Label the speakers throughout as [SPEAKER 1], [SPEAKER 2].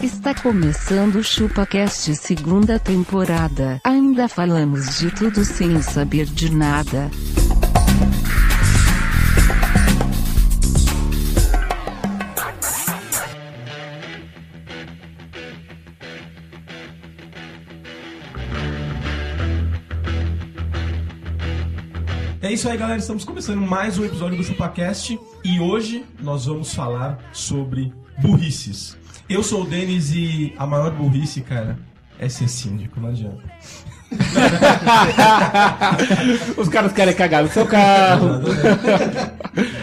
[SPEAKER 1] Está começando o ChupaCast segunda temporada. Ainda falamos de tudo sem saber de nada.
[SPEAKER 2] É isso aí, galera. Estamos começando mais um episódio do ChupaCast e hoje nós vamos falar sobre burrices. Eu sou o Denis e a maior burrice, cara, é ser síndico, não adianta.
[SPEAKER 3] Os caras querem cagar no seu carro.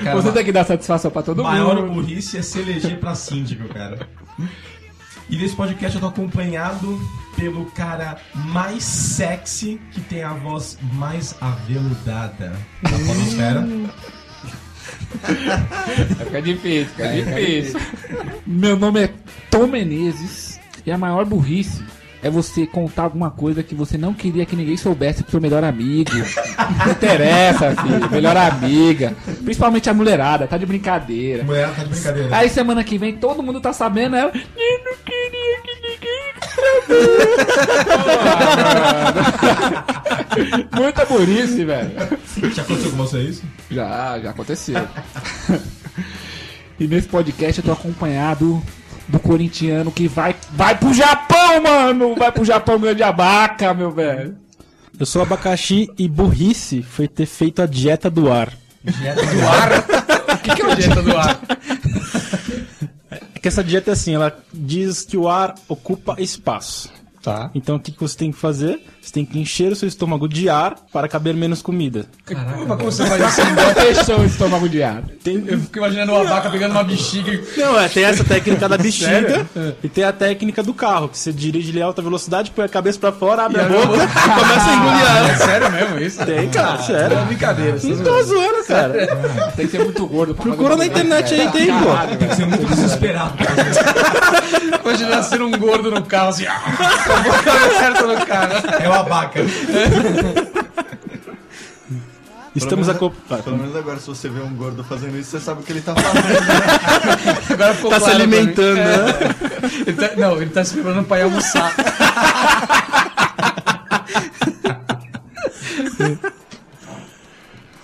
[SPEAKER 2] Cara,
[SPEAKER 3] Você tem que dar satisfação pra todo
[SPEAKER 2] a maior
[SPEAKER 3] mundo.
[SPEAKER 2] burrice é se eleger pra síndico, cara. E nesse podcast eu tô acompanhado pelo cara mais sexy que tem a voz mais aveludada da
[SPEAKER 3] Hum.
[SPEAKER 2] podosfera.
[SPEAKER 3] Fica difícil, É, fica difícil. Meu nome é Tom Menezes e a maior burrice é você contar alguma coisa que você não queria que ninguém soubesse pro seu melhor amigo. Não interessa, filho. Melhor amiga. Principalmente a mulherada, tá de brincadeira.
[SPEAKER 2] Mulher, tá de brincadeira.
[SPEAKER 3] Aí semana que vem todo mundo tá sabendo, ela. Eu não queria que ninguém soubesse." Muita burrice, velho.
[SPEAKER 2] Já aconteceu com você isso?
[SPEAKER 3] Já, já aconteceu. e nesse podcast eu tô acompanhado do corintiano que vai, vai pro Japão, mano! Vai pro Japão, grande abaca, meu velho.
[SPEAKER 4] Eu sou abacaxi e burrice foi ter feito a dieta do ar.
[SPEAKER 2] Dieta do
[SPEAKER 3] O que, que é o dieta do ar?
[SPEAKER 4] É que essa dieta é assim, ela diz que o ar ocupa espaço.
[SPEAKER 3] Tá.
[SPEAKER 4] Então o que que você tem que fazer? Você tem que encher o seu estômago de ar para caber menos comida.
[SPEAKER 5] Mas como você faz isso?
[SPEAKER 3] Fechou o estômago de ar.
[SPEAKER 5] Eu fico imaginando uma vaca pegando uma bexiga e...
[SPEAKER 4] Não, é, tem essa técnica da bexiga É. e tem a técnica do carro, que você dirige ele a alta velocidade, põe a cabeça pra fora, abre a
[SPEAKER 5] abre a
[SPEAKER 4] boca e começa a engolir
[SPEAKER 5] Ah,
[SPEAKER 4] ar.
[SPEAKER 5] é sério mesmo isso?
[SPEAKER 4] Tem, cara,
[SPEAKER 5] É uma
[SPEAKER 4] sério.
[SPEAKER 5] brincadeira.
[SPEAKER 4] Ah, Não tô zoando, cara.
[SPEAKER 3] Tem que ser muito gordo. pra
[SPEAKER 4] Procura na
[SPEAKER 3] fazer isso,
[SPEAKER 4] internet
[SPEAKER 3] velho.
[SPEAKER 4] aí, tem, pô.
[SPEAKER 3] Caralho,
[SPEAKER 2] Tem que
[SPEAKER 3] velho.
[SPEAKER 2] ser é muito desesperado.
[SPEAKER 5] Imaginando ser um gordo no carro assim... Ah, a boca não acerta no cara.
[SPEAKER 2] É o abaca.
[SPEAKER 4] Estamos
[SPEAKER 6] menos-
[SPEAKER 4] acompanhando.
[SPEAKER 6] Pelo menos agora, se você vê um gordo fazendo isso, você sabe o que ele tá fazendo.
[SPEAKER 5] Agora ficou
[SPEAKER 4] Tá se
[SPEAKER 5] claro pra mim.
[SPEAKER 4] alimentando, né?
[SPEAKER 5] Ele tá- Não, ele tá se preparando pra ir almoçar.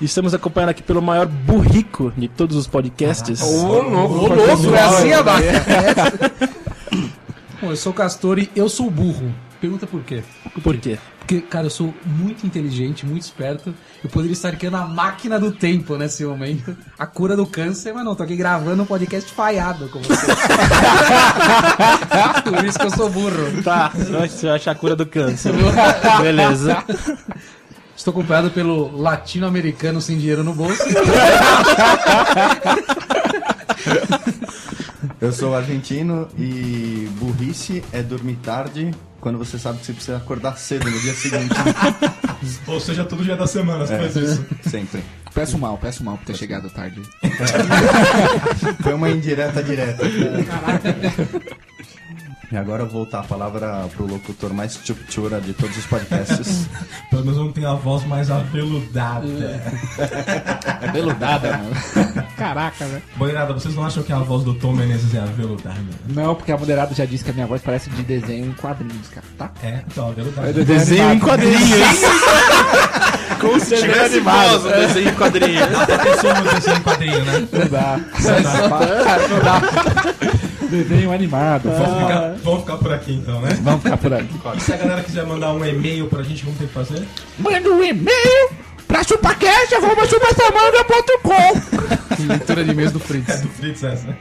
[SPEAKER 4] Estamos acompanhando aqui pelo maior burrico de todos os podcasts.
[SPEAKER 5] Ah,
[SPEAKER 3] Ô, louco,
[SPEAKER 5] Ô, louco, é assim a vaca.
[SPEAKER 7] Bom, eu sou o Castor e eu sou burro. Pergunta por quê?
[SPEAKER 5] oh.
[SPEAKER 4] Por quê?
[SPEAKER 7] Porque, cara, eu sou muito inteligente, muito esperto. Eu poderia estar criando a máquina do tempo nesse momento. A cura do câncer, mas não, tô aqui gravando um podcast falhado com vocês. por isso que eu sou burro.
[SPEAKER 4] Tá, você vai achar a cura do câncer. Beleza.
[SPEAKER 7] Estou acompanhado pelo latino-americano sem dinheiro no bolso.
[SPEAKER 6] Eu sou argentino e burrice é dormir tarde quando você sabe que você precisa acordar cedo no dia seguinte.
[SPEAKER 2] Ou seja, todo dia da semana
[SPEAKER 4] É.
[SPEAKER 2] você faz isso.
[SPEAKER 6] Sempre.
[SPEAKER 3] Peço mal, peço mal por ter chegado tarde.
[SPEAKER 6] Foi uma indireta direta. E agora eu vou voltar a palavra pro locutor mais chuptura de todos os podcasts.
[SPEAKER 2] Pelo menos não tem a voz mais
[SPEAKER 4] É.
[SPEAKER 2] aveludada.
[SPEAKER 3] Peludada, mano. Caraca, velho.
[SPEAKER 2] Boirada, vocês não acham que a voz do Tom Menezes é aveludada?
[SPEAKER 3] Não, porque a moderada já disse que a minha voz parece de desenho em quadrinhos, cara. Tá?
[SPEAKER 2] É, então, aveludada.
[SPEAKER 3] Desenho em
[SPEAKER 4] quadrinhos. Como se
[SPEAKER 5] É
[SPEAKER 4] tivesse voz o desenho em quadrinhos.
[SPEAKER 2] Até pensou no desenho em quadrinho, né?
[SPEAKER 3] Não dá. Não dá. Desenho animado.
[SPEAKER 2] Vamos ficar, vamos ficar por aqui então, né?
[SPEAKER 3] Vamos ficar por aqui.
[SPEAKER 2] E se a galera quiser mandar um e-mail pra gente, como tem que fazer?
[SPEAKER 3] Manda um e-mail pra chupaquete.com.
[SPEAKER 7] Leitura de mês do Fritz.
[SPEAKER 2] É Do Fritz essa. né?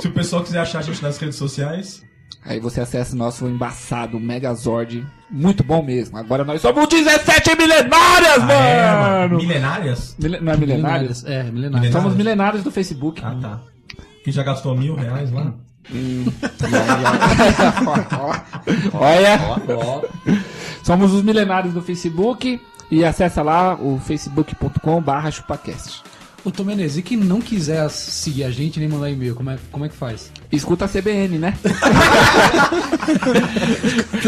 [SPEAKER 2] Se o pessoal quiser achar a gente nas redes sociais,
[SPEAKER 3] Aí você acessa o nosso embaçado Megazord. Muito bom mesmo. Agora nós somos 17 milenárias,
[SPEAKER 2] Ah, é, mano,
[SPEAKER 3] mano.
[SPEAKER 2] milenárias?
[SPEAKER 3] Mil- Não é milenários?
[SPEAKER 7] É, milenários.
[SPEAKER 5] Então,
[SPEAKER 3] Somos milenários do Facebook.
[SPEAKER 2] Ah tá. Que já gastou mil reais lá?
[SPEAKER 3] Olha. Somos os milenários do Facebook e acessa lá o facebook.com barra chupacast.
[SPEAKER 7] Ô, Tom Menezes, e quem não quiser seguir a gente nem mandar e-mail, como é, como é que faz?
[SPEAKER 3] Escuta a CBN, né?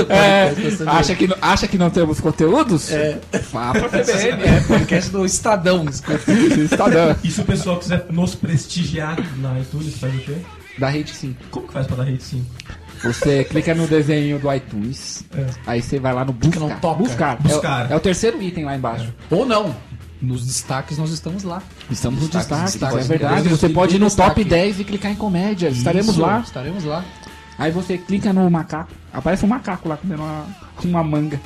[SPEAKER 3] É, acha, que, não- acha que não temos conteúdos? É. Vá pra CBN.
[SPEAKER 7] É, podcast do Estadão. escuta.
[SPEAKER 3] Estadão.
[SPEAKER 2] E se o pessoal quiser nos prestigiar na iTunes, faz o quê?
[SPEAKER 3] Da Rate 5.
[SPEAKER 2] Como que faz pra dar rate 5?
[SPEAKER 3] Você clica no desenho do iTunes, aí você vai lá É. no buscar.
[SPEAKER 5] não toca.
[SPEAKER 3] Buscar. É o-
[SPEAKER 2] Buscar.
[SPEAKER 3] É, o terceiro item lá embaixo.
[SPEAKER 5] Ou não. Nos destaques nós estamos lá.
[SPEAKER 3] Estamos no destaque,
[SPEAKER 5] Destaques, destaques,
[SPEAKER 3] é verdade.
[SPEAKER 5] destaques.
[SPEAKER 3] Você pode ir no top
[SPEAKER 5] Destaque.
[SPEAKER 3] 10 e clicar em comédia. Estaremos
[SPEAKER 5] Isso,
[SPEAKER 3] lá.
[SPEAKER 5] Estaremos lá.
[SPEAKER 3] Aí você clica no macaco, aparece um macaco lá comendo uma, uma manga.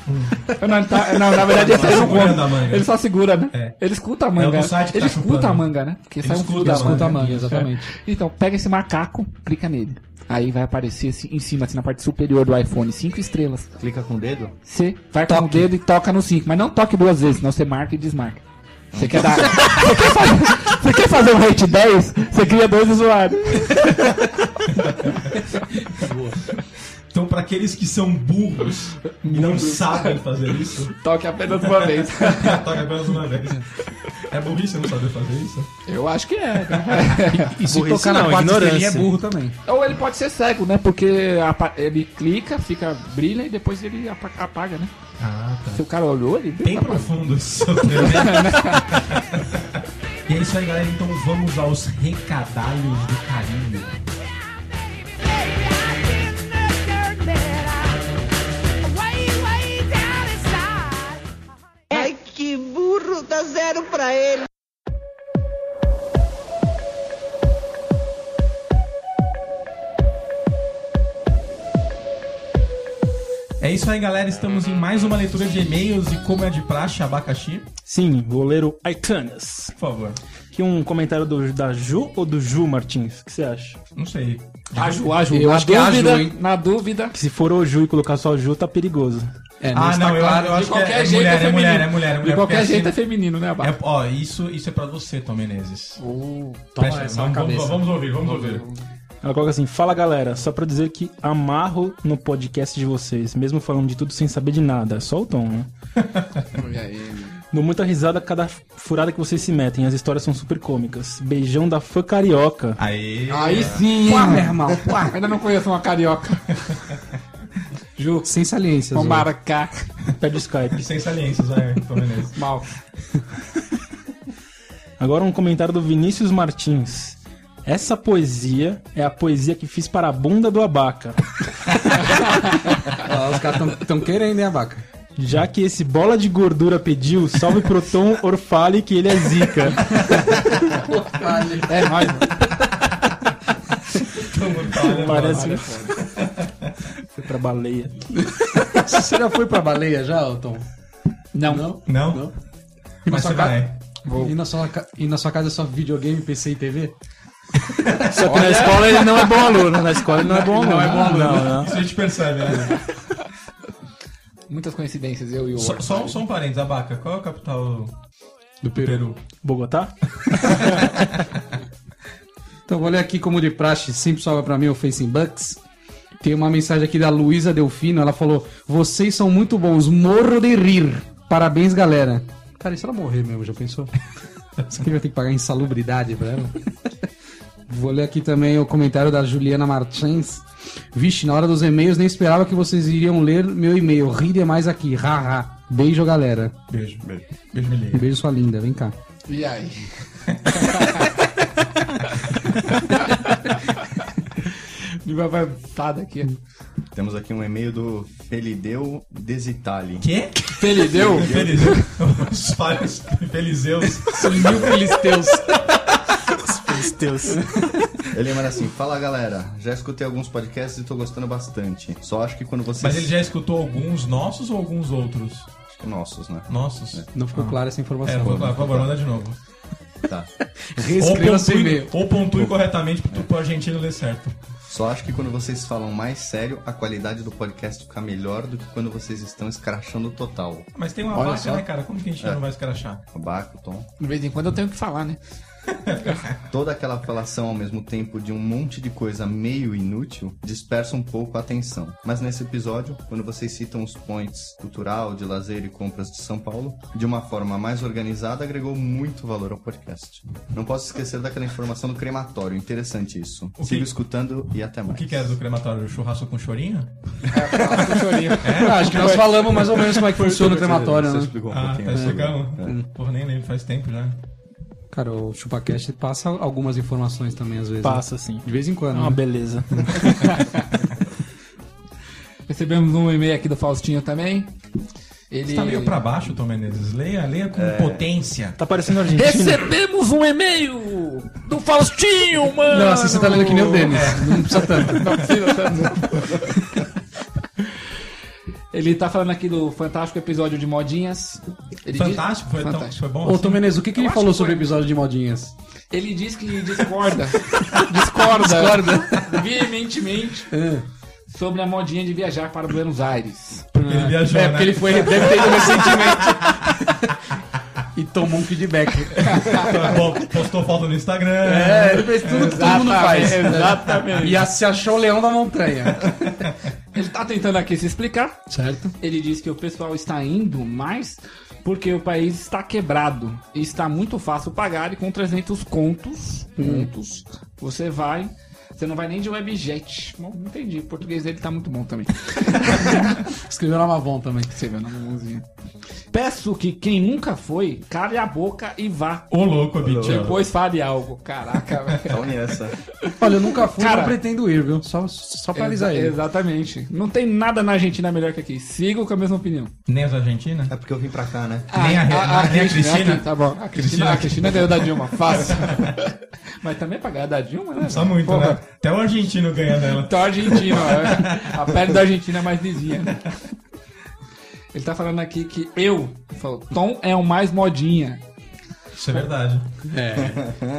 [SPEAKER 3] Não, tá- não, na verdade esse
[SPEAKER 2] Tá
[SPEAKER 3] ele Hum. não
[SPEAKER 2] segurando a
[SPEAKER 3] come.
[SPEAKER 2] manga.
[SPEAKER 3] Ele só segura, né?
[SPEAKER 2] É.
[SPEAKER 3] Ele escuta a manga.
[SPEAKER 2] É o do site que
[SPEAKER 3] ele
[SPEAKER 2] tá
[SPEAKER 3] escuta
[SPEAKER 2] chupando.
[SPEAKER 3] a manga, né? Porque
[SPEAKER 2] Ele
[SPEAKER 3] sai um
[SPEAKER 2] escuta
[SPEAKER 3] fio
[SPEAKER 2] a
[SPEAKER 3] da
[SPEAKER 2] manga. é.
[SPEAKER 3] manga.
[SPEAKER 5] Escuta a manga, exatamente.
[SPEAKER 3] Então, pega esse macaco, clica nele. Aí vai aparecer assim, em cima, assim, na parte superior do iPhone, cinco estrelas.
[SPEAKER 6] Clica com o dedo?
[SPEAKER 3] Você vai com o dedo e toca no 5, mas não toque duas vezes, senão você marca e desmarca. Você quer dar. Você quer fazer, você quer fazer um rate 10? Você cria dois usuários.
[SPEAKER 2] Então, pra aqueles que são burros e não sabem fazer isso,
[SPEAKER 3] Toque apenas uma vez.
[SPEAKER 2] toca apenas uma vez. É burrice não saber fazer isso?
[SPEAKER 3] Eu acho que é, né?
[SPEAKER 5] E se
[SPEAKER 4] Burrice
[SPEAKER 5] tocar na
[SPEAKER 4] não,
[SPEAKER 5] quarta
[SPEAKER 4] ignorância.
[SPEAKER 5] estrelinha é burro também.
[SPEAKER 3] Ou ele pode ser cego, né? Porque apa- ele clica, fica, brilha e depois ele apa- apaga, né?
[SPEAKER 2] Ah, tá.
[SPEAKER 3] Se o cara olhou, ele
[SPEAKER 2] Bem
[SPEAKER 3] apaga.
[SPEAKER 2] profundo esse seu tema. E é isso aí, galera. Então vamos aos recadalhos do carinho.
[SPEAKER 8] Ai, que burro, dá zero pra ele.
[SPEAKER 2] É isso aí, galera. Estamos em mais uma leitura de e-mails e como é de praxe, abacaxi,
[SPEAKER 4] Sim, vou ler o Icanas.
[SPEAKER 2] por favor.
[SPEAKER 4] Aqui um comentário do, da Ju ou do Ju Martins? O que você acha?
[SPEAKER 2] Não sei.
[SPEAKER 3] Aju, aju.
[SPEAKER 5] Eu
[SPEAKER 3] na
[SPEAKER 5] acho que é aju,
[SPEAKER 3] dúvida,
[SPEAKER 5] hein?
[SPEAKER 3] na dúvida.
[SPEAKER 4] Que se for o Ju e colocar só o Ju, tá perigoso.
[SPEAKER 5] É,
[SPEAKER 2] Ah, não, eu, eu acho que é,
[SPEAKER 3] qualquer
[SPEAKER 2] é
[SPEAKER 3] jeito
[SPEAKER 2] mulher,
[SPEAKER 3] é
[SPEAKER 2] é mulher, é
[SPEAKER 3] feminino.
[SPEAKER 2] mulher, é mulher.
[SPEAKER 3] De qualquer
[SPEAKER 2] porque
[SPEAKER 3] jeito é
[SPEAKER 2] assim-
[SPEAKER 3] feminino, né, Abaca?
[SPEAKER 2] é- Ó, isso, isso é pra você, Tom Menezes.
[SPEAKER 5] Toma
[SPEAKER 2] Presta-
[SPEAKER 3] é
[SPEAKER 5] essa
[SPEAKER 2] vamos,
[SPEAKER 5] na
[SPEAKER 2] vamos,
[SPEAKER 5] cabeça.
[SPEAKER 2] vamos ouvir, vamos ouvir.
[SPEAKER 4] Ela coloca assim: Fala galera, só pra dizer que amarro no podcast de vocês, mesmo falando de tudo sem saber de nada. É só o tom, né? Dou muita risada a cada furada que vocês se metem, as histórias são super cômicas. Beijão da fã carioca.
[SPEAKER 2] Aê.
[SPEAKER 3] Aí sim,
[SPEAKER 5] Pô,
[SPEAKER 3] hein,
[SPEAKER 5] meu irmão, pô.
[SPEAKER 3] Ainda não conheço uma carioca.
[SPEAKER 5] Ju, sem saliências.
[SPEAKER 3] Uma
[SPEAKER 5] hoje.
[SPEAKER 3] maracá.
[SPEAKER 4] Pede o Skype.
[SPEAKER 2] Sem saliências, vai, Tom Menezes.
[SPEAKER 3] Mal.
[SPEAKER 4] Agora um comentário do Vinícius Martins. Essa poesia é a poesia que fiz para a bunda do abaca.
[SPEAKER 5] Ah, os caras estão querendo, hein, abaca?
[SPEAKER 4] Já que esse bola de gordura pediu, salve pro Tom Orfale que ele é zica.
[SPEAKER 3] É nóis, mano.
[SPEAKER 5] Tá
[SPEAKER 3] tá
[SPEAKER 4] Parece. Foi pra baleia.
[SPEAKER 5] É, Você já foi pra baleia já, ô, Tom?
[SPEAKER 3] Não.
[SPEAKER 2] Não? Mas você
[SPEAKER 5] sua ca-
[SPEAKER 2] vai.
[SPEAKER 5] E, na sua, ca- e na sua casa é só videogame, PC e TV?
[SPEAKER 4] Só que na escola ele não é bom aluno. Na escola ele não é bom aluno. Não é bom aluno.
[SPEAKER 2] Isso a gente percebe, né?
[SPEAKER 3] Muitas coincidências, eu e o
[SPEAKER 2] só, só um- só um parênteses, Abaca, qual é a capital
[SPEAKER 5] Do
[SPEAKER 2] do Peru?
[SPEAKER 4] Bogotá?
[SPEAKER 5] Então vou ler aqui como de praxe, sempre sobra pra mim é o Facing Bucks. Tem uma mensagem aqui da Luísa Delfino, ela falou: Vocês são muito bons, morro de rir. Parabéns, galera. Cara, e se ela morrer mesmo, já pensou? Você vai ter que pagar insalubridade pra ela? Vou ler aqui também o comentário da Juliana Martins. Vixe, na hora dos e-mails nem esperava que vocês iriam ler meu e-mail. Ri demais aqui, haha. Beijo, galera.
[SPEAKER 2] Beijo, beijo. Beijo, me liga.
[SPEAKER 5] Um beijo, sua linda. Vem cá.
[SPEAKER 3] E aí? Ele vai avançar daqui.
[SPEAKER 6] Temos aqui um e-mail do Pelideu Desitali.
[SPEAKER 2] Quê?
[SPEAKER 3] Pelideu?
[SPEAKER 2] Felizeu. Os falhos felizeus.
[SPEAKER 5] Mil filisteus.
[SPEAKER 6] Ele manda assim: Fala galera, já escutei alguns podcasts e tô gostando bastante. Só acho que quando vocês.
[SPEAKER 2] Mas ele já escutou alguns nossos ou alguns outros?
[SPEAKER 6] Nossos, né?
[SPEAKER 2] Nossos?
[SPEAKER 5] Não
[SPEAKER 7] Ah.
[SPEAKER 5] ficou clara essa
[SPEAKER 2] É,
[SPEAKER 5] informação.
[SPEAKER 2] vou, por favor, manda de novo.
[SPEAKER 6] Tá.
[SPEAKER 2] Ou
[SPEAKER 5] Reescreva seu
[SPEAKER 2] pontue,
[SPEAKER 5] e-mail.
[SPEAKER 2] ou pontue corretamente pro, pro argentino ler certo.
[SPEAKER 6] Só acho que quando vocês falam mais sério, a qualidade do podcast fica melhor do que quando vocês estão escrachando o total.
[SPEAKER 2] Mas tem uma
[SPEAKER 3] Olha
[SPEAKER 2] vaca,
[SPEAKER 3] só.
[SPEAKER 2] né, cara? Como que a gente não vai escrachar?
[SPEAKER 6] Baco, Tom.
[SPEAKER 3] De vez em quando eu tenho que falar, né?
[SPEAKER 6] Toda aquela falação ao mesmo tempo de um monte de coisa meio inútil dispersa um pouco a atenção. Mas nesse episódio, quando vocês citam os points cultural, de lazer e compras de São Paulo, de uma forma mais organizada, agregou muito valor ao podcast. Não posso esquecer daquela informação do crematório, interessante isso.
[SPEAKER 2] O que-
[SPEAKER 6] Sigo escutando e até
[SPEAKER 2] O
[SPEAKER 6] mais.
[SPEAKER 2] que, que era do crematório? Churrasco com chorinho?
[SPEAKER 5] É, acho que nós falamos mais ou menos como é que funciona o crematório,
[SPEAKER 6] Você
[SPEAKER 5] né?
[SPEAKER 6] explicou um
[SPEAKER 2] ah,
[SPEAKER 6] pouquinho.
[SPEAKER 2] tá
[SPEAKER 6] né?
[SPEAKER 2] explicando. Porra, nem lembro, faz tempo já.
[SPEAKER 7] Cara, o ChupaCast passa algumas informações também, às vezes. né?
[SPEAKER 4] Passa, assim.
[SPEAKER 7] De vez em quando.
[SPEAKER 4] É uma
[SPEAKER 7] né?
[SPEAKER 4] beleza.
[SPEAKER 3] Recebemos um e-mail aqui do Faustinho também. Ele
[SPEAKER 2] Você tá meio pra baixo, Tom Menezes. Leia, leia com potência.
[SPEAKER 4] Tá parecendo Argentina.
[SPEAKER 3] Recebemos um e-mail do Faustinho, mano!
[SPEAKER 7] Não, assim você tá lendo que nem o Denis. Não precisa tanto.
[SPEAKER 3] Não precisa tanto. Ele tá falando aqui do fantástico episódio de modinhas. Ele diz-
[SPEAKER 2] Fantástico, foi, tão-
[SPEAKER 3] Fantástico.
[SPEAKER 2] foi bom
[SPEAKER 7] Ô,
[SPEAKER 2] assim?
[SPEAKER 7] Tom Menezes, o que, É, que ele falou sobre o episódio de modinhas?
[SPEAKER 3] Ele diz que discorda. discorda. Discorda. Veementemente. Sobre a modinha de viajar para Buenos Aires.
[SPEAKER 2] Porque ele viajou,
[SPEAKER 7] é,
[SPEAKER 2] né?
[SPEAKER 7] porque ele foi, deve ter ido recentemente. e tomou um feedback.
[SPEAKER 2] Bom, Postou foto no Instagram.
[SPEAKER 7] É, ele fez tudo que todo mundo faz.
[SPEAKER 3] Exatamente.
[SPEAKER 7] E a- se achou o leão da montanha.
[SPEAKER 3] Ele tá tentando aqui se explicar.
[SPEAKER 7] Certo?
[SPEAKER 3] Ele diz que o pessoal está indo mais porque o país está quebrado e está muito fácil pagar e com 300 contos, contos você vai, você não vai nem de webjet. Bom, não entendi, o português dele tá muito bom também.
[SPEAKER 7] Escreveu na Mavon também.
[SPEAKER 3] Você vê na mãozinha. Peço que quem nunca foi, cale a boca e vá.
[SPEAKER 2] Ô, louco, Abitio.
[SPEAKER 3] Depois fale algo. Caraca,
[SPEAKER 2] um-
[SPEAKER 3] velho.
[SPEAKER 6] Olha essa.
[SPEAKER 7] Olha, eu nunca fui,
[SPEAKER 3] Cara.
[SPEAKER 7] não pretendo ir, viu? Só, só pra avisar
[SPEAKER 3] Exa-
[SPEAKER 7] ele.
[SPEAKER 3] Exatamente. Não tem nada na Argentina melhor que aqui. Sigo com a mesma opinião.
[SPEAKER 2] Nem os argentinos?
[SPEAKER 6] É porque eu vim pra cá, né?
[SPEAKER 3] Ah,
[SPEAKER 2] Nem a- a- nem a Cristina?
[SPEAKER 3] Tá bom. A Cristina, a Cristina ganhou da Dilma, fácil. Mas também pra ganhar da Dilma, né?
[SPEAKER 2] Só muito,
[SPEAKER 3] Porra,
[SPEAKER 2] né? Até o argentino ganha dela.
[SPEAKER 3] Então a Argentina, ó, a pele da Argentina é mais lisinha. né? Ele tá falando aqui que eu, ele falou, Tom é o mais modinha.
[SPEAKER 2] Isso é verdade.
[SPEAKER 7] É.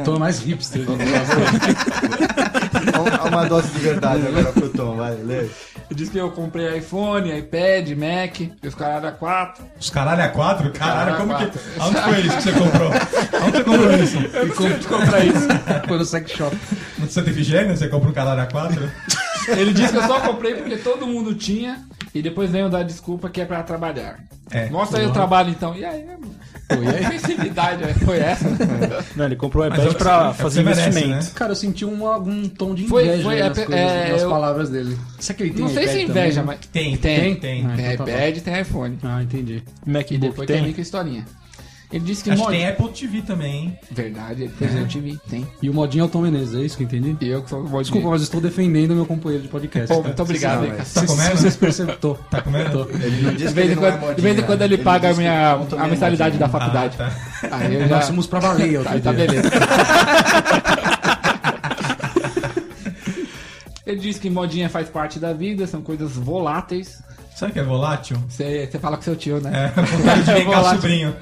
[SPEAKER 7] Tô mais hipster.
[SPEAKER 6] Uma- Então, Uma dose de verdade agora pro Tom, vai, lê.
[SPEAKER 3] Ele disse que eu comprei iPhone, iPad, Mac, e os caras da 4.
[SPEAKER 2] Os caralho a quatro? Caralho,
[SPEAKER 3] Caralho a
[SPEAKER 2] como
[SPEAKER 3] quatro.
[SPEAKER 2] que. Aonde foi isso que você comprou? Aonde você comprou isso?
[SPEAKER 3] comprar isso.
[SPEAKER 7] Foi no sex shop.
[SPEAKER 2] No Santa Efigênia você comprou um caralho a quatro?
[SPEAKER 3] Ele disse que eu só comprei porque todo mundo tinha e depois veio dar desculpa que é pra trabalhar.
[SPEAKER 2] É.
[SPEAKER 3] Mostra aí o trabalho então. E aí, mano? Que Ofensividade é, foi essa?
[SPEAKER 4] Não, ele comprou o
[SPEAKER 2] Mas é o
[SPEAKER 4] iPad
[SPEAKER 2] que você- é
[SPEAKER 4] pra
[SPEAKER 2] o que
[SPEAKER 4] fazer
[SPEAKER 2] você merece,
[SPEAKER 4] investimento.
[SPEAKER 2] né?
[SPEAKER 7] Cara, eu senti um, algum tom de
[SPEAKER 3] Foi-
[SPEAKER 7] inveja
[SPEAKER 3] foi,
[SPEAKER 7] aí nas,
[SPEAKER 3] é,
[SPEAKER 7] coisas,
[SPEAKER 3] é,
[SPEAKER 7] nas
[SPEAKER 3] eu-
[SPEAKER 7] palavras dele. Será que ele
[SPEAKER 3] Não sei se é inveja, mas.
[SPEAKER 2] Tem, tem.
[SPEAKER 3] Tem, Tem
[SPEAKER 7] então tá
[SPEAKER 3] iPad, tem iPhone.
[SPEAKER 7] Ah, entendi.
[SPEAKER 3] E
[SPEAKER 4] MacBook
[SPEAKER 3] depois tem
[SPEAKER 4] tem.
[SPEAKER 3] com a historinha. Ele disse que
[SPEAKER 2] né? Acho que
[SPEAKER 3] mod-
[SPEAKER 2] tem Apple TV também, hein?
[SPEAKER 3] Verdade, depois eu tive. Tem.
[SPEAKER 7] E o modinho é o Tom Menezes, é isso que eu entendi?
[SPEAKER 3] E eu que sou modinha.
[SPEAKER 7] Desculpa, mas eu estou defendendo meu companheiro de podcast.
[SPEAKER 3] Pô,
[SPEAKER 7] tá?
[SPEAKER 3] muito obrigado,
[SPEAKER 7] Não,
[SPEAKER 3] hein,
[SPEAKER 7] mas- se-
[SPEAKER 3] cara.
[SPEAKER 2] Tá comendo?
[SPEAKER 7] se vocês perceberam, tô.
[SPEAKER 2] Tá comendo?
[SPEAKER 7] Tô.
[SPEAKER 6] Ele não
[SPEAKER 3] De
[SPEAKER 6] diz que
[SPEAKER 3] vez,
[SPEAKER 6] ele
[SPEAKER 3] em
[SPEAKER 6] não é
[SPEAKER 3] quando, de vez em
[SPEAKER 6] modinha.
[SPEAKER 3] quando ele,
[SPEAKER 6] Ele
[SPEAKER 3] paga a
[SPEAKER 6] diz que
[SPEAKER 3] minha
[SPEAKER 6] o Tom também
[SPEAKER 3] a
[SPEAKER 6] é
[SPEAKER 3] mensalidade da
[SPEAKER 6] modinha.
[SPEAKER 3] faculdade.
[SPEAKER 2] Ah,
[SPEAKER 3] Aí eu já.
[SPEAKER 7] Nós fomos pra baleia outro
[SPEAKER 3] Aí tá
[SPEAKER 7] dia.
[SPEAKER 3] beleza. Ele diz que modinha faz parte da vida, são coisas voláteis.
[SPEAKER 2] Sabe o que é volátil?
[SPEAKER 3] Você você fala com seu tio, né?
[SPEAKER 2] É, vontade de brincar
[SPEAKER 3] Volátil.
[SPEAKER 2] sobrinho.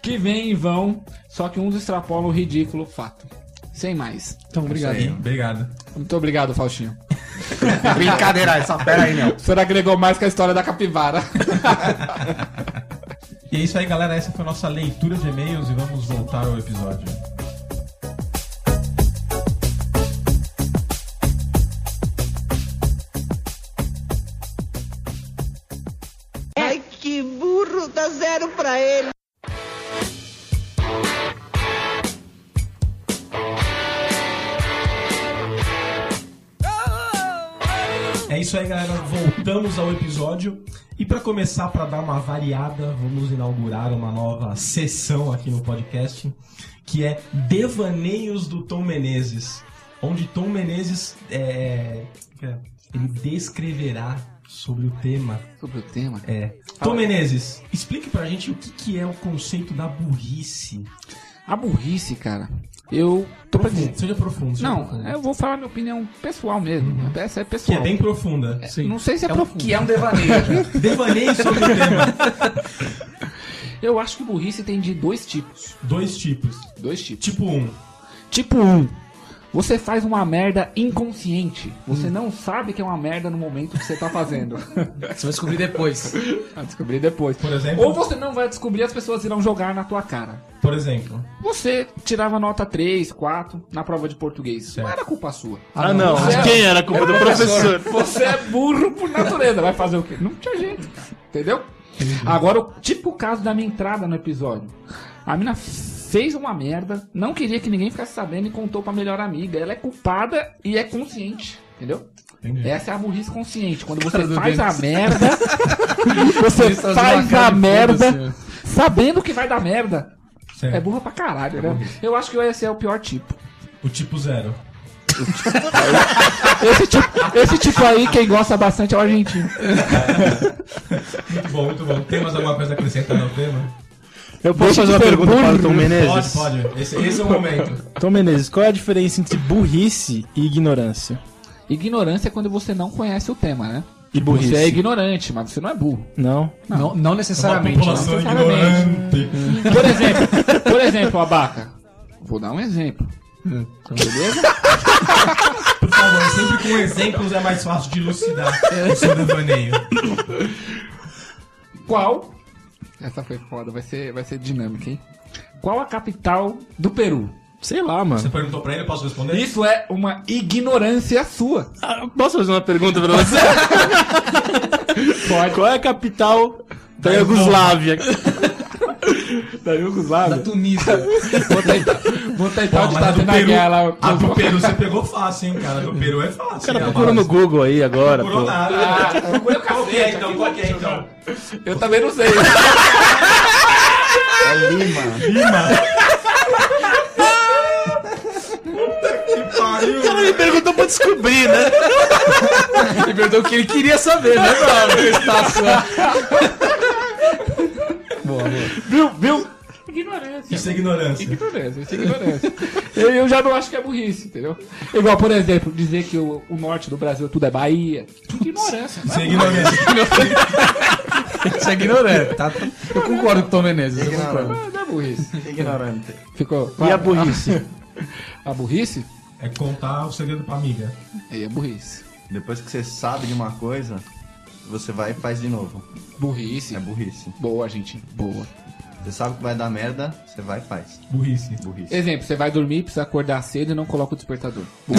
[SPEAKER 3] Que vem e vão, só que uns extrapolam o ridículo fato. Sem mais. É
[SPEAKER 7] Então, obrigado.
[SPEAKER 2] Aí, obrigado.
[SPEAKER 3] Muito obrigado, Faustinho.
[SPEAKER 6] Brincadeira essa, pera aí, meu.
[SPEAKER 3] O senhor agregou mais que a história da capivara.
[SPEAKER 2] E é isso aí, galera. Essa foi a nossa leitura de e-mails e vamos voltar ao episódio.
[SPEAKER 8] Ai, que burro, dá zero pra ele.
[SPEAKER 2] É isso aí, galera. Voltamos ao episódio. E para começar, para dar uma variada, vamos inaugurar uma nova sessão aqui no podcast, que é Devaneios do Tom Menezes, onde Tom Menezes é, ele descreverá sobre o tema.
[SPEAKER 3] Sobre o tema.
[SPEAKER 2] É. Tom Menezes, explique pra gente o que, que é o conceito da burrice.
[SPEAKER 3] A burrice, cara. Eu.
[SPEAKER 2] Profundo, seja profundo. seja
[SPEAKER 3] Não, é
[SPEAKER 2] profundo.
[SPEAKER 3] eu vou falar minha opinião pessoal mesmo. Essa é
[SPEAKER 2] que
[SPEAKER 3] pessoal.
[SPEAKER 2] é bem profunda.
[SPEAKER 3] Não sei se é, profundo.
[SPEAKER 5] é um devaneio.
[SPEAKER 2] né? Devaneios sobre o tema.
[SPEAKER 3] Eu acho que burrice tem de dois tipos.
[SPEAKER 2] Dois tipos.
[SPEAKER 3] Dois tipos.
[SPEAKER 2] Tipo um,
[SPEAKER 3] Tipo 1. Você faz uma merda inconsciente. Você
[SPEAKER 7] Hum.
[SPEAKER 3] não sabe que é uma merda no momento que você tá fazendo.
[SPEAKER 7] Você vai descobrir depois.
[SPEAKER 3] Vai descobrir depois.
[SPEAKER 2] por exemplo.
[SPEAKER 3] Ou você não vai descobrir, as pessoas irão jogar na tua cara.
[SPEAKER 2] Por exemplo.
[SPEAKER 3] Você tirava nota 3, 4 na prova de português. Não era culpa sua.
[SPEAKER 4] Ah, não.
[SPEAKER 3] Você-
[SPEAKER 4] Quem era a culpa do professor?
[SPEAKER 3] Você é burro por natureza. Vai fazer o quê? Não tinha jeito, cara. Entendeu?
[SPEAKER 7] Uhum.
[SPEAKER 3] Agora, o- tipo o caso da minha entrada no episódio. A mina fez uma merda, não queria que ninguém ficasse sabendo e contou pra melhor amiga. Ela é culpada e é consciente. Entendeu?
[SPEAKER 2] Entendi.
[SPEAKER 3] Essa é a burrice consciente. Quando você
[SPEAKER 7] Cara do
[SPEAKER 3] faz a
[SPEAKER 7] Denis.
[SPEAKER 3] merda, você
[SPEAKER 7] Denis fazendo uma
[SPEAKER 3] faz
[SPEAKER 7] cara
[SPEAKER 3] a
[SPEAKER 7] de
[SPEAKER 2] Tá
[SPEAKER 3] merda
[SPEAKER 7] foda, assim,
[SPEAKER 3] sabendo que vai dar merda.
[SPEAKER 2] Certo.
[SPEAKER 3] É burra pra caralho, né? Eu acho que esse é o pior tipo.
[SPEAKER 2] O tipo zero.
[SPEAKER 3] Esse tipo, esse tipo aí, quem gosta bastante é o argentino.
[SPEAKER 2] Muito bom, muito bom. Tem mais alguma coisa a acrescentar no tema?
[SPEAKER 4] Eu posso fazer uma
[SPEAKER 3] de ser
[SPEAKER 4] pergunta
[SPEAKER 3] burro.
[SPEAKER 4] para o Tom Menezes?
[SPEAKER 2] Pode, pode. Esse, esse é o momento.
[SPEAKER 4] Tom Menezes, qual é a diferença entre burrice e ignorância?
[SPEAKER 3] Ignorância é quando você não conhece o tema, né?
[SPEAKER 4] E burrice?
[SPEAKER 3] Você é ignorante, mas você não é burro.
[SPEAKER 4] Não?
[SPEAKER 5] Não, não
[SPEAKER 2] Uma
[SPEAKER 5] necessariamente.
[SPEAKER 7] né?
[SPEAKER 2] população
[SPEAKER 3] Sinceramente.
[SPEAKER 2] ignorante.
[SPEAKER 3] Por exemplo, por exemplo, abaca. Vou dar um exemplo. Beleza?
[SPEAKER 2] Por favor, sempre com exemplos é mais fácil de elucidar o seu devaneio.
[SPEAKER 3] Qual? Essa foi foda, vai ser, vai ser dinâmica, hein? Qual a capital do Peru?
[SPEAKER 4] Sei lá,
[SPEAKER 2] Você
[SPEAKER 4] mano.
[SPEAKER 2] perguntou pra ele, eu posso responder?
[SPEAKER 3] Isso é uma ignorância sua.
[SPEAKER 4] Ah, Posso fazer uma pergunta pra você? Qual é a capital da Iugoslávia? da Iugoslávia?
[SPEAKER 5] Tunísia.
[SPEAKER 3] Vou tentar, vou
[SPEAKER 2] tá
[SPEAKER 3] tentar
[SPEAKER 2] Pô,
[SPEAKER 3] onde
[SPEAKER 2] mas
[SPEAKER 3] tá
[SPEAKER 2] a do
[SPEAKER 3] tendo a
[SPEAKER 2] Peru, Ah,
[SPEAKER 3] guerra lá.
[SPEAKER 2] a do Peru você pegou fácil, hein, cara. A do Peru é fácil.
[SPEAKER 4] O cara
[SPEAKER 2] hein,
[SPEAKER 4] procurou no
[SPEAKER 2] rapaz.
[SPEAKER 4] Google aí agora,
[SPEAKER 2] Procurou
[SPEAKER 4] pô.
[SPEAKER 2] nada.
[SPEAKER 3] Ah, procura o
[SPEAKER 2] Qual que
[SPEAKER 3] cacete,
[SPEAKER 2] é,
[SPEAKER 3] aqui
[SPEAKER 2] então?
[SPEAKER 3] vai
[SPEAKER 2] Qual que é, então?
[SPEAKER 3] Eu também não sei.
[SPEAKER 6] É Lima.
[SPEAKER 2] Que pariu.
[SPEAKER 4] me perguntou pra descobrir, né?
[SPEAKER 5] Ele perguntou o que ele queria saber, né, brother? Estação.
[SPEAKER 3] Viu? Viu? Ignorância.
[SPEAKER 2] Isso é ignorância.
[SPEAKER 3] Ignorância, isso é ignorância. Eu, eu já não acho que é burrice, entendeu? Igual, por exemplo, dizer que o, o norte do Brasil tudo é Bahia. Ignorância.
[SPEAKER 2] Isso é ignorância.
[SPEAKER 5] Isso é ignorante, tá? Eu concordo com o Tom Menezes. eu concordo.
[SPEAKER 3] Não, não é burrice.
[SPEAKER 6] Ignorante.
[SPEAKER 3] Ficou.
[SPEAKER 4] E a burrice?
[SPEAKER 3] A burrice?
[SPEAKER 2] É contar o segredo pra amiga.
[SPEAKER 3] É, é burrice.
[SPEAKER 6] Depois que você sabe de uma coisa, você vai e faz de novo.
[SPEAKER 3] Burrice.
[SPEAKER 6] É burrice.
[SPEAKER 3] Boa, gente. Boa.
[SPEAKER 6] Você sabe que vai dar merda, você vai e faz.
[SPEAKER 2] Burrice.
[SPEAKER 6] Burrice.
[SPEAKER 3] Exemplo, você vai dormir, precisa acordar cedo e não coloca o despertador. é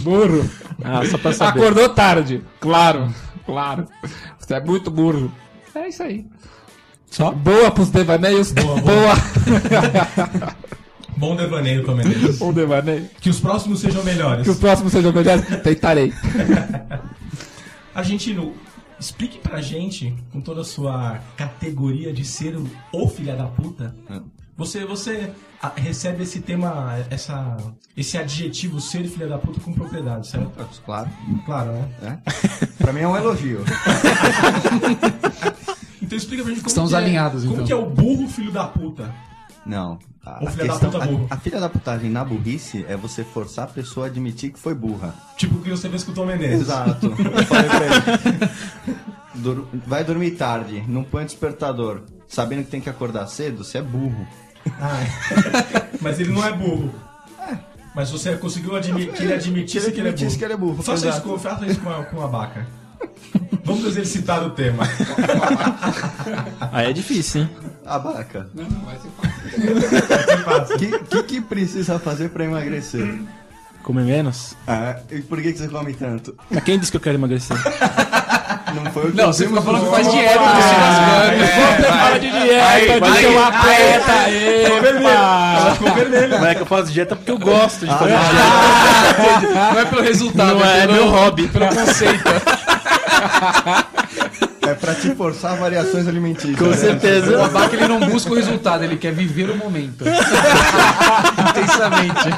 [SPEAKER 3] Burro.
[SPEAKER 4] Ah, só pra saber.
[SPEAKER 3] Acordou tarde. Claro, claro. Você é muito burro. É isso aí. Só? Boa pros devaneios.
[SPEAKER 2] Boa,
[SPEAKER 3] Boa.
[SPEAKER 2] boa. Bom devaneio, Tom Menezes.
[SPEAKER 3] Um devaneio.
[SPEAKER 2] Que os próximos sejam melhores.
[SPEAKER 3] Que os próximos sejam melhores. Tentarei.
[SPEAKER 2] Argentino, explique pra gente, com toda a sua categoria de ser o- o filha da puta, você, você ah, recebe esse tema, essa, esse adjetivo ser filha da puta com propriedade, certo?
[SPEAKER 6] Claro.
[SPEAKER 2] Claro, né?
[SPEAKER 6] Pra mim é um elogio.
[SPEAKER 2] Então explica pra gente como
[SPEAKER 5] Estamos
[SPEAKER 2] que é,
[SPEAKER 5] alinhados,
[SPEAKER 2] como
[SPEAKER 5] então.
[SPEAKER 2] que é o burro filho da puta.
[SPEAKER 6] Não. A,
[SPEAKER 2] Ou
[SPEAKER 6] a
[SPEAKER 2] filha da
[SPEAKER 6] questão-
[SPEAKER 2] puta
[SPEAKER 6] a-
[SPEAKER 2] burro.
[SPEAKER 6] a filha da putagem na burrice é você forçar a pessoa a admitir que foi burra.
[SPEAKER 2] Tipo o que você fez com o Tom Menezes.
[SPEAKER 6] Exato. Eu falei pra ele. Dur- Vai dormir tarde, não põe despertador. Sabendo que tem que acordar cedo, você é burro.
[SPEAKER 2] Ah, é. Mas ele não é burro. Mas você conseguiu admitir que ele admitisse que ele é burro.
[SPEAKER 6] admitisse que ele é burro,
[SPEAKER 2] Faça isso,
[SPEAKER 6] exato.
[SPEAKER 2] com, faça isso com, a, com a vaca. Vamos exercitar o tema.
[SPEAKER 4] Aí é difícil, hein?
[SPEAKER 6] Ah, Abaca.
[SPEAKER 2] Você passa.
[SPEAKER 6] O que, que, que precisa fazer pra emagrecer?
[SPEAKER 4] Comer menos?
[SPEAKER 6] Ah, e por que, que você come tanto?
[SPEAKER 4] Mas quem disse que eu quero emagrecer?
[SPEAKER 6] Não foi o que
[SPEAKER 5] Não, você fica falando que faz
[SPEAKER 2] Vamos
[SPEAKER 5] dieta,
[SPEAKER 2] lá.
[SPEAKER 5] É,
[SPEAKER 7] né?
[SPEAKER 5] você se rasgando.
[SPEAKER 3] Ah, é, Você fala de dieta, de ser um atleta. Epa!
[SPEAKER 4] Não é que eu faço dieta porque eu gosto de fazer
[SPEAKER 5] Não é pelo resultado,
[SPEAKER 4] Não é
[SPEAKER 5] pelo,
[SPEAKER 4] meu hobby.
[SPEAKER 5] pelo conceito.
[SPEAKER 6] É pra te forçar variações alimentícias.
[SPEAKER 4] Com
[SPEAKER 6] né?
[SPEAKER 4] certeza.
[SPEAKER 5] O abaca ele não busca o resultado, ele quer viver o momento. Intensamente.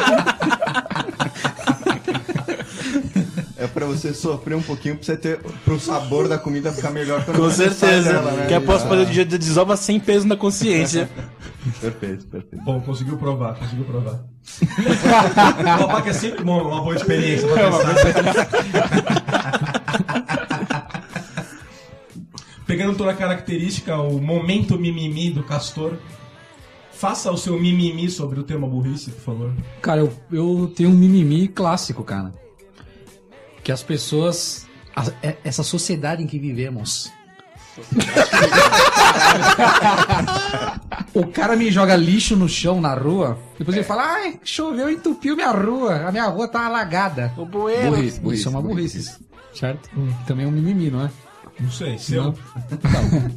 [SPEAKER 6] É pra você sofrer um pouquinho, pra você ter. pro sabor da comida ficar melhor quando
[SPEAKER 4] Com
[SPEAKER 6] você
[SPEAKER 4] certeza.
[SPEAKER 6] sai dela, né?
[SPEAKER 4] que eu posso
[SPEAKER 6] Ah,
[SPEAKER 4] fazer o dia de desova sem peso na consciência.
[SPEAKER 6] Perfeito, perfeito.
[SPEAKER 2] Bom, conseguiu provar, conseguiu provar. o Abaca é sempre uma, uma boa experiência pra pensar. Pegando toda a característica, o momento mimimi do Castor, faça o seu mimimi sobre o tema burrice, por favor.
[SPEAKER 5] Cara, eu, eu tenho um mimimi clássico, cara. Que as pessoas. a- é- essa sociedade em que vivemos. o cara me joga lixo no chão na rua, depois ele fala: ai, choveu, entupiu minha rua, a minha rua tá alagada.
[SPEAKER 3] Burrice, É burrice.
[SPEAKER 5] Isso é uma burrice. Certo? Também é um mimimi, não é?
[SPEAKER 2] Não sei, seu,
[SPEAKER 5] Não.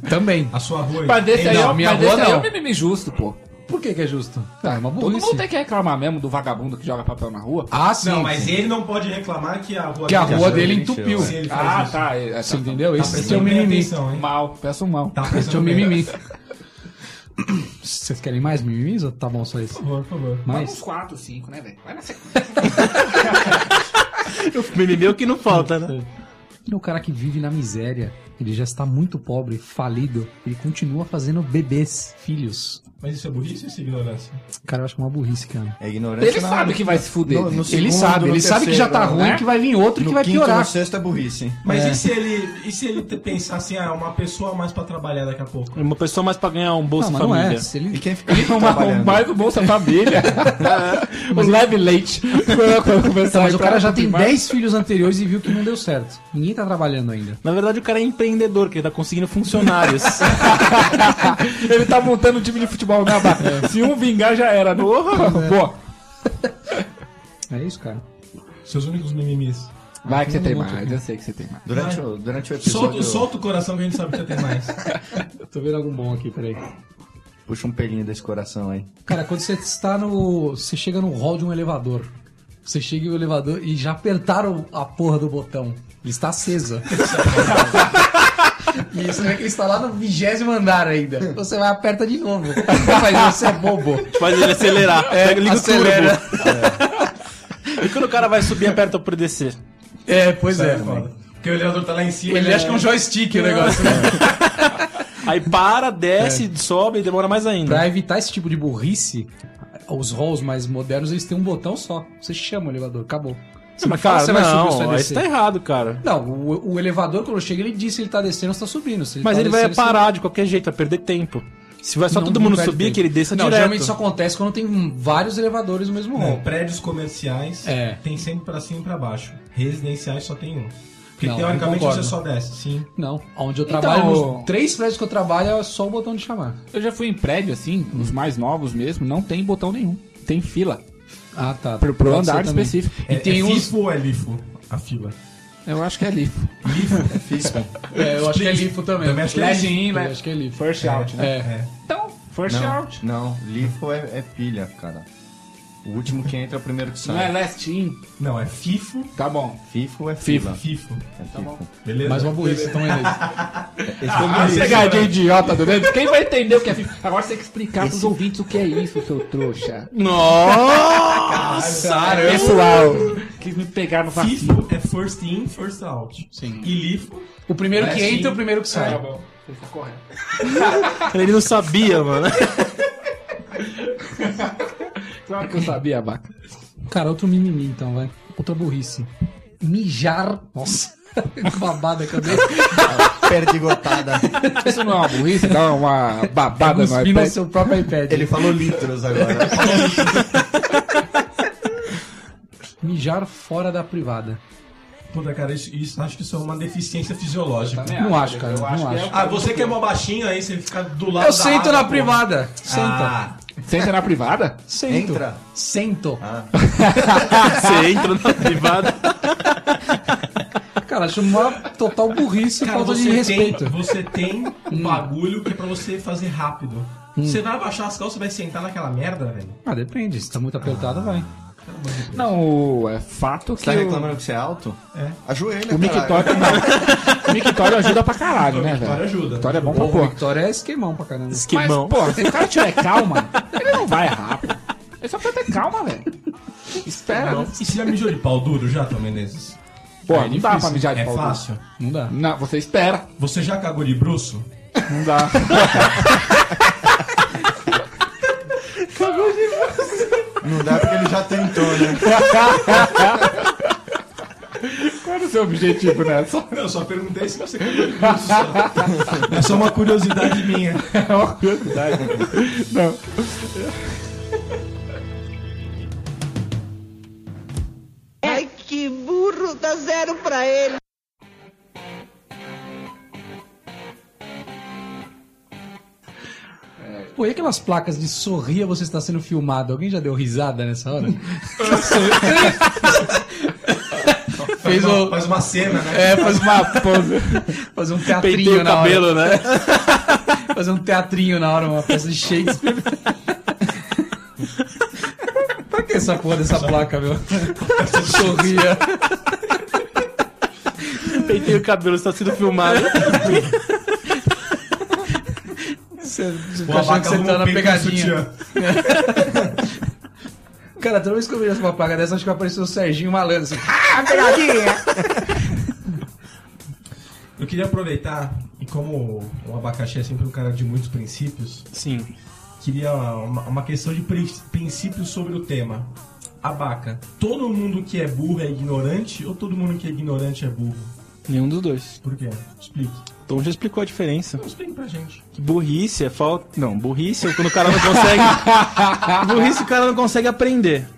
[SPEAKER 5] Também.
[SPEAKER 2] a sua rua.
[SPEAKER 3] Mas desse aí,
[SPEAKER 5] Não,
[SPEAKER 3] é um-
[SPEAKER 5] minha
[SPEAKER 3] mas
[SPEAKER 5] avó
[SPEAKER 3] desse aí é
[SPEAKER 5] não.
[SPEAKER 3] um mimimi justo, pô.
[SPEAKER 5] Por que, que é justo? Ah, é uma
[SPEAKER 3] Todo
[SPEAKER 5] burrice.
[SPEAKER 3] mundo tem que reclamar mesmo do vagabundo que joga papel na rua.
[SPEAKER 5] Ah, sim.
[SPEAKER 2] Não, mas ele não pode reclamar que a rua é
[SPEAKER 5] Que a rua dele
[SPEAKER 6] encheu,
[SPEAKER 5] entupiu.
[SPEAKER 2] Se ele faz
[SPEAKER 3] Ah,
[SPEAKER 2] isso.
[SPEAKER 3] tá. é- é-
[SPEAKER 5] Você
[SPEAKER 3] tá- Um
[SPEAKER 5] entendeu?
[SPEAKER 2] Tá
[SPEAKER 5] Esse é o
[SPEAKER 2] prestando bem
[SPEAKER 5] mimimi.
[SPEAKER 2] atenção, hein?
[SPEAKER 3] Mal, peço mal.
[SPEAKER 2] Tá
[SPEAKER 5] Esse é o
[SPEAKER 2] prestando bem.
[SPEAKER 5] mimimi. Vocês querem mais mimimis ou tá bom só isso?
[SPEAKER 2] Por favor, por favor.
[SPEAKER 3] Vai
[SPEAKER 5] Mais?
[SPEAKER 3] uns 4, 5, né, velho? Vai na sequência.
[SPEAKER 4] Mimimi é o que não falta, né?
[SPEAKER 5] E o cara que vive na miséria, ele já está muito pobre, falido, ele continua fazendo bebês, filhos.
[SPEAKER 2] Mas isso é burrice ou isso é ignorância?
[SPEAKER 5] Cara, eu acho que é uma burrice, cara.
[SPEAKER 6] É ignorância.
[SPEAKER 3] Ele
[SPEAKER 6] na-
[SPEAKER 3] sabe que vai se fuder.
[SPEAKER 6] No- no
[SPEAKER 3] né?
[SPEAKER 6] segundo,
[SPEAKER 5] ele sabe,
[SPEAKER 6] no
[SPEAKER 5] ele sabe que já tá
[SPEAKER 6] terceiro,
[SPEAKER 5] ruim,
[SPEAKER 6] né?
[SPEAKER 5] que vai vir outro que
[SPEAKER 6] No
[SPEAKER 5] vai
[SPEAKER 6] quinto,
[SPEAKER 5] piorar.
[SPEAKER 6] No sexto é burrice. hein?
[SPEAKER 2] Mas e se ele, e se ele te- pensar assim, ah, uma pessoa a mais pra trabalhar daqui a pouco?
[SPEAKER 4] Uma pessoa mais pra ganhar um Bolsa
[SPEAKER 5] Não, mas não
[SPEAKER 4] Família.
[SPEAKER 5] é. Se ele-
[SPEAKER 6] E quem fica aqui
[SPEAKER 3] Uma-
[SPEAKER 6] trabalhando?
[SPEAKER 3] mais o um Bolsa Família. Os leve leite. Quando- quando começar
[SPEAKER 5] Então,
[SPEAKER 3] a
[SPEAKER 5] mas
[SPEAKER 3] ir
[SPEAKER 5] o
[SPEAKER 3] pra-
[SPEAKER 5] cara já tem
[SPEAKER 3] pra-
[SPEAKER 5] 10 filhos anteriores e viu que não deu certo. Ninguém tá trabalhando ainda.
[SPEAKER 4] Na verdade, o cara é empreendedor, que ele tá conseguindo funcionários.
[SPEAKER 3] Ele tá montando um time de futebol na barra. Se um vingar, já era. Né? Pô,
[SPEAKER 5] É isso, cara.
[SPEAKER 2] Seus únicos mimimis.
[SPEAKER 3] vai que você tem mais. Eu sei que você tem mais.
[SPEAKER 6] Durante o, durante o
[SPEAKER 2] Solta,
[SPEAKER 6] episódio,
[SPEAKER 2] solta o coração que a gente sabe que você tem mais.
[SPEAKER 5] Tô vendo algum bom aqui, peraí.
[SPEAKER 6] puxa um pelinho desse coração aí.
[SPEAKER 5] Cara, quando você está no. Você chega no hall de um elevador. Você chega no elevador e já apertaram a porra do botão. Ele está acesa. E você vê que ele está lá no vigésimo andar ainda. Você vai e aperta de novo. Mas você é bobo.
[SPEAKER 4] Faz ele acelerar. Pega, liga
[SPEAKER 5] É, acelera.
[SPEAKER 4] o turbo. É. E quando o cara vai subir, aperta pra descer.
[SPEAKER 5] É, pois é.
[SPEAKER 2] Foda. Porque o elevador tá lá em cima.
[SPEAKER 5] Ele acha que é um joystick o negócio. né?
[SPEAKER 4] Aí para, desce,
[SPEAKER 5] É.
[SPEAKER 4] sobe e demora mais ainda.
[SPEAKER 5] Pra evitar esse tipo de burrice, os halls mais modernos eles têm um botão só. Você chama o elevador, acabou. Você
[SPEAKER 4] Mas,
[SPEAKER 5] fala
[SPEAKER 4] cara,
[SPEAKER 5] se você vai subir ou se
[SPEAKER 4] não, ó,
[SPEAKER 5] vai
[SPEAKER 4] isso tá
[SPEAKER 5] descer.
[SPEAKER 4] errado, cara.
[SPEAKER 5] Não, o, o elevador quando chega ele diz se ele tá descendo ou se tá subindo. Se
[SPEAKER 4] Mas
[SPEAKER 5] tá
[SPEAKER 4] ele vai
[SPEAKER 5] descendo, se-
[SPEAKER 4] parar de qualquer jeito, vai perder tempo. Se vai só
[SPEAKER 5] Não,
[SPEAKER 4] todo
[SPEAKER 5] não
[SPEAKER 4] mundo
[SPEAKER 5] perde
[SPEAKER 4] subir,
[SPEAKER 5] tempo.
[SPEAKER 4] que ele desça
[SPEAKER 5] Não, geralmente
[SPEAKER 4] direto.
[SPEAKER 5] isso acontece quando tem vários elevadores no mesmo
[SPEAKER 2] Bom,
[SPEAKER 5] hall.
[SPEAKER 2] prédios comerciais
[SPEAKER 5] É.
[SPEAKER 2] tem sempre pra cima e pra baixo. Residenciais só tem um. Porque
[SPEAKER 5] Não,
[SPEAKER 2] teoricamente
[SPEAKER 5] eu concordo.
[SPEAKER 2] você só desce, sim.
[SPEAKER 5] Não, onde eu
[SPEAKER 3] Então-
[SPEAKER 5] trabalho, nos três prédios que eu trabalho é só o botão de chamar.
[SPEAKER 3] Eu já fui em prédio, assim, os mais novos mesmo, não tem botão nenhum. Tem fila.
[SPEAKER 5] Ah, tá.
[SPEAKER 3] Pro, pro
[SPEAKER 5] Pode ser
[SPEAKER 3] andar
[SPEAKER 5] também.
[SPEAKER 3] específico.
[SPEAKER 2] É,
[SPEAKER 3] E tem
[SPEAKER 2] é
[SPEAKER 3] uns.
[SPEAKER 2] FIFO ou é LIFO? A fila.
[SPEAKER 3] Eu acho que é ali.
[SPEAKER 6] É físico.
[SPEAKER 5] É, eu acho que é LIFO também.
[SPEAKER 2] Também acho que é
[SPEAKER 5] Last
[SPEAKER 2] LIFO.
[SPEAKER 5] in,
[SPEAKER 3] né?
[SPEAKER 5] Eu acho que é LIFO.
[SPEAKER 3] First out, né?
[SPEAKER 5] É.
[SPEAKER 2] É.
[SPEAKER 3] Então, first
[SPEAKER 6] Não,
[SPEAKER 3] out.
[SPEAKER 6] não, lifo é, é pilha, cara. O último que entra é o primeiro que sai.
[SPEAKER 3] Não é last in.
[SPEAKER 2] Não, é FIFO,
[SPEAKER 3] Tá
[SPEAKER 4] né?
[SPEAKER 3] bom.
[SPEAKER 6] Fifo é fila.
[SPEAKER 2] FIFO.
[SPEAKER 4] Tá
[SPEAKER 6] É fifo.
[SPEAKER 2] Beleza?
[SPEAKER 5] Mais uma burrice então, também nesse.
[SPEAKER 6] Esse foi o
[SPEAKER 2] Ah,
[SPEAKER 6] burrice.
[SPEAKER 3] Pegadinha idiota do dentro. Quem vai entender o que é FIFA? Agora você tem que explicar pros ouvintes o que é isso, seu trouxa.
[SPEAKER 4] Nossa!
[SPEAKER 3] Pessoal, quis me pegar no vacilo.
[SPEAKER 2] FIFO é first in, first out. Sim. E LIFO
[SPEAKER 5] O primeiro que
[SPEAKER 3] Last
[SPEAKER 5] entra,
[SPEAKER 3] in.
[SPEAKER 5] o primeiro que sai.
[SPEAKER 3] bom. Você tá correto.
[SPEAKER 4] Ele não sabia, mano.
[SPEAKER 3] Claro que eu sabia, vaca.
[SPEAKER 5] Cara, outro mimimi então, vai. Outra burrice. Mijar. Nossa. que Babada a cabeça.
[SPEAKER 6] Perdigotada.
[SPEAKER 3] Isso não é uma burrice, dá uma babada é? no
[SPEAKER 5] Cuspir no
[SPEAKER 3] iPad.
[SPEAKER 5] seu próprio iPad.
[SPEAKER 6] Ele falou litros agora.
[SPEAKER 5] Mijar fora da privada.
[SPEAKER 2] Puta, cara, isso, isso- acho que isso é uma deficiência fisiológica.
[SPEAKER 5] Não acho, cara. Não acho.
[SPEAKER 2] Ah, você que é mó baixinho aí, você fica do lado da
[SPEAKER 5] Eu sento
[SPEAKER 2] água,
[SPEAKER 5] na
[SPEAKER 2] pô.
[SPEAKER 5] privada. Senta.
[SPEAKER 2] Ah,
[SPEAKER 3] Senta na privada?
[SPEAKER 5] Sento.
[SPEAKER 6] Entra.
[SPEAKER 5] Sento.
[SPEAKER 4] Você entra na privada.
[SPEAKER 5] Cara, acho uma total burrice e
[SPEAKER 2] cara,
[SPEAKER 5] falta de
[SPEAKER 2] você tem,
[SPEAKER 5] respeito.
[SPEAKER 2] você tem um bagulho que é pra você fazer rápido.
[SPEAKER 5] Hum.
[SPEAKER 2] Você vai abaixar as calças, vai sentar naquela merda, velho.
[SPEAKER 5] Ah, depende. Se tá muito apertado, vai.
[SPEAKER 3] Não, é fato que
[SPEAKER 6] Você tá
[SPEAKER 3] o,
[SPEAKER 6] reclamando que você é alto? É.
[SPEAKER 3] o
[SPEAKER 6] Ajoelha, cara.
[SPEAKER 3] mictório não. O mictório ajuda pra caralho, né,
[SPEAKER 2] Vitória
[SPEAKER 3] velho?
[SPEAKER 2] ajuda.
[SPEAKER 3] Mictório é bom pra
[SPEAKER 5] Porra, o
[SPEAKER 3] porra.
[SPEAKER 5] Victoria é esquemão pra caramba.
[SPEAKER 3] Mas,
[SPEAKER 4] Esquimão.
[SPEAKER 3] pô, se o cara tiver calma, ele não vai rápido. Ele só precisa ter calma, velho. Espera,
[SPEAKER 2] Não,
[SPEAKER 3] né?
[SPEAKER 2] E você já mijou de pau duro já, Tom Menezes?
[SPEAKER 3] Pô, não dá pra mijar de
[SPEAKER 2] É
[SPEAKER 3] pau duro.
[SPEAKER 2] fácil?
[SPEAKER 5] Não dá.
[SPEAKER 3] Não, você espera.
[SPEAKER 2] Você já cagou de bruxo?
[SPEAKER 3] Não dá.
[SPEAKER 6] Não dá porque ele já tentou, né?
[SPEAKER 3] Qual era o seu objetivo né? nessa?
[SPEAKER 2] Não, eu só perguntei se você cagou de bruxo. só. É só uma curiosidade minha.
[SPEAKER 3] É uma curiosidade. Não.
[SPEAKER 8] Ai, que burro, dá zero pra ele.
[SPEAKER 5] Pô, e aquelas placas de sorria você está sendo filmado? Alguém já deu risada nessa hora? Fez o.
[SPEAKER 2] Faz uma cena, né?
[SPEAKER 5] É, faz uma pose. Fazer um
[SPEAKER 4] Peitei
[SPEAKER 5] teatrinho
[SPEAKER 4] o
[SPEAKER 5] na hora.
[SPEAKER 4] cabelo, né?
[SPEAKER 5] Fazer um teatrinho na hora, uma peça de Shakespeare. pra que essa porra dessa placa, meu? Sorria.
[SPEAKER 4] tá Peitei o cabelo, está sendo filmado.
[SPEAKER 5] Você você
[SPEAKER 2] O
[SPEAKER 5] fica achando que
[SPEAKER 2] abaca
[SPEAKER 5] você tá
[SPEAKER 2] arruma
[SPEAKER 5] na
[SPEAKER 2] um peito com
[SPEAKER 5] pegadinha.
[SPEAKER 2] sutiã.
[SPEAKER 5] Cara, toda vez que eu vejo uma placa dessa, acho que vai aparecer o Serginho malandro assim.
[SPEAKER 2] Eu queria aproveitar, e como o abacaxi é sempre um cara de muitos princípios,
[SPEAKER 4] Sim.
[SPEAKER 2] queria uma, uma questão de prin- princípios sobre o tema. Abaca, todo mundo que é burro é ignorante ou todo mundo que é ignorante é burro?
[SPEAKER 4] Nenhum dos dois.
[SPEAKER 2] Por quê? Explique.
[SPEAKER 4] Tom já explicou a diferença.
[SPEAKER 2] Então explique pra gente.
[SPEAKER 4] Que burrice é falta. Não, burrice é quando o cara não consegue. burrice o cara não consegue aprender.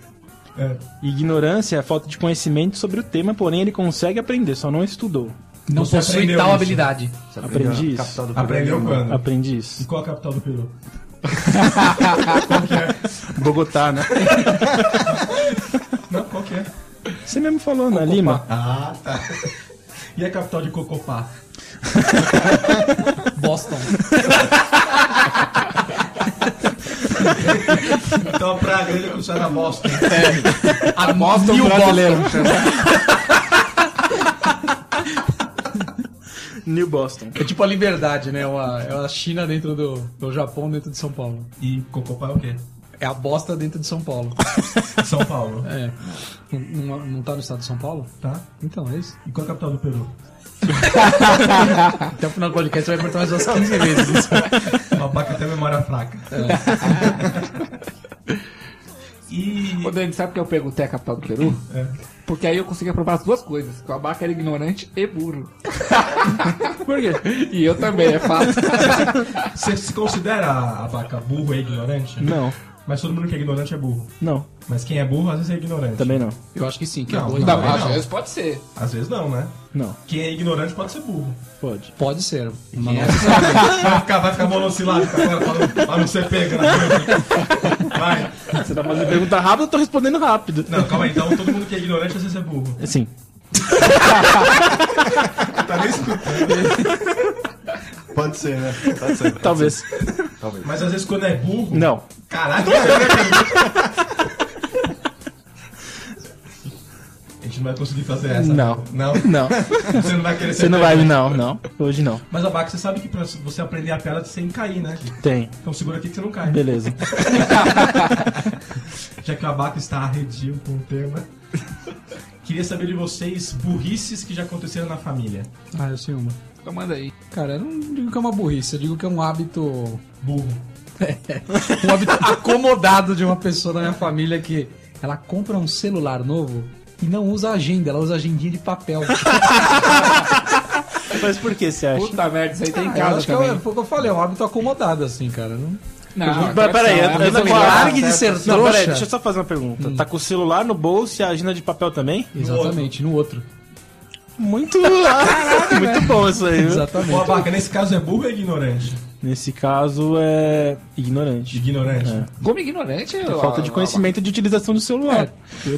[SPEAKER 2] É.
[SPEAKER 4] Ignorância é a falta de conhecimento sobre o tema, porém ele consegue aprender, só não estudou.
[SPEAKER 5] Não
[SPEAKER 2] Você
[SPEAKER 5] possui
[SPEAKER 2] aprendeu
[SPEAKER 5] tal
[SPEAKER 2] isso.
[SPEAKER 5] habilidade.
[SPEAKER 6] Você
[SPEAKER 4] Aprendi
[SPEAKER 6] aprendeu é a
[SPEAKER 4] isso.
[SPEAKER 6] capital do
[SPEAKER 2] Aprendeu
[SPEAKER 6] Peru, né?
[SPEAKER 2] quando?
[SPEAKER 4] Aprendi
[SPEAKER 2] E
[SPEAKER 4] isso.
[SPEAKER 2] qual a capital do Peru?
[SPEAKER 4] Bogotá, né?
[SPEAKER 2] Não, qual que é?
[SPEAKER 4] Você mesmo falou, na Lima.
[SPEAKER 2] Ah, tá. E a capital de Cocopá?
[SPEAKER 5] Boston.
[SPEAKER 2] Então a praga ele com Sara Boston.
[SPEAKER 5] A Boston
[SPEAKER 3] brasileiro.
[SPEAKER 4] New Boston.
[SPEAKER 5] É tipo a liberdade, né? É uma- é a China dentro do, do Japão, dentro de São Paulo.
[SPEAKER 2] E Cocopá é o quê?
[SPEAKER 5] É a bosta dentro de São Paulo.
[SPEAKER 2] São Paulo,
[SPEAKER 5] É. Não, não- não tá no estado de São Paulo?
[SPEAKER 2] tá?
[SPEAKER 5] Então, é isso.
[SPEAKER 2] E qual a capital do Peru?
[SPEAKER 5] Até o final do podcast você vai perguntar mais umas 15 vezes isso.
[SPEAKER 2] O abaca tem a memória fraca. E.
[SPEAKER 3] Ô, Dani, sabe por que eu perguntei a capital do Peru?
[SPEAKER 2] É.
[SPEAKER 3] Porque aí eu consegui provar as duas coisas. Que o abaca era ignorante e burro.
[SPEAKER 4] Por quê?
[SPEAKER 3] E eu também, é fato.
[SPEAKER 2] Você se considera abaca burro e ignorante?
[SPEAKER 4] Não,
[SPEAKER 2] Mas todo mundo que é ignorante é burro.
[SPEAKER 4] não,
[SPEAKER 2] Mas quem é burro às vezes é ignorante.
[SPEAKER 4] também não.
[SPEAKER 5] Eu acho que sim, que é
[SPEAKER 2] Não,
[SPEAKER 5] boa.
[SPEAKER 2] não,
[SPEAKER 3] Às
[SPEAKER 2] não.
[SPEAKER 3] vezes pode ser.
[SPEAKER 2] Às vezes não, né?
[SPEAKER 4] Não,
[SPEAKER 2] Quem é ignorante pode ser burro.
[SPEAKER 4] pode.
[SPEAKER 5] Pode ser. Mas não-
[SPEAKER 2] Vai ficar, vai ficar monossilábico agora pra não, pra não ser pego. né? Vai.
[SPEAKER 4] Você tá fazendo pergunta rápida, eu tô respondendo rápido.
[SPEAKER 2] Não, calma aí. Então todo mundo que é ignorante às vezes é burro.
[SPEAKER 4] Sim.
[SPEAKER 2] Tá nem escutando.
[SPEAKER 6] Pode ser, né? Pode ser. pode
[SPEAKER 4] Talvez.
[SPEAKER 6] ser, Talvez.
[SPEAKER 2] Mas às vezes quando é burro.
[SPEAKER 4] Não.
[SPEAKER 2] Caralho, você não A gente não vai conseguir fazer essa.
[SPEAKER 4] Não.
[SPEAKER 2] Não?
[SPEAKER 4] Não.
[SPEAKER 2] Você não vai querer ser
[SPEAKER 4] Você não vai,
[SPEAKER 2] pego.
[SPEAKER 4] não, não. Hoje não.
[SPEAKER 2] Mas, Abaca, você sabe que pra você aprender a piada você tem que cair, né?
[SPEAKER 4] Tem.
[SPEAKER 2] Então segura aqui que você não cai.
[SPEAKER 4] Beleza.
[SPEAKER 2] Já que o Abaca está arredio com o tema. Queria saber de vocês burrices que já aconteceram na família.
[SPEAKER 5] Ah, eu sei uma.
[SPEAKER 3] Então manda aí.
[SPEAKER 5] Cara, eu não digo que é uma burrice, eu digo que é um hábito
[SPEAKER 2] Burro.
[SPEAKER 5] um hábito acomodado de uma pessoa da minha família que ela compra um celular novo e não usa agenda, ela usa agendinha de papel.
[SPEAKER 4] Mas por que você acha?
[SPEAKER 3] Puta merda, isso aí tem em
[SPEAKER 5] Ah, eu
[SPEAKER 3] casa
[SPEAKER 5] acho que é,
[SPEAKER 3] também.
[SPEAKER 5] o- foi o que eu falei, é um hábito acomodado, assim, cara. Não...
[SPEAKER 3] Não, né?
[SPEAKER 4] Mas peraí, eu- eu não vou-
[SPEAKER 5] Largue de ser
[SPEAKER 4] Não,
[SPEAKER 5] trouxa.
[SPEAKER 4] peraí, deixa eu só fazer uma pergunta. Tá com o celular no bolso e a agenda de papel também?
[SPEAKER 5] Exatamente, no outro.
[SPEAKER 4] Muito. Muito bom isso aí. viu?
[SPEAKER 2] O
[SPEAKER 5] Exatamente.
[SPEAKER 2] Abaca, nesse caso, é burro ou é ignorante?
[SPEAKER 4] Nesse caso é ignorante. É
[SPEAKER 2] Ignorante.
[SPEAKER 3] Como ignorante, eu,
[SPEAKER 4] Falta de conhecimento de utilização do celular.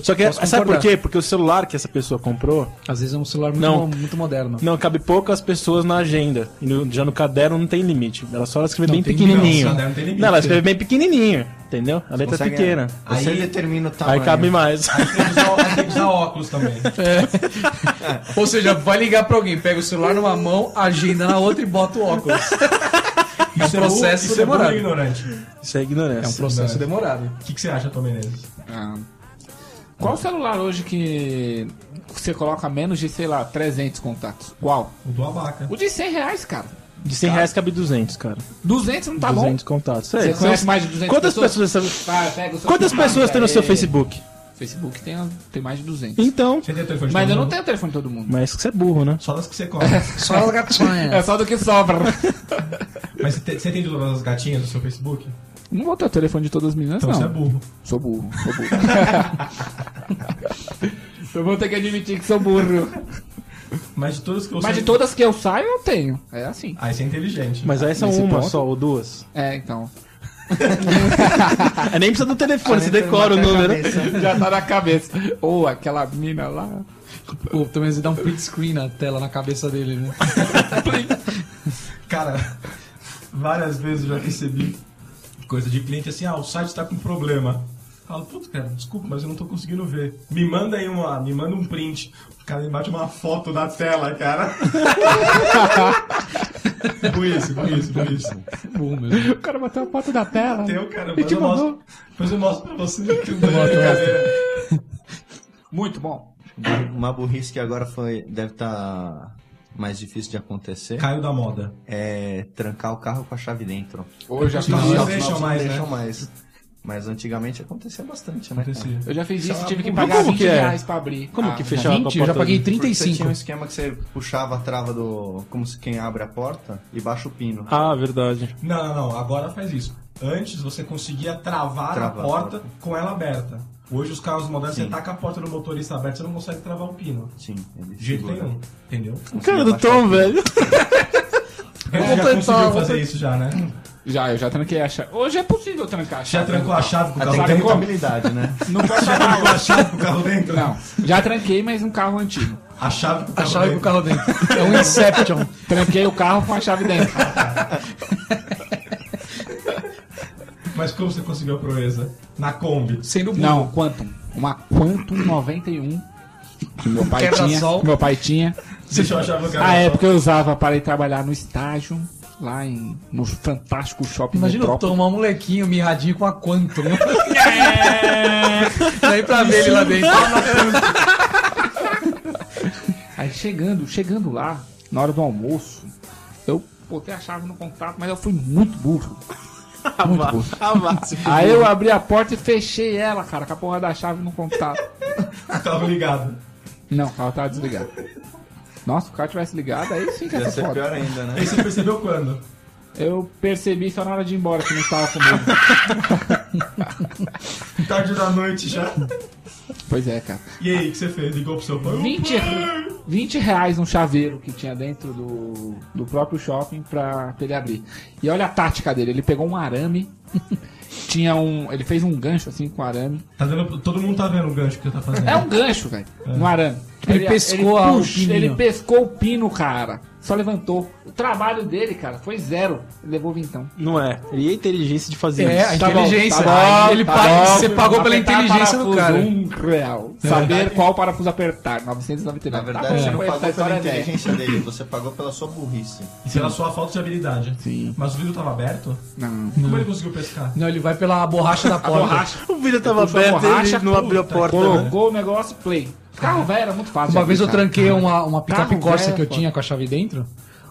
[SPEAKER 4] Só que
[SPEAKER 5] posso
[SPEAKER 4] sabe por
[SPEAKER 5] concordar.
[SPEAKER 4] quê? Porque o celular que essa pessoa comprou
[SPEAKER 5] Às vezes é um celular muito,
[SPEAKER 4] Não.
[SPEAKER 5] mo- muito moderno.
[SPEAKER 4] não cabe poucas pessoas na agenda. E no- já no caderno não tem limite. Ela só escreve bem
[SPEAKER 5] Não tem
[SPEAKER 4] pequenininho.
[SPEAKER 2] limite, não. Caderno tem limite.
[SPEAKER 4] não, ela escreve bem pequenininho, entendeu? A letra é
[SPEAKER 6] Consegue- né? tá,
[SPEAKER 4] pequena.
[SPEAKER 6] Você
[SPEAKER 2] Aí-
[SPEAKER 6] determina o
[SPEAKER 4] Aí
[SPEAKER 6] tamanho.
[SPEAKER 4] cabe mais.
[SPEAKER 2] Tem que usar- tem que usar óculos também.
[SPEAKER 5] Ou seja, vai ligar pra alguém, pega o celular numa mão, agenda na outra e bota o óculos. É um
[SPEAKER 2] Isso burro-
[SPEAKER 5] processo
[SPEAKER 2] isso é burro ou
[SPEAKER 5] demorado.
[SPEAKER 2] ignorante.
[SPEAKER 4] Isso é
[SPEAKER 5] É um
[SPEAKER 4] ignorância.
[SPEAKER 5] processo demorado.
[SPEAKER 2] O que, que você acha, Tom Menezes?
[SPEAKER 3] Ah. Qual celular hoje que você coloca menos de, sei lá, 300 contatos? Qual?
[SPEAKER 2] O do Abaca.
[SPEAKER 3] O de 100 reais, cara.
[SPEAKER 4] De 100 reais cabe 200, cara.
[SPEAKER 3] 200 não tá
[SPEAKER 4] 200
[SPEAKER 3] bom?
[SPEAKER 4] contatos.
[SPEAKER 3] Você
[SPEAKER 4] É,
[SPEAKER 3] conhece
[SPEAKER 4] são-
[SPEAKER 3] mais de 200
[SPEAKER 4] Quantas
[SPEAKER 3] pessoas?
[SPEAKER 4] pessoas,
[SPEAKER 3] Vai, pega o seu
[SPEAKER 4] quantas
[SPEAKER 3] telefone,
[SPEAKER 4] pessoas tem no seu
[SPEAKER 3] aí.
[SPEAKER 4] Facebook?
[SPEAKER 3] Facebook tem, tem mais de 200.
[SPEAKER 4] Então.
[SPEAKER 2] Você tem telefone de
[SPEAKER 3] Mas
[SPEAKER 2] todo
[SPEAKER 3] eu não
[SPEAKER 2] mundo?
[SPEAKER 3] tenho o telefone de todo mundo.
[SPEAKER 4] Mas você é burro, né?
[SPEAKER 2] Só das que você come.
[SPEAKER 5] Só as
[SPEAKER 3] É
[SPEAKER 5] gatinhas.
[SPEAKER 3] só do que sobra.
[SPEAKER 2] Mas você tem, você tem todas as gatinhas no seu Facebook?
[SPEAKER 3] Não vou ter o telefone de todas as meninas,
[SPEAKER 2] Então você é
[SPEAKER 3] não.
[SPEAKER 2] burro.
[SPEAKER 3] Sou burro, sou burro. eu vou ter que admitir que sou burro.
[SPEAKER 2] Mas de todas que eu sei-
[SPEAKER 3] Mas de todas que eu saio, eu tenho. É assim.
[SPEAKER 2] Aí você é inteligente.
[SPEAKER 4] Mas aí são
[SPEAKER 3] Nesse
[SPEAKER 4] uma
[SPEAKER 3] ponto?
[SPEAKER 4] só ou duas.
[SPEAKER 3] É, então.
[SPEAKER 4] É, nem precisa do telefone, você decora o
[SPEAKER 6] Até a
[SPEAKER 4] número. né?
[SPEAKER 6] cabeça.
[SPEAKER 3] Já tá na cabeça. Ou aquela mina lá.
[SPEAKER 5] Pô, também você dá um print screen na tela, na cabeça dele, né?
[SPEAKER 2] Cara, várias vezes eu já recebi coisa de cliente assim, ah, o site tá com problema. Eu Falo, putz, cara, desculpa, mas eu não tô conseguindo ver. Me manda aí uma, me manda um print. O cara me bate uma foto da tela, cara. Por isso, por isso, por isso.
[SPEAKER 3] O cara bateu a foto da tela.
[SPEAKER 2] Tem o cara,
[SPEAKER 3] E
[SPEAKER 2] mas
[SPEAKER 3] te
[SPEAKER 2] eu mostro,
[SPEAKER 3] mandou?
[SPEAKER 2] depois eu mostro pra você. É,
[SPEAKER 3] Muito bom.
[SPEAKER 6] Uma burrice que agora foi, deve estar mais difícil de acontecer
[SPEAKER 2] Caiu da moda.
[SPEAKER 6] é trancar o carro com a chave dentro.
[SPEAKER 3] Eu já fiz
[SPEAKER 2] Não,
[SPEAKER 3] isso.
[SPEAKER 2] não deixam mais, né?
[SPEAKER 6] não deixam mais. né? Mas antigamente acontecia bastante, né?
[SPEAKER 2] Acontecia.
[SPEAKER 3] Eu já fiz isso e tive que
[SPEAKER 4] Mas
[SPEAKER 3] pagar
[SPEAKER 4] como
[SPEAKER 3] 20
[SPEAKER 4] que é?
[SPEAKER 3] reais pra abrir.
[SPEAKER 4] Como
[SPEAKER 3] Ah,
[SPEAKER 4] que fechava com a
[SPEAKER 7] 20?
[SPEAKER 4] porta?
[SPEAKER 7] Eu já paguei
[SPEAKER 6] Porque Você
[SPEAKER 7] 35.
[SPEAKER 6] tinha um esquema que você puxava a trava do. como se quem abre a porta e baixa o pino.
[SPEAKER 4] Ah, verdade.
[SPEAKER 2] Não, não, não. Agora faz isso. Antes você conseguia travar
[SPEAKER 6] Travar
[SPEAKER 2] a
[SPEAKER 6] a
[SPEAKER 2] porta com ela aberta. Hoje os carros modernos, você taca a porta do motorista aberta, você não consegue travar o pino.
[SPEAKER 6] Sim, ele
[SPEAKER 2] De jeito
[SPEAKER 6] segura.
[SPEAKER 2] nenhum, entendeu?
[SPEAKER 4] Cara do Tom, velho.
[SPEAKER 2] Ele já conseguiu fazer isso já, né?
[SPEAKER 3] Já, eu já tranquei a chave. Hoje é possível trancar a
[SPEAKER 2] Já
[SPEAKER 3] chave.
[SPEAKER 2] trancou a chave com
[SPEAKER 5] Ah,
[SPEAKER 2] o
[SPEAKER 6] Mas tem
[SPEAKER 2] carro
[SPEAKER 6] que ter
[SPEAKER 2] dentro?
[SPEAKER 6] muita habilidade, né?
[SPEAKER 3] Não pode
[SPEAKER 2] Já trancou a chave com o carro dentro?
[SPEAKER 3] Não, já tranquei, mas um carro antigo.
[SPEAKER 2] A chave com o
[SPEAKER 5] A
[SPEAKER 2] carro
[SPEAKER 5] chave com
[SPEAKER 2] dentro.
[SPEAKER 5] o carro dentro. É um Inception.
[SPEAKER 3] Tranquei o carro com a chave dentro.
[SPEAKER 2] Mas como você conseguiu a proeza? Na Kombi.
[SPEAKER 5] Sendo burro.
[SPEAKER 3] Não, Quantum. Uma Quantum 91. Que meu pai
[SPEAKER 5] Quebra
[SPEAKER 3] tinha.
[SPEAKER 5] sol.
[SPEAKER 3] Meu pai tinha.
[SPEAKER 2] Deixou a chave no
[SPEAKER 5] Ah,
[SPEAKER 2] carro
[SPEAKER 3] A
[SPEAKER 5] é.
[SPEAKER 2] dentro.
[SPEAKER 3] época eu usava para ir trabalhar no estágio, lá em no fantástico shopping
[SPEAKER 5] Imagina eu
[SPEAKER 3] Metrópole.
[SPEAKER 5] tomar um molequinho mirradinho com a Quantum.
[SPEAKER 3] É.
[SPEAKER 5] Daí pra ver ele lá dentro.
[SPEAKER 3] Aí chegando, chegando lá, na hora do almoço, eu botei a chave no contato, mas eu fui muito burro. Muito burro. Aí eu abri a porta e fechei ela, cara, com a porra da chave no contato.
[SPEAKER 2] Tava ligado.
[SPEAKER 3] Não, o carro tava desligado. Nossa, se o carro tivesse ligado, aí sim que
[SPEAKER 6] Ia
[SPEAKER 3] essa
[SPEAKER 6] ser
[SPEAKER 3] foda.
[SPEAKER 6] pior ainda, né?
[SPEAKER 2] Aí você percebeu quando?
[SPEAKER 3] Eu percebi só na hora de ir embora que não estava comigo.
[SPEAKER 2] Tarde da noite já.
[SPEAKER 3] Pois é, cara.
[SPEAKER 2] E aí, o que você fez? Ligou pro seu pai?
[SPEAKER 3] 20, re- 20 reais um chaveiro que tinha dentro do, do próprio shopping pra, pra ele abrir. E olha a tática dele, ele pegou um arame, tinha um. Ele fez um gancho assim com arame.
[SPEAKER 2] Tá dando, todo mundo tá vendo o gancho que você tá fazendo.
[SPEAKER 3] É um gancho, velho. Um arame.
[SPEAKER 5] Ele pescou a- o pininho.
[SPEAKER 3] ele pescou o pino, cara. Só levantou. O trabalho dele, cara, foi zero. Ele levou vintão.
[SPEAKER 4] Não é. Ele é inteligência de fazer
[SPEAKER 5] É, a
[SPEAKER 4] isso.
[SPEAKER 3] Tá bom,
[SPEAKER 5] inteligência.
[SPEAKER 3] tá bom,
[SPEAKER 5] ele
[SPEAKER 3] tá
[SPEAKER 5] pa-
[SPEAKER 3] bom.
[SPEAKER 5] você pagou pela
[SPEAKER 3] Apertar
[SPEAKER 5] inteligência do
[SPEAKER 3] parafuso,
[SPEAKER 5] cara.
[SPEAKER 3] Um real. Saber qual parafuso apertar. 999.
[SPEAKER 6] Na verdade,
[SPEAKER 3] tá,
[SPEAKER 6] você não
[SPEAKER 3] bom, essa
[SPEAKER 6] pagou
[SPEAKER 3] história
[SPEAKER 6] pela
[SPEAKER 3] é velha.
[SPEAKER 6] inteligência dele, você pagou pela sua burrice.
[SPEAKER 2] Isso era só a falta de habilidade.
[SPEAKER 3] Sim.
[SPEAKER 2] Mas o vidro tava aberto?
[SPEAKER 3] Não.
[SPEAKER 2] Como ele conseguiu pescar?
[SPEAKER 5] Não, ele vai pela borracha da porta.
[SPEAKER 4] O vídeo tava
[SPEAKER 3] Puxou a
[SPEAKER 4] aberto
[SPEAKER 3] borracha,
[SPEAKER 4] ele não abriu a
[SPEAKER 3] puta,
[SPEAKER 4] porta. né?
[SPEAKER 3] Colocou o negócio, play. Carro velho era muito fácil.
[SPEAKER 5] Uma
[SPEAKER 3] de
[SPEAKER 5] vez eu
[SPEAKER 3] aplicar.
[SPEAKER 5] tranquei uma, uma picape
[SPEAKER 3] Carro
[SPEAKER 5] Corsa
[SPEAKER 3] velho,
[SPEAKER 5] que eu
[SPEAKER 3] pô.
[SPEAKER 5] tinha com a chave dentro.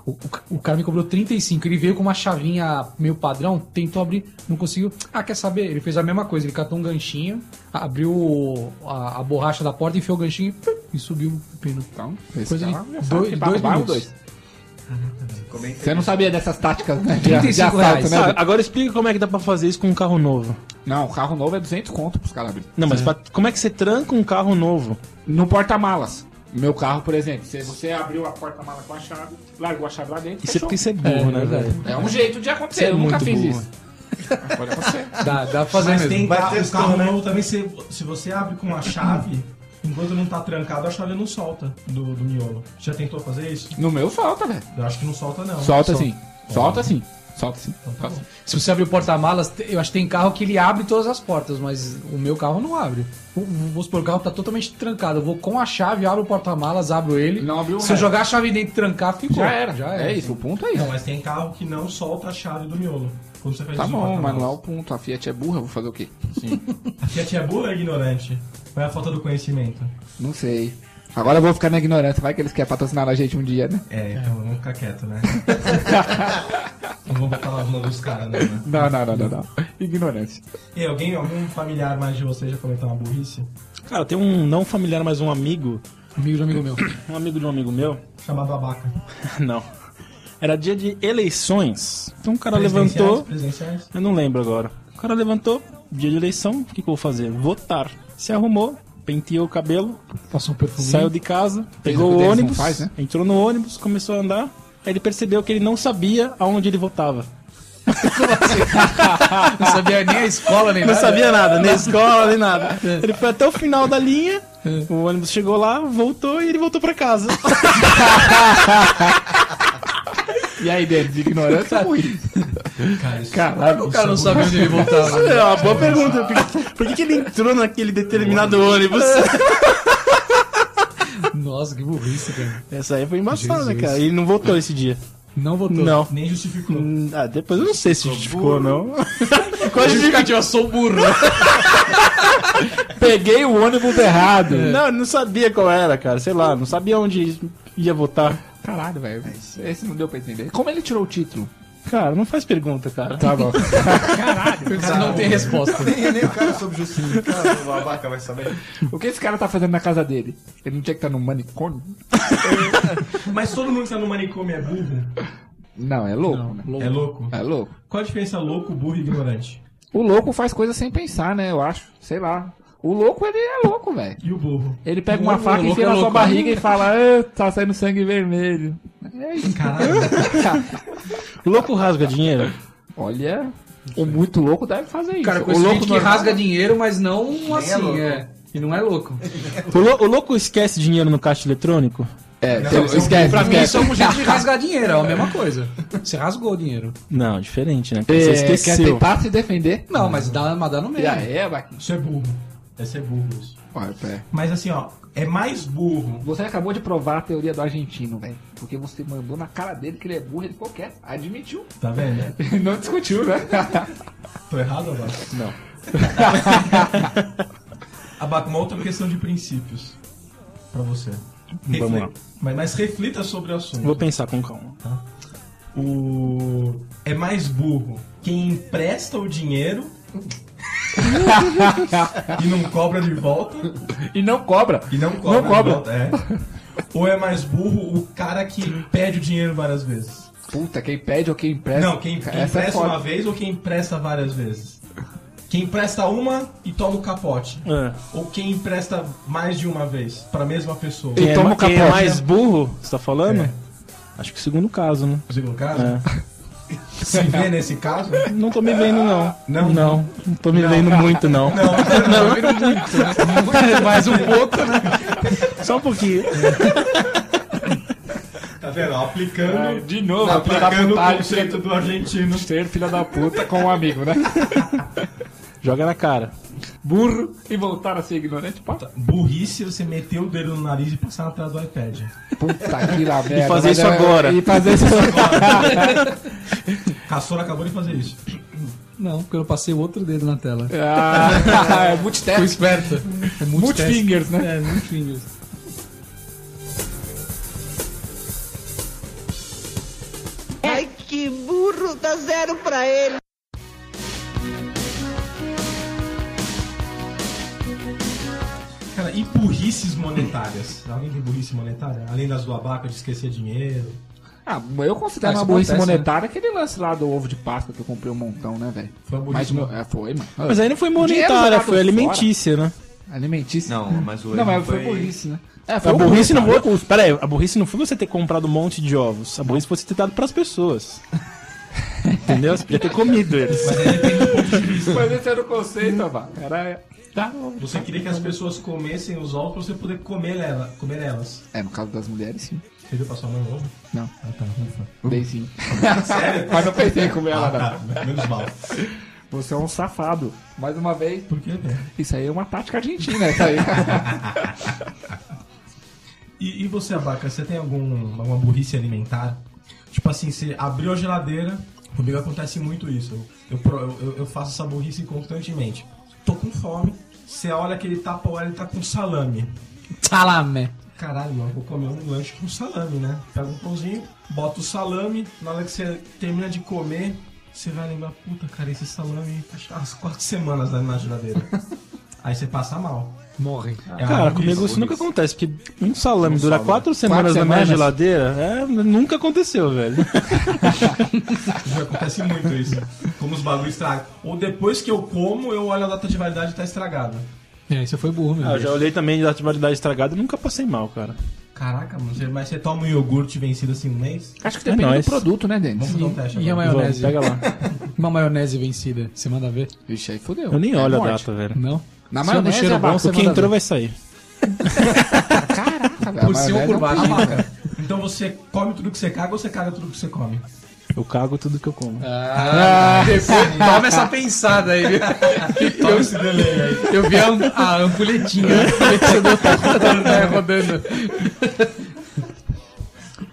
[SPEAKER 5] O, o ca- o cara me cobrou 35. Ele veio com uma chavinha meio padrão, tentou abrir, não conseguiu. Ah, quer saber? Ele fez a mesma coisa. Ele catou um ganchinho, abriu o- a, a borracha da porta, enfiou o ganchinho e pum, e subiu o pino.
[SPEAKER 3] Então,
[SPEAKER 5] Coisa de
[SPEAKER 3] dois,
[SPEAKER 5] dois-
[SPEAKER 3] um, dois,
[SPEAKER 5] dois
[SPEAKER 3] minutos.
[SPEAKER 5] minutos.
[SPEAKER 3] Você não sabia dessas táticas né, de, de
[SPEAKER 5] 35
[SPEAKER 3] assalto,
[SPEAKER 5] reais.
[SPEAKER 3] né?
[SPEAKER 4] Ah, agora explica como é que dá pra fazer isso com um carro novo.
[SPEAKER 3] Não, carro novo é 200 conto pros caras abrirem.
[SPEAKER 4] Não, mas pra- como é que você tranca um carro novo?
[SPEAKER 3] No porta-malas. Meu carro, por exemplo, se você abriu a porta-mala com a chave, largou a chave lá dentro,
[SPEAKER 4] Isso é
[SPEAKER 3] fechou.
[SPEAKER 4] porque você é burro, né, velho?
[SPEAKER 3] É um jeito de acontecer,
[SPEAKER 4] Você é
[SPEAKER 3] eu nunca
[SPEAKER 4] muito
[SPEAKER 3] fiz
[SPEAKER 4] burro.
[SPEAKER 3] isso. Mas Pode acontecer.
[SPEAKER 5] Dá, dá pra
[SPEAKER 4] é
[SPEAKER 5] fazer
[SPEAKER 2] Mas
[SPEAKER 5] mesmo.
[SPEAKER 2] tem
[SPEAKER 6] Vai
[SPEAKER 2] carro, o
[SPEAKER 6] testando,
[SPEAKER 2] carro
[SPEAKER 6] né?
[SPEAKER 2] novo também, se, se você abre com a chave, enquanto não tá trancado, a chave não solta do, do miolo. Já tentou fazer isso?
[SPEAKER 3] No meu solta, velho.
[SPEAKER 2] Eu acho que não solta, não.
[SPEAKER 3] Solta sim. Solta sim. Solta sim.
[SPEAKER 2] tá bom.
[SPEAKER 5] Se você abrir o porta-malas, te- eu acho que tem carro que ele abre todas as portas, mas o meu carro não abre. O- o- Vamos supor, o carro tá totalmente trancado. Eu vou com a chave, abro o porta-malas, abro ele.
[SPEAKER 3] Não abriu o
[SPEAKER 5] Se eu
[SPEAKER 3] resto.
[SPEAKER 5] jogar a chave dentro e trancar, ficou.
[SPEAKER 3] Já era,
[SPEAKER 5] Já
[SPEAKER 3] já
[SPEAKER 5] era.
[SPEAKER 3] É isso, o ponto é isso.
[SPEAKER 2] Não, mas tem carro que não solta a chave do miolo. Quando você faz
[SPEAKER 3] Tá
[SPEAKER 2] isso no
[SPEAKER 3] bom,
[SPEAKER 2] porta-malas.
[SPEAKER 3] mas não é o ponto. A Fiat é burra, eu vou fazer o quê?
[SPEAKER 2] A Fiat é boa ou é ignorante? Ou é a falta do conhecimento?
[SPEAKER 3] Não sei. Agora eu vou ficar na ignorância. Vai que eles querem patrocinar a gente um dia, né?
[SPEAKER 2] É, então vamos ficar quieto, né? não vamos botar na bunda dos caras, não, né?
[SPEAKER 3] Não, não, não, não, não. Ignorância.
[SPEAKER 2] E aí, alguém, algum familiar mais de vocês já cometeu uma burrice?
[SPEAKER 4] Cara, tem um não familiar, mas um amigo.
[SPEAKER 5] Amigo de amigo meu.
[SPEAKER 4] Um amigo de um amigo meu.
[SPEAKER 2] Chamado Abaca.
[SPEAKER 4] Não. Era dia de eleições. Então o cara levantou.
[SPEAKER 2] Presenciais?
[SPEAKER 4] Eu não lembro agora. O cara levantou, dia de eleição, o que, que eu vou fazer? Votar. Se arrumou, penteou o cabelo,
[SPEAKER 5] Passou um perfume.
[SPEAKER 4] saiu de casa, pegou
[SPEAKER 3] o que
[SPEAKER 4] o
[SPEAKER 3] eles não
[SPEAKER 4] ônibus,
[SPEAKER 3] faz, né?
[SPEAKER 4] entrou no ônibus, começou a andar. Aí ele percebeu que ele não sabia aonde ele votava.
[SPEAKER 5] Não sabia nem a escola, nem
[SPEAKER 4] Não
[SPEAKER 5] nada.
[SPEAKER 4] sabia nada, nem escola, nem nada. É. Ele foi até o final da linha, o ônibus chegou lá, voltou e ele voltou pra casa.
[SPEAKER 3] E aí, Denis, ignorância é ruim.
[SPEAKER 2] Cara,
[SPEAKER 3] é
[SPEAKER 2] isso
[SPEAKER 3] Caralho.
[SPEAKER 5] O Ah, cara não sabia onde ele voltava.
[SPEAKER 4] É uma boa pergunta. Por que, por que que ele entrou naquele determinado ônibus?
[SPEAKER 5] Nossa, que burrice, cara.
[SPEAKER 4] Essa aí foi embaçada, cara. Ele não voltou esse dia.
[SPEAKER 5] Não votou.
[SPEAKER 4] Não.
[SPEAKER 2] Nem justificou.
[SPEAKER 4] Hum, Ah, depois eu não sei se justificou ou não. Quase de...
[SPEAKER 7] Eu sou burro.
[SPEAKER 3] Peguei o ônibus errado.
[SPEAKER 4] Não, eu não sabia qual era, cara. Sei lá, não sabia onde ia votar.
[SPEAKER 3] Caralho, velho. É Esse não deu pra entender. Como ele tirou o título?
[SPEAKER 4] Cara, não faz pergunta, cara.
[SPEAKER 3] Tá bom.
[SPEAKER 5] não tem resposta.
[SPEAKER 6] Nem, nem o cara soube justificar, o babaca vai saber.
[SPEAKER 3] o que esse cara tá fazendo na casa dele? Ele não tinha que estar no manicômio?
[SPEAKER 2] Mas todo mundo que tá no manicômio é burro?
[SPEAKER 3] Não, é louco, né?
[SPEAKER 2] É louco?
[SPEAKER 3] É louco.
[SPEAKER 2] Qual a diferença louco, burro e ignorante?
[SPEAKER 3] O louco faz coisa sem pensar, né? Eu acho. Sei lá. O louco, ele é louco, velho.
[SPEAKER 2] E o burro?
[SPEAKER 3] Ele pega uma
[SPEAKER 5] é
[SPEAKER 3] faca, enfia na sua barriga e fala, "Ah, tá saindo sangue vermelho. É isso.
[SPEAKER 4] Louco rasga dinheiro?
[SPEAKER 3] Olha, o muito louco deve fazer isso.
[SPEAKER 5] Cara,
[SPEAKER 3] o
[SPEAKER 5] com esse
[SPEAKER 3] louco
[SPEAKER 5] gente que
[SPEAKER 3] normal-
[SPEAKER 5] rasga dinheiro, mas não assim, é. E não é louco.
[SPEAKER 4] O, lou- o louco esquece dinheiro no caixa eletrônico?
[SPEAKER 3] É, tem- esquece,
[SPEAKER 5] Pra mim,
[SPEAKER 3] esquece.
[SPEAKER 5] isso é um jeito de rasgar dinheiro, é a mesma coisa. Você rasgou o dinheiro.
[SPEAKER 4] Não, diferente, né?
[SPEAKER 3] É,
[SPEAKER 4] Você
[SPEAKER 3] quer
[SPEAKER 4] esqueceu.
[SPEAKER 3] tentar se defender?
[SPEAKER 5] Não, mas dá, mas dá no meio.
[SPEAKER 3] Já é, vai.
[SPEAKER 2] Isso é burro. Esse é burro. isso.
[SPEAKER 3] Vai, pé.
[SPEAKER 2] Mas assim, ó, é mais burro.
[SPEAKER 3] Você acabou de provar a teoria do argentino, velho. Porque você mandou na cara dele que ele é burro, ele ficou quieto. Admitiu.
[SPEAKER 2] Tá vendo?
[SPEAKER 3] Não discutiu, né?
[SPEAKER 2] Tô errado, Abaco?
[SPEAKER 4] Não.
[SPEAKER 2] Abaco, uma outra questão de princípios pra você.
[SPEAKER 4] Vamos lá.
[SPEAKER 2] Mas, mas reflita sobre o assunto.
[SPEAKER 4] Vou pensar com calma.
[SPEAKER 2] O... É mais burro quem empresta o dinheiro e não cobra de volta.
[SPEAKER 3] E não cobra.
[SPEAKER 2] E não cobra.
[SPEAKER 3] Não cobra.
[SPEAKER 2] De volta, é. Ou é mais burro o cara que pede o dinheiro várias vezes?
[SPEAKER 3] Puta, quem pede ou quem empresta.
[SPEAKER 2] Não, quem, quem
[SPEAKER 3] Essa é
[SPEAKER 2] empresta
[SPEAKER 3] foda.
[SPEAKER 2] uma vez ou quem empresta várias vezes? Quem empresta uma e toma o capote.
[SPEAKER 4] É.
[SPEAKER 2] Ou quem empresta mais de uma vez pra mesma pessoa.
[SPEAKER 4] Quem, é,
[SPEAKER 3] toma
[SPEAKER 4] ma-
[SPEAKER 3] o
[SPEAKER 4] quem é
[SPEAKER 3] capote, né? É.
[SPEAKER 4] mais burro, você tá falando? Acho que o segundo caso, né?
[SPEAKER 2] Segundo caso,
[SPEAKER 4] É.
[SPEAKER 2] se vê nesse caso,
[SPEAKER 4] Não tô me vendo, não.
[SPEAKER 2] Não?
[SPEAKER 4] Não, não tô me vendo muito, não.
[SPEAKER 5] Mais um pouco.
[SPEAKER 4] Só um pouquinho.
[SPEAKER 2] tá vendo? ó, Aplicando,
[SPEAKER 3] É,
[SPEAKER 2] tá
[SPEAKER 3] De novo,
[SPEAKER 2] aplicando o
[SPEAKER 3] vontade,
[SPEAKER 2] conceito do argentino.
[SPEAKER 3] ser filha da puta com um amigo, né?
[SPEAKER 4] Joga na cara.
[SPEAKER 3] Burro e voltar a ser ignorante, pô.
[SPEAKER 2] Burrice você meter o dedo no nariz e passar atrás do iPad.
[SPEAKER 3] Puta que lá, merda.
[SPEAKER 4] fazer
[SPEAKER 3] mas
[SPEAKER 4] isso
[SPEAKER 3] é-
[SPEAKER 4] agora.
[SPEAKER 3] E fazer isso
[SPEAKER 2] Caçola acabou de fazer isso.
[SPEAKER 5] Não, porque eu passei o outro dedo na tela.
[SPEAKER 3] Ah, é multitask.
[SPEAKER 5] Fui esperto. É multitask.
[SPEAKER 3] Multifingers, né?
[SPEAKER 5] É, multifingers.
[SPEAKER 8] Ai, que burro, dá zero pra ele.
[SPEAKER 2] Cara, e burrices monetárias? Alguém tem burrice monetária? Além das do abaca de esquecer dinheiro.
[SPEAKER 3] Ah, eu considero
[SPEAKER 5] Ah,
[SPEAKER 3] uma
[SPEAKER 5] isso
[SPEAKER 3] burrice
[SPEAKER 5] acontece,
[SPEAKER 3] monetária aquele lance lá do ovo de Páscoa que eu comprei um montão, né, velho?
[SPEAKER 2] Foi uma
[SPEAKER 3] Mas
[SPEAKER 2] burrice.
[SPEAKER 3] meu, é, foi, mano.
[SPEAKER 4] Mas aí não foi
[SPEAKER 3] Dinheiro
[SPEAKER 4] monetária,
[SPEAKER 3] jogado
[SPEAKER 4] foi alimentícia, né?
[SPEAKER 3] Alimentício.
[SPEAKER 6] Não, mas o
[SPEAKER 3] Não,
[SPEAKER 6] erro
[SPEAKER 3] mas foi burrice, né? É,
[SPEAKER 4] A
[SPEAKER 3] um
[SPEAKER 4] burrice não
[SPEAKER 3] burro,
[SPEAKER 4] foi. Pera aí, a burrice não foi você ter comprado um monte de ovos. A burrice foi você ter dado pras pessoas. Entendeu? Você podia ter comido eles.
[SPEAKER 3] Mas esse era o conceito, vá. Era. Tá.
[SPEAKER 2] Você queria que as pessoas comessem os ovos pra você poder comer, ela, comer elas.
[SPEAKER 3] É, no caso das mulheres, sim.
[SPEAKER 2] Você viu passar mão no ovo?
[SPEAKER 3] Não.
[SPEAKER 2] Ah, tá. ufa.
[SPEAKER 3] Dei sim. Mas não pensei em comer ela, não.
[SPEAKER 2] Ah, tá. Menos mal.
[SPEAKER 3] Você é um safado. Mais uma vez,
[SPEAKER 2] Por quê, velho?
[SPEAKER 3] isso aí é uma tática argentina, isso aí.
[SPEAKER 2] E, e você, Abaca, você tem algum, alguma burrice alimentar? Tipo assim, você abriu a geladeira, comigo acontece muito isso. Eu, eu pro- eu, eu- eu faço essa burrice constantemente. Tô com fome, você olha aquele tapa olha ele tá com salame.
[SPEAKER 5] Salame.
[SPEAKER 2] Caralho, mano, vou comer um lanche com salame, né? Pega um pãozinho, bota o salame, na hora que você termina de comer, você vai lembrar, puta, cara, esse salame tá há as quatro semanas lá na geladeira. Aí você passa mal.
[SPEAKER 5] Morre.
[SPEAKER 2] É uma
[SPEAKER 4] Cara,
[SPEAKER 2] burrice.
[SPEAKER 4] comigo isso nunca acontece, porque um salame dura quatro semanas na minha
[SPEAKER 3] semanas?
[SPEAKER 4] geladeira, é, nunca aconteceu, velho.
[SPEAKER 2] Já acontece muito isso. Como os bagulhos estragam. Ou depois que eu como, eu olho a data de validade e tá estragada.
[SPEAKER 5] É, você foi burro, meu.
[SPEAKER 4] Ah, eu
[SPEAKER 5] Deus.
[SPEAKER 4] já olhei também da atividade estragada e nunca passei mal, cara.
[SPEAKER 2] Caraca, mano, você- mas você toma um iogurte vencido assim um mês?
[SPEAKER 3] Acho que
[SPEAKER 4] É
[SPEAKER 3] depende
[SPEAKER 4] nóis.
[SPEAKER 3] do produto, né, Denis?
[SPEAKER 2] Vamos fazer um teste
[SPEAKER 5] E a
[SPEAKER 2] agora.
[SPEAKER 4] Vamos,
[SPEAKER 5] maionese?
[SPEAKER 4] pega lá.
[SPEAKER 5] Uma maionese vencida. Você manda ver?
[SPEAKER 3] Vixe, aí fodeu.
[SPEAKER 4] Eu nem
[SPEAKER 3] É
[SPEAKER 4] olho a
[SPEAKER 3] morte.
[SPEAKER 4] data, velho.
[SPEAKER 5] Não?
[SPEAKER 3] Na
[SPEAKER 5] Se
[SPEAKER 3] maionese,
[SPEAKER 5] é do cheiro
[SPEAKER 3] abaca,
[SPEAKER 5] bom,
[SPEAKER 3] você
[SPEAKER 4] O que
[SPEAKER 3] manda
[SPEAKER 4] entrou
[SPEAKER 3] ver.
[SPEAKER 4] vai sair.
[SPEAKER 3] Caraca,
[SPEAKER 5] Por cima ou por baixo?
[SPEAKER 2] Então você come tudo que você caga ou você caga tudo que você come?
[SPEAKER 4] Eu cago tudo que eu como.
[SPEAKER 5] Ah, depois toma essa pensada aí, viu?
[SPEAKER 2] Toma esse delay aí.
[SPEAKER 5] Eu vi a, am- a né, ampulhetinha. a ampulhetinha do- rodando, né, rodando.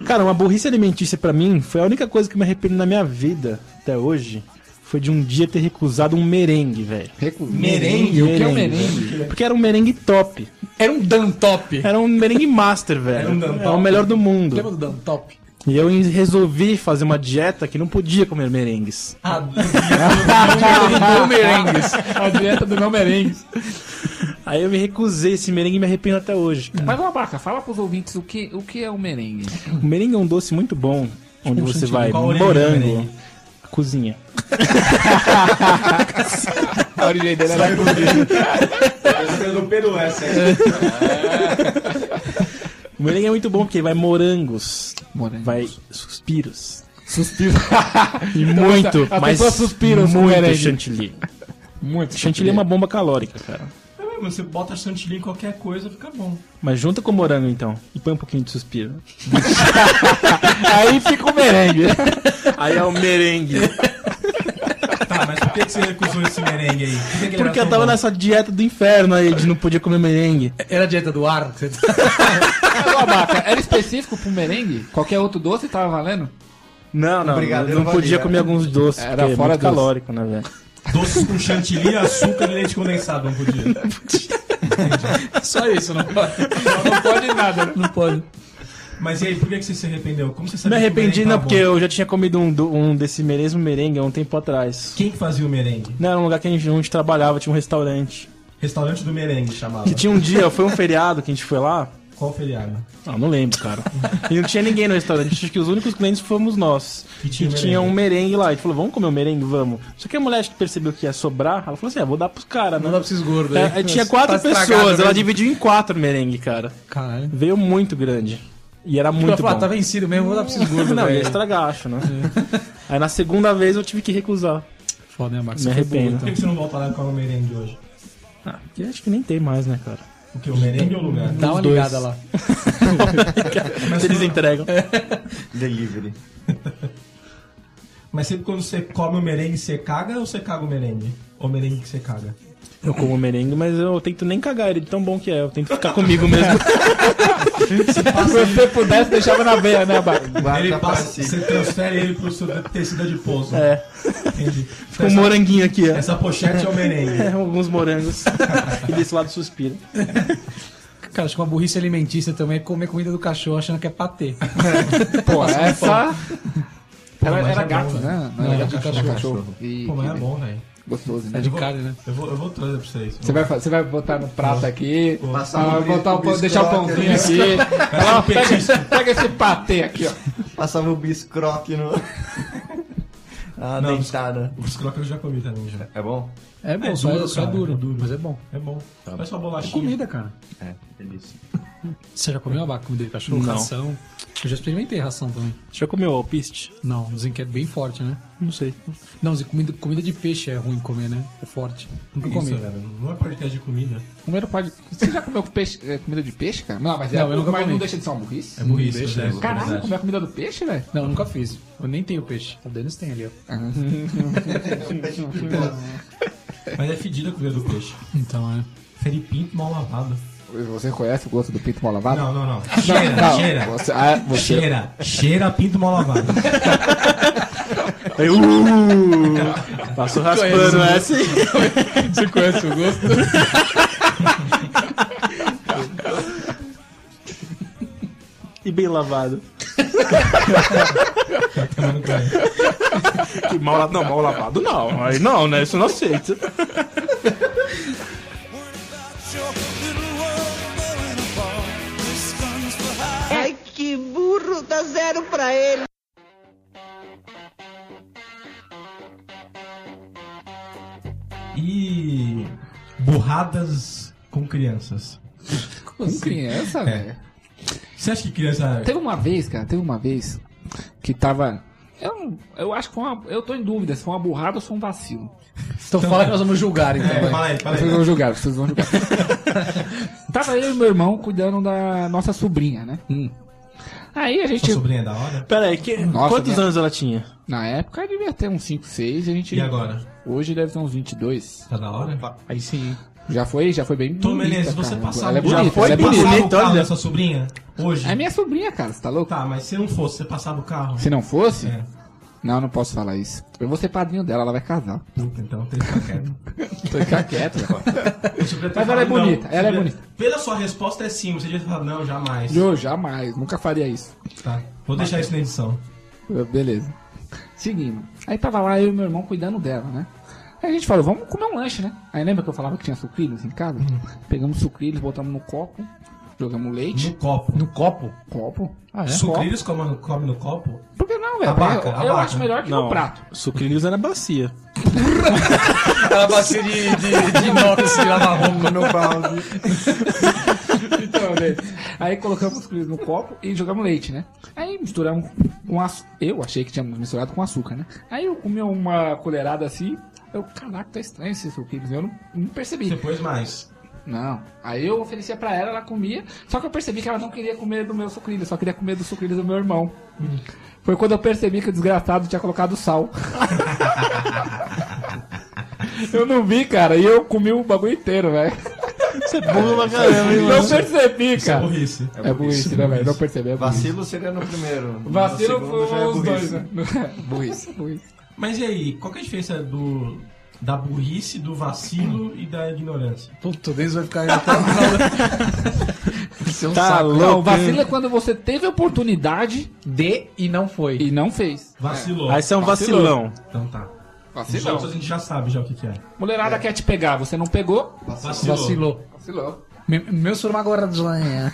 [SPEAKER 4] Cara, uma burrice alimentícia pra mim foi a única coisa que eu me arrependo na minha vida até hoje. Foi de um dia ter recusado um merengue, velho.
[SPEAKER 2] Merengue?
[SPEAKER 3] O que é um
[SPEAKER 4] Merengue.
[SPEAKER 3] merengue?
[SPEAKER 4] Porque era um merengue top.
[SPEAKER 5] Era um Dantop.
[SPEAKER 4] Era um merengue master, velho. Era,
[SPEAKER 2] um Dan
[SPEAKER 4] o melhor do
[SPEAKER 5] Lembra
[SPEAKER 4] mundo.
[SPEAKER 5] do Dantop?
[SPEAKER 4] E eu resolvi fazer uma dieta que não podia comer merengues.
[SPEAKER 2] Ah,
[SPEAKER 5] Não merengues.
[SPEAKER 3] A dieta do meu merengue.
[SPEAKER 4] Aí eu me recusei esse merengue e me arrependo até hoje. cara.
[SPEAKER 3] Mas, Abaca, fala pros ouvintes o que, o que é um merengue.
[SPEAKER 4] O merengue é um doce muito bom, onde você vai
[SPEAKER 2] qual a origem do
[SPEAKER 4] morango,
[SPEAKER 2] merengue?
[SPEAKER 4] cozinha.
[SPEAKER 3] A origem dele era
[SPEAKER 2] essa é do Peru, essa é.
[SPEAKER 4] O merengue é muito bom porque vai morangos,
[SPEAKER 3] Morangos.
[SPEAKER 4] vai suspiros.
[SPEAKER 3] suspiro.
[SPEAKER 4] E muito,
[SPEAKER 3] a
[SPEAKER 4] mas
[SPEAKER 3] pessoa suspira com
[SPEAKER 4] muito
[SPEAKER 3] merengue.
[SPEAKER 4] chantilly.
[SPEAKER 3] Muito.
[SPEAKER 4] Chantilly é uma bomba calórica, cara.
[SPEAKER 2] É mesmo, Você bota chantilly em qualquer coisa, fica bom.
[SPEAKER 4] Mas junta com morango, então. E põe um pouquinho de suspiro.
[SPEAKER 3] Aí fica o merengue.
[SPEAKER 4] Aí é o merengue.
[SPEAKER 2] Tá, mas por que que você recusou esse merengue aí? Por que que ele
[SPEAKER 4] Porque
[SPEAKER 2] era
[SPEAKER 4] eu
[SPEAKER 2] tão
[SPEAKER 4] tava
[SPEAKER 2] bom?
[SPEAKER 4] nessa dieta do inferno aí, de não podia comer merengue.
[SPEAKER 5] Era a dieta do ar. que você- tá-
[SPEAKER 3] Mas, ô, Abaca, era específico pro merengue? Qualquer outro doce tava valendo?
[SPEAKER 4] Não, não,
[SPEAKER 6] Obrigado,
[SPEAKER 4] não,
[SPEAKER 6] eu
[SPEAKER 4] não
[SPEAKER 6] não
[SPEAKER 4] podia
[SPEAKER 6] valia.
[SPEAKER 4] comer alguns doces,
[SPEAKER 3] Era
[SPEAKER 4] Era porque
[SPEAKER 3] fora
[SPEAKER 4] é muito
[SPEAKER 3] doce.
[SPEAKER 4] calórico, né, velho?
[SPEAKER 2] Doces com chantilly, açúcar e leite condensado, não podia.
[SPEAKER 5] Só isso, não pode. Não pode nada. né? Não pode.
[SPEAKER 2] Mas e aí, por que que você se arrependeu? Como você
[SPEAKER 4] Me
[SPEAKER 2] sabia que o
[SPEAKER 4] arrependi,
[SPEAKER 2] merengue
[SPEAKER 4] não,
[SPEAKER 2] tava
[SPEAKER 4] porque
[SPEAKER 2] bom?
[SPEAKER 4] eu já tinha comido um, do- um desse mesmo merengue há um tempo atrás.
[SPEAKER 2] Quem que fazia o merengue?
[SPEAKER 4] Não, era um lugar que a gente, onde trabalhava, tinha um restaurante.
[SPEAKER 2] Restaurante do merengue chamava.
[SPEAKER 4] Que tinha um dia, foi um feriado que a gente foi lá.
[SPEAKER 2] Qual feriado?
[SPEAKER 4] Ah, não lembro, cara. E não tinha ninguém no restaurante. Acho que os únicos clientes fomos nós.
[SPEAKER 2] E
[SPEAKER 4] E
[SPEAKER 2] tinha
[SPEAKER 4] tinha,
[SPEAKER 2] merengue.
[SPEAKER 4] um merengue lá. E falou, vamos comer um merengue, vamos. Só que a mulher acho que percebeu que ia sobrar. Ela falou assim, ah, vou dar pros caras,
[SPEAKER 5] Não
[SPEAKER 4] né?
[SPEAKER 5] dá pra esses gordos aí.
[SPEAKER 4] É, é, tinha quatro
[SPEAKER 5] Tá estragado
[SPEAKER 4] pessoas. Ela
[SPEAKER 5] mesmo.
[SPEAKER 4] dividiu em quatro o merengue, cara.
[SPEAKER 5] Caralho.
[SPEAKER 4] Veio muito grande. E era
[SPEAKER 5] Tipo, Ela
[SPEAKER 4] muito
[SPEAKER 5] falou, ah,
[SPEAKER 4] bom.
[SPEAKER 5] tá vencido mesmo, vou dar pra esses gordos.
[SPEAKER 4] Não, ia
[SPEAKER 5] velho.
[SPEAKER 4] estragar, acho, né? Aí na segunda vez eu tive que recusar.
[SPEAKER 5] Foda, né, Marcos?
[SPEAKER 4] Me arrependo.
[SPEAKER 2] Por que que você não volta lá com o merengue hoje?
[SPEAKER 4] Ah, porque acho que nem tem mais, né, cara?
[SPEAKER 2] O que? O merengue ou o lugar?
[SPEAKER 5] Dá uma
[SPEAKER 4] Os dois.
[SPEAKER 5] ligada lá.
[SPEAKER 2] Mas,
[SPEAKER 4] Eles
[SPEAKER 2] quando-
[SPEAKER 4] entregam.
[SPEAKER 5] É.
[SPEAKER 6] Delivery.
[SPEAKER 2] mas sempre quando você come o merengue, você caga ou você caga o merengue? Ou merengue que você caga?
[SPEAKER 4] Eu como merengue, mas eu tento nem cagar ele de tão bom que é. Eu tento ficar comigo mesmo.
[SPEAKER 3] Se você pudesse, deixava na veia, né, Abaca?
[SPEAKER 6] Guarda
[SPEAKER 2] ele
[SPEAKER 6] pra
[SPEAKER 2] passa,
[SPEAKER 6] si.
[SPEAKER 2] você transfere ele pro seu tecido adiposo.
[SPEAKER 4] É.
[SPEAKER 2] Entendi.
[SPEAKER 4] Com um moranguinho aqui, ó.
[SPEAKER 2] Essa pochete é o merengue.
[SPEAKER 4] É, alguns morangos. e desse lado suspira.
[SPEAKER 5] Cara, acho que uma burrice alimentícia também é comer comida do cachorro achando que é patê.
[SPEAKER 3] Pô, essa. Era,
[SPEAKER 2] mas
[SPEAKER 3] era
[SPEAKER 2] é bom,
[SPEAKER 3] gato,
[SPEAKER 2] né?
[SPEAKER 3] né? Não, era gato, era cachorro. E,
[SPEAKER 2] Pô, mas é bom, velho.
[SPEAKER 3] Gostoso,
[SPEAKER 5] É
[SPEAKER 3] né?
[SPEAKER 5] de
[SPEAKER 2] Eu vou-
[SPEAKER 5] carne, né?
[SPEAKER 2] Eu vou, eu vou trazer pra vocês.
[SPEAKER 3] Você vai, fa- você vai botar no prato aqui,
[SPEAKER 6] Passar
[SPEAKER 3] ah,
[SPEAKER 6] um bri-
[SPEAKER 3] botar o
[SPEAKER 6] um
[SPEAKER 3] pão- deixar o
[SPEAKER 6] biscroque,
[SPEAKER 3] pãozinho
[SPEAKER 6] um
[SPEAKER 3] aqui.
[SPEAKER 5] né?
[SPEAKER 2] Vai ser um
[SPEAKER 3] Ó, pega,
[SPEAKER 2] petisco.
[SPEAKER 3] pega esse patê aqui, ó.
[SPEAKER 6] Passava o biscroque no. Ah,
[SPEAKER 2] Não,
[SPEAKER 6] dentada.
[SPEAKER 2] Os crocos eu já comi também, já.
[SPEAKER 6] É bom?
[SPEAKER 5] É bom,
[SPEAKER 2] É
[SPEAKER 5] só,
[SPEAKER 2] duro,
[SPEAKER 5] é, só é
[SPEAKER 2] cara,
[SPEAKER 5] duro,
[SPEAKER 2] é duro.
[SPEAKER 5] mas é bom.
[SPEAKER 2] É bom.
[SPEAKER 3] Tá
[SPEAKER 2] Vai só bolachinha.
[SPEAKER 5] Comida, cara.
[SPEAKER 6] É, delícia.
[SPEAKER 5] Você já comeu abaca, comida de cachorro,
[SPEAKER 4] Não.
[SPEAKER 5] ração? Eu já experimentei ração também.
[SPEAKER 4] Já comeu alpiste?
[SPEAKER 5] Não, dizem que é bem forte, né?
[SPEAKER 4] Não sei.
[SPEAKER 5] Não, dizem que comida, comida de peixe é ruim comer, né? É forte. Nunca
[SPEAKER 2] Isso,
[SPEAKER 5] comi.
[SPEAKER 2] velho. Não é podcast de comida.
[SPEAKER 3] Primeiro pode. Você já comeu peixe, é, comida de peixe, cara? Não, mas, é,
[SPEAKER 5] Não, eu nunca
[SPEAKER 3] mas
[SPEAKER 5] comi.
[SPEAKER 3] não deixa de ser uma burrice.
[SPEAKER 2] É burrice.
[SPEAKER 5] deixa,
[SPEAKER 2] né?
[SPEAKER 3] Caralho,
[SPEAKER 2] Verdade.
[SPEAKER 3] comer a comida do peixe, velho?
[SPEAKER 5] Não, nunca fiz. Eu nem tenho peixe. O Denis tem ali, ó.
[SPEAKER 2] Mas é fedida a comida do peixe.
[SPEAKER 5] Então, é.
[SPEAKER 2] Felipinho mal lavado.
[SPEAKER 3] Você conhece o gosto do pinto mal lavado?
[SPEAKER 2] Não, não, não. Cheira, cheira.
[SPEAKER 3] Você, ah, você-
[SPEAKER 2] Cheira, cheira a pinto mal lavado.
[SPEAKER 4] Aí, uh, passo raspando essa e
[SPEAKER 5] Você conhece o gosto?
[SPEAKER 4] e bem lavado.
[SPEAKER 2] Eu não quero.
[SPEAKER 4] Que mal lavado. Não, mal lavado não. Aí não, né? Isso eu não aceito.
[SPEAKER 8] Ai, que burro, dá zero pra ele.
[SPEAKER 2] E burradas com crianças.
[SPEAKER 3] Com
[SPEAKER 5] É.
[SPEAKER 3] criança, assim? É velho.
[SPEAKER 2] Você acha que criança... é?
[SPEAKER 3] Teve uma vez, cara, teve uma vez que tava. Eu, não- eu acho que foi uma. Eu tô em dúvida se foi uma burrada ou se foi um vacilo.
[SPEAKER 5] Então fala que nós vamos julgar, então. vai.
[SPEAKER 2] É, Fala aí, fala
[SPEAKER 3] Vocês
[SPEAKER 2] aí.
[SPEAKER 3] vão julgar, vocês vão julgar. tava eu e meu irmão cuidando da nossa sobrinha, né?
[SPEAKER 2] Hum.
[SPEAKER 3] Aí a gente.
[SPEAKER 2] Sua sobrinha é da hora?
[SPEAKER 4] Pera aí, que-
[SPEAKER 3] Nossa,
[SPEAKER 4] quantos
[SPEAKER 3] minha-
[SPEAKER 4] anos ela tinha?
[SPEAKER 3] Na época devia ter uns 5, 6, a gente.
[SPEAKER 2] E agora?
[SPEAKER 3] Hoje deve ter uns 22.
[SPEAKER 2] Tá da hora?
[SPEAKER 5] Aí sim.
[SPEAKER 3] Já foi, já foi bem
[SPEAKER 2] Tom
[SPEAKER 3] bonita,
[SPEAKER 2] Menezes, você
[SPEAKER 3] cara.
[SPEAKER 2] passar
[SPEAKER 3] Ela é
[SPEAKER 2] muito-
[SPEAKER 3] bonita,
[SPEAKER 4] foi
[SPEAKER 3] ela é
[SPEAKER 2] Você um
[SPEAKER 4] bonita.
[SPEAKER 2] passava o
[SPEAKER 3] bonita.
[SPEAKER 4] bonito,
[SPEAKER 2] carro
[SPEAKER 4] olha.
[SPEAKER 2] da sua sobrinha hoje?
[SPEAKER 3] É minha sobrinha, cara, você tá louco?
[SPEAKER 2] Tá, mas se não fosse, você passava o carro.
[SPEAKER 3] Se não fosse...
[SPEAKER 2] É.
[SPEAKER 3] Não, não posso falar isso. Eu vou ser padrinho dela, ela vai casar.
[SPEAKER 2] Puta, então tem que ficar quieto.
[SPEAKER 3] Então Fica quieto, velho.
[SPEAKER 2] Eu devia ter
[SPEAKER 3] Mas ela é
[SPEAKER 2] falado não.
[SPEAKER 3] bonita, ela é
[SPEAKER 2] Devia-
[SPEAKER 3] bonita.
[SPEAKER 2] Pela sua resposta é sim, você devia falar não, jamais.
[SPEAKER 3] Eu jamais, nunca faria isso.
[SPEAKER 2] Tá, vou deixar isso na edição.
[SPEAKER 3] Eu, Beleza. Seguindo. Aí tava lá eu e meu irmão cuidando dela, né? Aí a gente falou, vamos comer um lanche, né? Aí lembra que eu falava que tinha sucrilhos em casa?
[SPEAKER 5] Uhum.
[SPEAKER 3] Pegamos sucrilhos, botamos no copo, jogamos leite,
[SPEAKER 2] No copo.
[SPEAKER 5] No copo?
[SPEAKER 3] copo.
[SPEAKER 5] Ah, é?
[SPEAKER 2] Sucrilhos come no, come no copo?
[SPEAKER 3] Por que não, velho?
[SPEAKER 2] Abaca,
[SPEAKER 3] eu, eu
[SPEAKER 2] abaca.
[SPEAKER 3] acho melhor que
[SPEAKER 4] Um
[SPEAKER 3] no prato.
[SPEAKER 4] sucrilhos era bacia.
[SPEAKER 7] Aquela bacia de, de, de inox de lavar roupa.
[SPEAKER 6] No balde.
[SPEAKER 3] Então, né? Aí colocamos os sucrilhos no copo e jogamos leite, né? Aí misturamos com açúcar. Eu achei que tínhamos misturado com açúcar, né? Aí eu comi uma colherada assim. Eu, caraca, tá estranho esses sucrilhos. Eu não, não percebi.
[SPEAKER 2] Depois mais.
[SPEAKER 3] Não. Aí eu oferecia pra ela, ela comia. Só que eu percebi que ela não queria comer do meu sucrilho, só queria comer do sucrilho do meu irmão. Foi quando eu percebi que o desgraçado tinha colocado sal. eu não vi, cara. E eu comi o bagulho inteiro, velho.
[SPEAKER 4] Você é burro pra caramba, hein,
[SPEAKER 3] Não
[SPEAKER 4] mano?
[SPEAKER 3] percebi,
[SPEAKER 2] Isso é
[SPEAKER 3] cara.
[SPEAKER 2] burrice.
[SPEAKER 3] É burrice, né, velho? Não percebi, é burrice.
[SPEAKER 6] Vacilo seria no primeiro. No
[SPEAKER 3] Vacilo
[SPEAKER 6] segundo
[SPEAKER 3] foi um
[SPEAKER 6] já é
[SPEAKER 3] os dois,
[SPEAKER 6] burrice.
[SPEAKER 3] né? burrice, burrice.
[SPEAKER 2] Mas e aí, qual que é a diferença do, da burrice, do vacilo e da ignorância?
[SPEAKER 3] É.
[SPEAKER 7] Puta, o Denis vai ficar até o final.
[SPEAKER 3] Seu
[SPEAKER 4] Tá
[SPEAKER 3] saco.
[SPEAKER 4] louco,
[SPEAKER 3] Não, vacilo
[SPEAKER 4] hein?
[SPEAKER 3] é quando você teve a oportunidade
[SPEAKER 5] D e não foi.
[SPEAKER 3] e não fez.
[SPEAKER 2] Vacilou.
[SPEAKER 4] Aí você é um vacilão.
[SPEAKER 2] Então tá. Os
[SPEAKER 3] Vacilão.
[SPEAKER 2] outros a gente já sabe já o que, que é.
[SPEAKER 3] Mulherada quer te pegar, você não pegou.
[SPEAKER 2] Vacilou.
[SPEAKER 5] Vacilou.
[SPEAKER 3] Vacilou.
[SPEAKER 5] Me- Meu surma agora de lanha.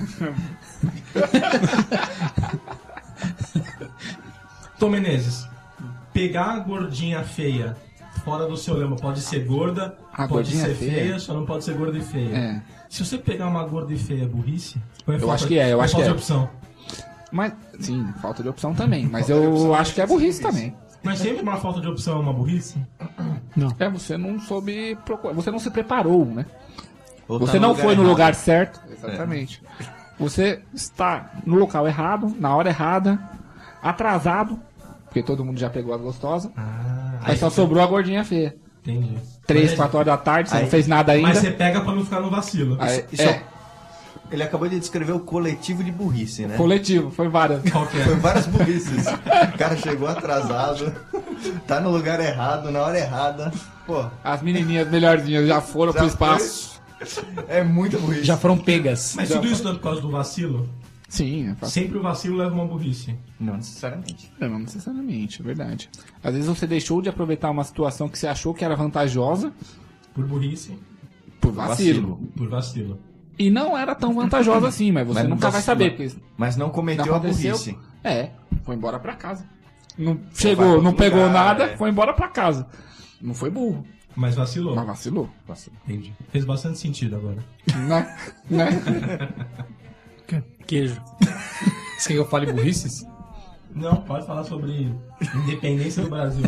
[SPEAKER 2] Tom Menezes, pegar a gordinha feia fora do seu lema, pode ser gorda,
[SPEAKER 3] A
[SPEAKER 2] pode
[SPEAKER 3] gordinha
[SPEAKER 2] ser
[SPEAKER 3] feia?
[SPEAKER 2] feia. só não pode ser gorda e feia.
[SPEAKER 3] É.
[SPEAKER 2] Se você pegar uma gorda e feia, é burrice? Ou
[SPEAKER 3] Eu acho que é, eu
[SPEAKER 2] ou
[SPEAKER 3] acho que
[SPEAKER 2] falta
[SPEAKER 3] é.
[SPEAKER 2] de opção.
[SPEAKER 3] Mas, sim, falta de opção também. Mas eu acho que é burrice também.
[SPEAKER 2] Mas sempre uma falta de opção é uma burrice?
[SPEAKER 3] É, você não soube procurar. Você não se preparou, né?
[SPEAKER 6] Ou tá
[SPEAKER 3] Você não foi no
[SPEAKER 6] errado.
[SPEAKER 3] lugar certo. Exatamente. Você está no local errado, na hora errada, atrasado, porque todo mundo já pegou a gostosa.
[SPEAKER 2] Ah,
[SPEAKER 3] Aí só sobrou a gordinha feia.
[SPEAKER 2] entendi.
[SPEAKER 3] Três,
[SPEAKER 2] Mas- é
[SPEAKER 3] quatro horas da tarde, você
[SPEAKER 6] Aí-
[SPEAKER 3] não fez nada
[SPEAKER 2] Mas
[SPEAKER 3] ainda.
[SPEAKER 2] você pega pra não ficar no vacilo.
[SPEAKER 3] Aí,
[SPEAKER 6] Isso- isso
[SPEAKER 3] é,
[SPEAKER 6] Ele acabou de descrever o coletivo de burrice, né?
[SPEAKER 3] coletivo, foi várias.
[SPEAKER 2] Qual que
[SPEAKER 6] Foi
[SPEAKER 2] é?
[SPEAKER 6] várias burrices. O cara chegou atrasado, tá no lugar errado, na hora errada. Pô,
[SPEAKER 3] As menininhas melhorzinhas já foram
[SPEAKER 6] já
[SPEAKER 3] pro espaço.
[SPEAKER 6] foi- É muita burrice.
[SPEAKER 5] Já foram pegas.
[SPEAKER 2] Mas tudo isso não é por causa do vacilo?
[SPEAKER 3] Sim, é fácil.
[SPEAKER 2] Sempre o vacilo leva uma burrice.
[SPEAKER 6] Não necessariamente.
[SPEAKER 3] É, Não necessariamente, é verdade. Às vezes você deixou de aproveitar uma situação que você achou que era vantajosa
[SPEAKER 2] Por burrice,
[SPEAKER 3] por vacilo.
[SPEAKER 2] por vacilo.
[SPEAKER 3] E não era tão vantajosa assim, mas você
[SPEAKER 6] Mas
[SPEAKER 3] nunca vai
[SPEAKER 6] vacilo.
[SPEAKER 3] saber. Porque
[SPEAKER 6] Mas não cometeu
[SPEAKER 3] não
[SPEAKER 6] a burrice.
[SPEAKER 3] É, foi embora pra casa. Não
[SPEAKER 6] vai pra
[SPEAKER 3] chegou,
[SPEAKER 6] outro
[SPEAKER 3] não pegou
[SPEAKER 6] lugar,
[SPEAKER 3] nada,
[SPEAKER 6] é.
[SPEAKER 3] foi embora pra casa. Não foi burro,
[SPEAKER 2] Mas vacilou.
[SPEAKER 3] mas vacilou.
[SPEAKER 2] Entendi. Fez bastante sentido agora.
[SPEAKER 3] né? né?
[SPEAKER 4] Queijo.
[SPEAKER 5] Você quer que eu fale burrices?
[SPEAKER 2] Não, pode falar sobre independência do Brasil.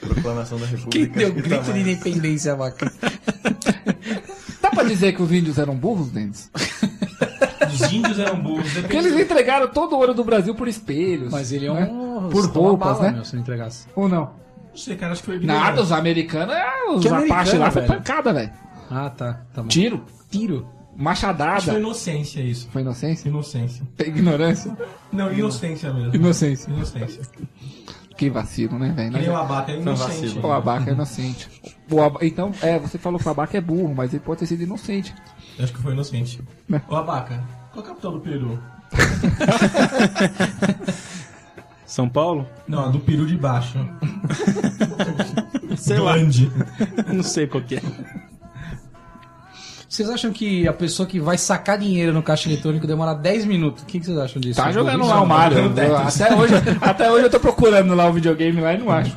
[SPEAKER 6] Proclamação da República.
[SPEAKER 5] Quem deu
[SPEAKER 6] que
[SPEAKER 5] grito
[SPEAKER 6] tá
[SPEAKER 5] de
[SPEAKER 6] mais-
[SPEAKER 5] independência, vaca?
[SPEAKER 3] Dá pra dizer que os índios eram burros, Dendes?
[SPEAKER 2] Os índios eram burros.
[SPEAKER 3] Porque
[SPEAKER 2] Depende...
[SPEAKER 3] eles entregaram todo o ouro do Brasil por espelhos. né?
[SPEAKER 5] Mas ele é um.
[SPEAKER 3] Por
[SPEAKER 5] tá uma
[SPEAKER 3] roupas, né?
[SPEAKER 5] Meu, se não entregasse.
[SPEAKER 3] Ou não?
[SPEAKER 2] Não sei, cara, acho que foi
[SPEAKER 3] Nada,
[SPEAKER 2] ignorância.
[SPEAKER 3] os americanos, ah, os
[SPEAKER 5] Que
[SPEAKER 3] apaches lá,
[SPEAKER 5] americano,
[SPEAKER 3] foi
[SPEAKER 5] velho?
[SPEAKER 3] pancada, velho.
[SPEAKER 5] Ah, tá. tá bom.
[SPEAKER 3] Tiro,
[SPEAKER 5] Tiro.
[SPEAKER 2] Acho que
[SPEAKER 3] machadada.
[SPEAKER 2] foi inocência isso.
[SPEAKER 3] Foi inocência?
[SPEAKER 2] Inocência.
[SPEAKER 3] Ignorância?
[SPEAKER 2] Não, inocência mesmo.
[SPEAKER 3] Inocência.
[SPEAKER 2] Inocência.
[SPEAKER 3] Que vacilo, né, velho?
[SPEAKER 2] Que nem o
[SPEAKER 3] Nós-
[SPEAKER 2] abaca, é
[SPEAKER 4] um
[SPEAKER 2] inocente.
[SPEAKER 3] O abaca é inocente. O aba- Então, é, você falou que o abaca é burro, mas ele pode ter sido inocente.
[SPEAKER 2] Eu acho que foi inocente.
[SPEAKER 4] Né.
[SPEAKER 2] O abaca, qual é a capital do Peru?
[SPEAKER 4] São Paulo?
[SPEAKER 2] Não, a do Peru de baixo.
[SPEAKER 4] Sei lá.
[SPEAKER 2] Grande.
[SPEAKER 4] Não sei qual que é.
[SPEAKER 5] Vocês acham que a pessoa que vai sacar dinheiro no caixa eletrônico demora 10 minutos? O que, que vocês acham disso?
[SPEAKER 3] Tá
[SPEAKER 5] É
[SPEAKER 3] jogando
[SPEAKER 5] burrice
[SPEAKER 3] lá
[SPEAKER 5] ou
[SPEAKER 3] o
[SPEAKER 5] não?
[SPEAKER 3] Mario.
[SPEAKER 2] jogando
[SPEAKER 3] Eu-
[SPEAKER 2] Tetris.
[SPEAKER 3] até, hoje, até hoje eu tô procurando lá o videogame lá e não acho.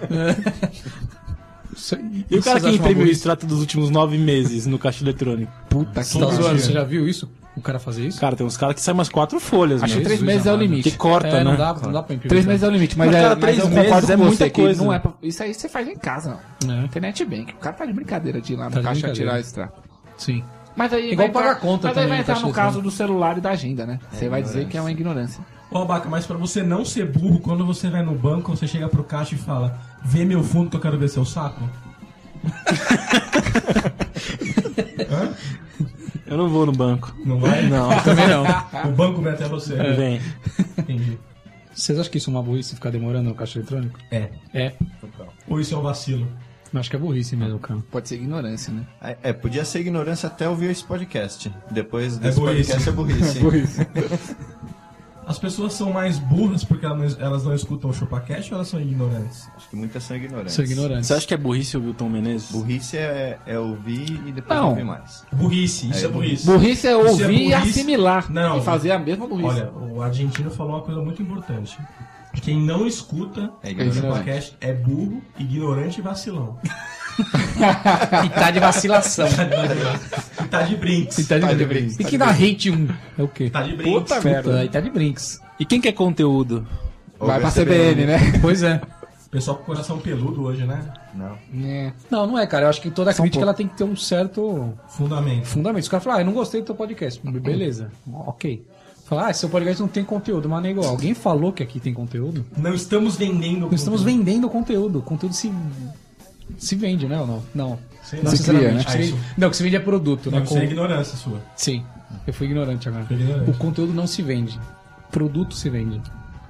[SPEAKER 5] Isso aí-
[SPEAKER 4] E o cara
[SPEAKER 5] vocês
[SPEAKER 4] que
[SPEAKER 5] acham
[SPEAKER 4] imprime o
[SPEAKER 5] uma
[SPEAKER 4] extrato dos últimos nove meses no caixa eletrônico?
[SPEAKER 3] Puta que
[SPEAKER 5] Tá zoando,
[SPEAKER 3] pariu.
[SPEAKER 5] você já viu isso? O cara fazer isso?
[SPEAKER 4] Cara, tem uns caras que saem umas quatro folhas,
[SPEAKER 3] Acho que
[SPEAKER 4] meu.
[SPEAKER 3] três meses é o
[SPEAKER 4] Que
[SPEAKER 3] limite.
[SPEAKER 4] corta,
[SPEAKER 5] é,
[SPEAKER 4] né?
[SPEAKER 5] não dá, não dá pra imprimir.
[SPEAKER 3] Três meses é o limite, mas,
[SPEAKER 4] Mas, cara,
[SPEAKER 3] é,
[SPEAKER 4] três
[SPEAKER 3] mas eu
[SPEAKER 4] meses
[SPEAKER 3] concordo
[SPEAKER 4] é
[SPEAKER 3] com
[SPEAKER 4] muita
[SPEAKER 3] você
[SPEAKER 4] coisa.
[SPEAKER 3] que não é pra- Isso aí você faz em casa, não.
[SPEAKER 5] É.
[SPEAKER 3] Internet Bank. O cara tá de brincadeira de ir lá no
[SPEAKER 5] Tá de
[SPEAKER 3] caixa
[SPEAKER 5] brincadeira.
[SPEAKER 3] tirar extrato.
[SPEAKER 5] Sim.
[SPEAKER 3] Mas aí vai
[SPEAKER 5] Igual pagar
[SPEAKER 3] entrar-
[SPEAKER 5] conta
[SPEAKER 3] Mas aí
[SPEAKER 5] também
[SPEAKER 3] vai
[SPEAKER 5] no
[SPEAKER 3] entrar
[SPEAKER 5] caixa
[SPEAKER 3] no caso
[SPEAKER 5] eletrônico.
[SPEAKER 3] do celular e da agenda, né? Você vai dizer que é uma tá ignorância.
[SPEAKER 2] Ô abaca, mas pra você não ser burro, quando você vai no banco, você chega pro caixa e fala: Vê meu fundo que eu quero ver seu saco.
[SPEAKER 4] Eu não vou no banco.
[SPEAKER 2] Não vai?
[SPEAKER 4] Não, também não. É.
[SPEAKER 2] O banco vai até você.
[SPEAKER 4] Vem.
[SPEAKER 2] Entendi.
[SPEAKER 5] Vocês acham que isso é uma burrice ficar demorando no caixa eletrônico?
[SPEAKER 2] É.
[SPEAKER 5] É.
[SPEAKER 2] Ou isso é um vacilo?
[SPEAKER 5] Eu acho que é burrice mesmo, cara.
[SPEAKER 3] Pode ser ignorância, né?
[SPEAKER 6] É, é, podia ser ignorância até ouvir esse podcast. Depois desse
[SPEAKER 2] burrice.
[SPEAKER 6] podcast é burrice.
[SPEAKER 2] As pessoas são mais burras porque elas não, elas não escutam o ChupaCast ou elas são ignorantes?
[SPEAKER 6] Acho que muitas são ignorantes.
[SPEAKER 5] Sou ignorante.
[SPEAKER 4] Você acha que é burrice ouvir o Tom Menezes?
[SPEAKER 6] Burrice é, é ouvir e depois
[SPEAKER 3] Não.
[SPEAKER 6] ouvir mais.
[SPEAKER 2] Burrice, isso é, burrice.
[SPEAKER 3] Burrice é
[SPEAKER 2] Isso é
[SPEAKER 3] ouvir e
[SPEAKER 2] burrice.
[SPEAKER 3] assimilar.
[SPEAKER 2] Não.
[SPEAKER 3] E fazer a mesma burrice.
[SPEAKER 2] Olha, o argentino falou uma coisa muito importante. Quem não escuta
[SPEAKER 6] É
[SPEAKER 2] o
[SPEAKER 6] ignorante.
[SPEAKER 2] ChupaCast é burro, ignorante e vacilão.
[SPEAKER 5] E tá de vacilação.
[SPEAKER 2] E tá de brinks.
[SPEAKER 5] E tá de, brinks. E que dá hate um. É o quê?
[SPEAKER 2] Tá de brinks.
[SPEAKER 5] merda. E tá de brinks.
[SPEAKER 4] E quem quer conteúdo?
[SPEAKER 3] Vai pra CBN, né?
[SPEAKER 5] Pois é.
[SPEAKER 2] Pessoal com coração peludo hoje, né?
[SPEAKER 6] Não.
[SPEAKER 5] Não, não é, cara. Eu acho que toda crítica ela tem que ter um certo
[SPEAKER 2] Fundamento.
[SPEAKER 5] fundamento. Os caras falam, ah, eu não gostei do teu podcast. Beleza, ok. Falar, ah, seu podcast não tem conteúdo, mas nego, alguém falou que aqui tem conteúdo?
[SPEAKER 2] Não estamos vendendo.
[SPEAKER 5] Nós estamos vendendo conteúdo. O conteúdo se. Se vende, né? Ou não? Não.
[SPEAKER 2] Sim.
[SPEAKER 5] não
[SPEAKER 2] Se
[SPEAKER 5] sinceramente.
[SPEAKER 2] cria,
[SPEAKER 5] o que
[SPEAKER 2] né?
[SPEAKER 5] se
[SPEAKER 2] Ah,
[SPEAKER 5] vende- Não, o que se vende é produto, né?
[SPEAKER 2] Não, isso é
[SPEAKER 5] Com-
[SPEAKER 2] ignorância sua.
[SPEAKER 5] Sim. Eu fui ignorante agora.
[SPEAKER 2] Fui ignorante.
[SPEAKER 5] O conteúdo não se vende. Produto se vende.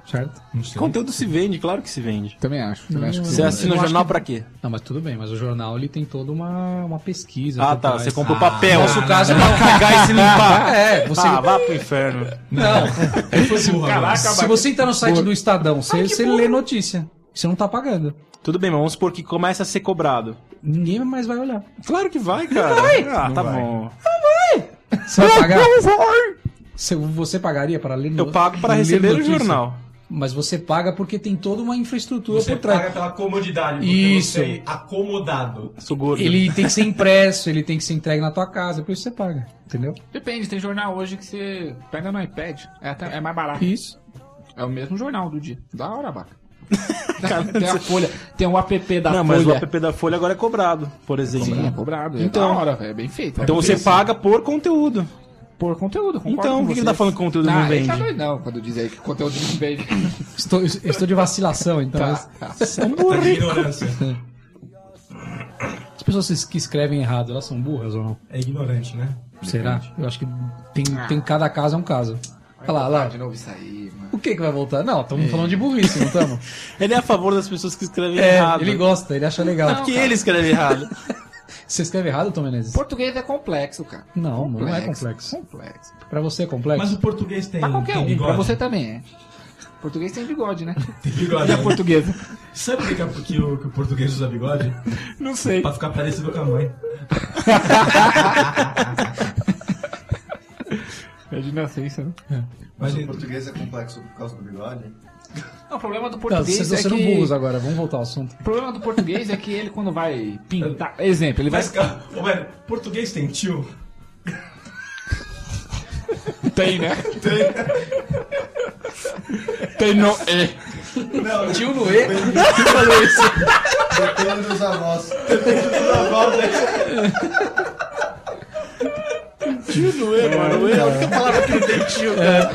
[SPEAKER 5] Certo?
[SPEAKER 2] Não sei.
[SPEAKER 4] Conteúdo se vende, claro que se vende.
[SPEAKER 3] Também acho. Também acho que é.
[SPEAKER 4] Você
[SPEAKER 3] sim.
[SPEAKER 4] assina o jornal pra quê?
[SPEAKER 5] Não, mas tudo bem, mas o jornal ele tem toda uma, uma pesquisa.
[SPEAKER 4] Ah,
[SPEAKER 5] por
[SPEAKER 4] tá.
[SPEAKER 5] trás.
[SPEAKER 4] Você compra o papel.
[SPEAKER 5] Nosso caso é
[SPEAKER 4] pra cagar e se limpar.
[SPEAKER 5] É, você.
[SPEAKER 4] Ah, vá pro inferno.
[SPEAKER 5] Não. assim,
[SPEAKER 2] Foi burro agora.
[SPEAKER 5] Se você entrar no site do Estadão, você, você lê notícia. Você não tá pagando.
[SPEAKER 4] Tudo bem, mas vamos supor que começa a ser cobrado.
[SPEAKER 5] Ninguém mais vai olhar.
[SPEAKER 4] Claro que vai, cara. Ah, tá bom.
[SPEAKER 5] Você vai pagar? Se- Você pagaria para ler no-
[SPEAKER 4] Eu pago pra
[SPEAKER 5] ler
[SPEAKER 4] receber o
[SPEAKER 5] notícia.
[SPEAKER 4] jornal.
[SPEAKER 5] Mas você paga porque tem toda uma infraestrutura
[SPEAKER 2] Você
[SPEAKER 5] por trás.
[SPEAKER 2] paga pela comodidade. porque
[SPEAKER 5] Isso.
[SPEAKER 2] Você é acomodado.
[SPEAKER 4] Sou gordo.
[SPEAKER 5] Ele tem que ser impresso, ele tem que ser entregue na tua casa, por isso você paga, entendeu?
[SPEAKER 3] Depende, tem jornal hoje que você pega no iPad. É, até- é mais barato.
[SPEAKER 5] Isso.
[SPEAKER 3] É o mesmo jornal do dia. Da hora, vaca. tem a Folha, tem o app da
[SPEAKER 4] Não,
[SPEAKER 3] Folha.
[SPEAKER 4] mas o app da Folha agora é cobrado, por exemplo.
[SPEAKER 3] Sim, é cobrado.
[SPEAKER 4] Então-
[SPEAKER 3] é da hora, velho. É bem feito.
[SPEAKER 4] Então
[SPEAKER 3] É
[SPEAKER 4] você
[SPEAKER 3] bem feito.
[SPEAKER 4] paga por conteúdo.
[SPEAKER 3] por conteúdo. concordo
[SPEAKER 4] Então,
[SPEAKER 3] com
[SPEAKER 4] por que
[SPEAKER 3] você.
[SPEAKER 4] ele tá falando que conteúdo não
[SPEAKER 3] Ah, ele
[SPEAKER 4] vende?
[SPEAKER 3] tá doido, não, quando diz aí que conteúdo não vende.
[SPEAKER 5] Estou, eu estou de vacilação, então.
[SPEAKER 3] Tá, tá.
[SPEAKER 2] Tá de ignorância.
[SPEAKER 5] As pessoas que escrevem errado, elas são burras ou não?
[SPEAKER 2] É ignorante, né?
[SPEAKER 5] Será? Eu acho que tem, tem cada caso é um caso. Olha lá, olha
[SPEAKER 3] De
[SPEAKER 5] lá.
[SPEAKER 3] novo isso aí, mano.
[SPEAKER 5] O que que vai voltar? Não, estamos falando de burrice, não estamos?
[SPEAKER 4] Ele é a favor das pessoas que escrevem
[SPEAKER 5] É,
[SPEAKER 4] errado.
[SPEAKER 5] ele gosta, ele acha legal.
[SPEAKER 4] Porque ele escreve errado.
[SPEAKER 5] Você escreve errado, Tom Menezes?
[SPEAKER 3] Português é complexo, cara.
[SPEAKER 5] Não, não é complexo.
[SPEAKER 3] Complexo.
[SPEAKER 5] Pra você é complexo?
[SPEAKER 2] Mas o português tem,
[SPEAKER 3] Pra qualquer
[SPEAKER 2] tem
[SPEAKER 3] um, pra
[SPEAKER 2] bigode.
[SPEAKER 3] você também é. Português tem bigode, né?
[SPEAKER 2] Tem bigode. né?
[SPEAKER 3] Português.
[SPEAKER 2] Sabe por que, que- que o, que o português usa bigode?
[SPEAKER 3] Não sei.
[SPEAKER 2] Pra ficar parecido com a mãe.
[SPEAKER 3] É de nascença, né?
[SPEAKER 2] Mas,
[SPEAKER 6] O português é complexo por causa do bigode?
[SPEAKER 3] Não, o problema do
[SPEAKER 5] Tá,
[SPEAKER 3] português
[SPEAKER 5] vocês estão
[SPEAKER 3] é
[SPEAKER 5] sendo
[SPEAKER 3] que...
[SPEAKER 5] burros agora, vamos voltar ao assunto.
[SPEAKER 3] O problema do português é que ele, quando vai pintar... Exemplo, ele vai...
[SPEAKER 2] mas cara, ô, velho, português tem tio?
[SPEAKER 3] Tem, né?
[SPEAKER 2] Tem.
[SPEAKER 3] Tem não é.
[SPEAKER 2] Não,
[SPEAKER 5] Tio Noê?
[SPEAKER 6] Depende dos avós.
[SPEAKER 4] Ué, mano, é a única palavra que não tem tio, cara.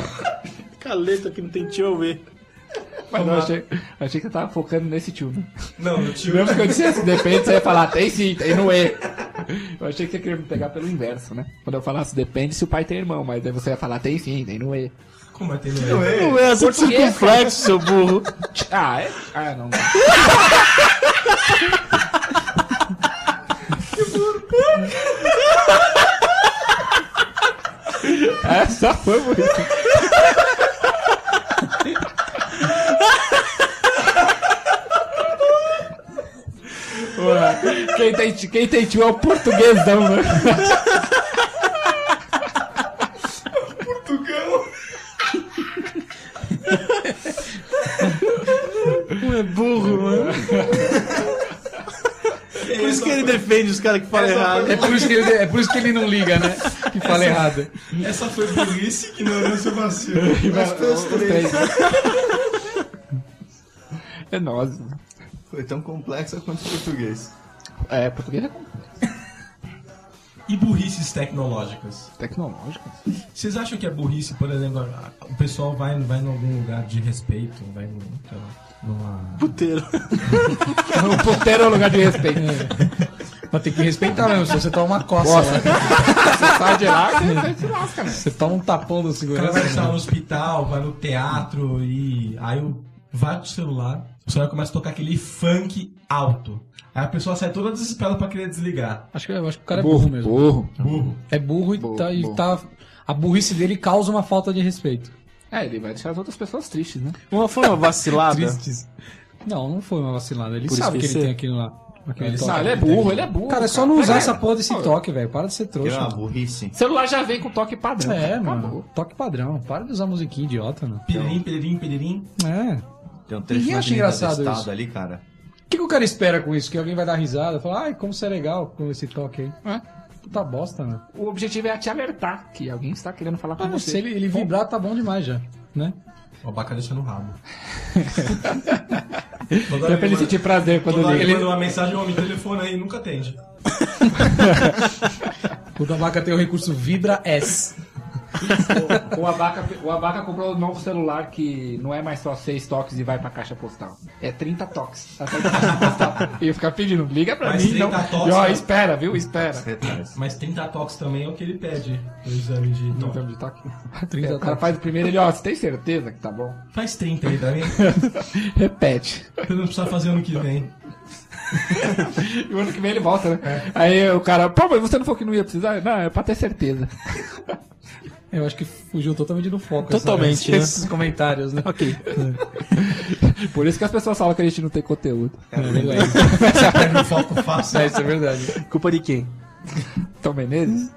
[SPEAKER 4] Caleta que não tem tio, eu ver.
[SPEAKER 3] Mas não, achei, achei que você tava focando nesse tio. né?
[SPEAKER 2] não, o tio.
[SPEAKER 3] Lembra que eu disse assim, depende, você ia falar, tem sim, tem não é. Eu achei que você queria me pegar pelo inverso, né? Quando eu falasse, depende se o pai tem irmão, mas aí você ia falar, tem sim, tem não é.
[SPEAKER 2] Como é que não é?
[SPEAKER 4] Não é assim
[SPEAKER 3] Português,
[SPEAKER 4] circunflexo, seu burro.
[SPEAKER 3] Ah, é? Ah, não. Essa É, foi bonita. Ué, Quem tem, ti- quem tem tio é o portuguesão, né?
[SPEAKER 4] Por isso que
[SPEAKER 6] tá
[SPEAKER 4] ele defende os caras que falam errado.
[SPEAKER 5] É por, isso que ele, é por isso que ele não liga, né? Que fala errado.
[SPEAKER 2] Essa foi burrice, ignorância e vacilo.
[SPEAKER 6] Mas foi os três.
[SPEAKER 3] É nós.
[SPEAKER 6] Foi tão complexa quanto o português.
[SPEAKER 3] É, português é
[SPEAKER 2] E burrices tecnológicas?
[SPEAKER 3] tecnológico.
[SPEAKER 2] Vocês acham que é burrice, por exemplo, a- a- o pessoal vai, vai em algum lugar de respeito, vai num, sei lá, numa...
[SPEAKER 4] Puteiro.
[SPEAKER 3] um O porteiro é o lugar de respeito.
[SPEAKER 5] Mas tem que respeitar mesmo, se você toma uma coça. né?
[SPEAKER 3] Você sai de lá, você se lasca, velho.
[SPEAKER 5] Você toma um tapão do
[SPEAKER 2] O cara vai
[SPEAKER 5] segurança. né?
[SPEAKER 2] estar no hospital, vai no teatro e aí o- vai pro celular, o celular começa a tocar aquele funk alto. Aí a pessoa sai toda desesperada pra querer desligar.
[SPEAKER 5] Acho que, eu acho que o cara é burro mesmo.
[SPEAKER 3] burro.
[SPEAKER 2] Burro.
[SPEAKER 5] É burro e,
[SPEAKER 3] Burro,
[SPEAKER 5] tá, e
[SPEAKER 3] burro.
[SPEAKER 5] tá- A burrice dele causa uma falta de respeito.
[SPEAKER 3] É, ele vai deixar as outras pessoas tristes, né?
[SPEAKER 4] Uma forma vacilada.
[SPEAKER 5] Tristes. Não, não foi uma vacilada. Ele
[SPEAKER 4] Por
[SPEAKER 5] sabe que ele
[SPEAKER 4] esquecer?
[SPEAKER 5] tem aquilo lá. Aquele
[SPEAKER 2] Ele
[SPEAKER 5] toque.
[SPEAKER 3] Ah, ele é burro, ele é burro.
[SPEAKER 5] Cara, é só não
[SPEAKER 3] Mas,
[SPEAKER 5] usar
[SPEAKER 3] é,
[SPEAKER 5] essa porra desse
[SPEAKER 3] pô,
[SPEAKER 5] toque, velho. Para de ser trouxa.
[SPEAKER 6] é uma burrice.
[SPEAKER 3] Celular já vem com toque padrão.
[SPEAKER 5] É,
[SPEAKER 3] cara.
[SPEAKER 5] mano.
[SPEAKER 3] Acabou.
[SPEAKER 5] Toque padrão. Para de usar musiquinha idiota, mano.
[SPEAKER 2] Piririm, piririm, piririm.
[SPEAKER 5] É.
[SPEAKER 6] Tem um trecho
[SPEAKER 5] Ninguém
[SPEAKER 6] na Avenida
[SPEAKER 5] acha
[SPEAKER 6] do
[SPEAKER 5] engraçado
[SPEAKER 6] Estado
[SPEAKER 5] isso.
[SPEAKER 6] ali, cara.
[SPEAKER 5] O que, que o cara espera com isso? Que alguém vai dar risada? Falar, ai, como você é legal com esse toque aí.
[SPEAKER 3] É.
[SPEAKER 5] Puta bosta, né?
[SPEAKER 3] O objetivo é te alertar que alguém está querendo falar com
[SPEAKER 5] Ah,
[SPEAKER 3] você.
[SPEAKER 5] se ele, ele vibrar, tá bom demais já, né?
[SPEAKER 2] O abaca deixa no rabo.
[SPEAKER 3] É pra ele sentir prazer quando
[SPEAKER 2] Quando
[SPEAKER 3] liga.
[SPEAKER 2] ele manda uma mensagem, homem, telefone aí, nunca atende.
[SPEAKER 5] O Tabaca tem o recurso Vibra S.
[SPEAKER 3] O, o Abaca, o Abaca comprou um novo celular que não é mais só seis toques e vai pra caixa postal. É 30 toques. Até a caixa postal. E fica pedindo, liga pra
[SPEAKER 2] Mas
[SPEAKER 3] mim. Não.
[SPEAKER 2] 30 toques,
[SPEAKER 3] E, ó,
[SPEAKER 2] né?
[SPEAKER 3] espera, viu? Espera.
[SPEAKER 6] Retrás.
[SPEAKER 2] Mas 30 toques também é o que ele pede no exame de
[SPEAKER 3] Não
[SPEAKER 2] toque.
[SPEAKER 3] temos de toque.
[SPEAKER 5] 30
[SPEAKER 3] É, o cara faz o primeiro ele, ó, você tem certeza que tá bom?
[SPEAKER 2] Faz 30 aí pra mim,
[SPEAKER 3] Repete.
[SPEAKER 2] pra eu não precisar fazer ano que vem.
[SPEAKER 3] E o ano que vem ele volta, né? Aí o cara, pô, mas você não falou que não ia precisar? Não, é pra ter certeza.
[SPEAKER 5] Eu acho que fugiu totalmente do foco.
[SPEAKER 4] Totalmente,
[SPEAKER 5] essa-
[SPEAKER 4] né?
[SPEAKER 5] Esses comentários, né?
[SPEAKER 4] Ok.
[SPEAKER 3] Por isso que as pessoas falam que a gente não tem conteúdo.
[SPEAKER 2] Perde o foco fácil.
[SPEAKER 5] É, isso é verdade.
[SPEAKER 4] Culpa de quem?
[SPEAKER 3] Tom Menezes?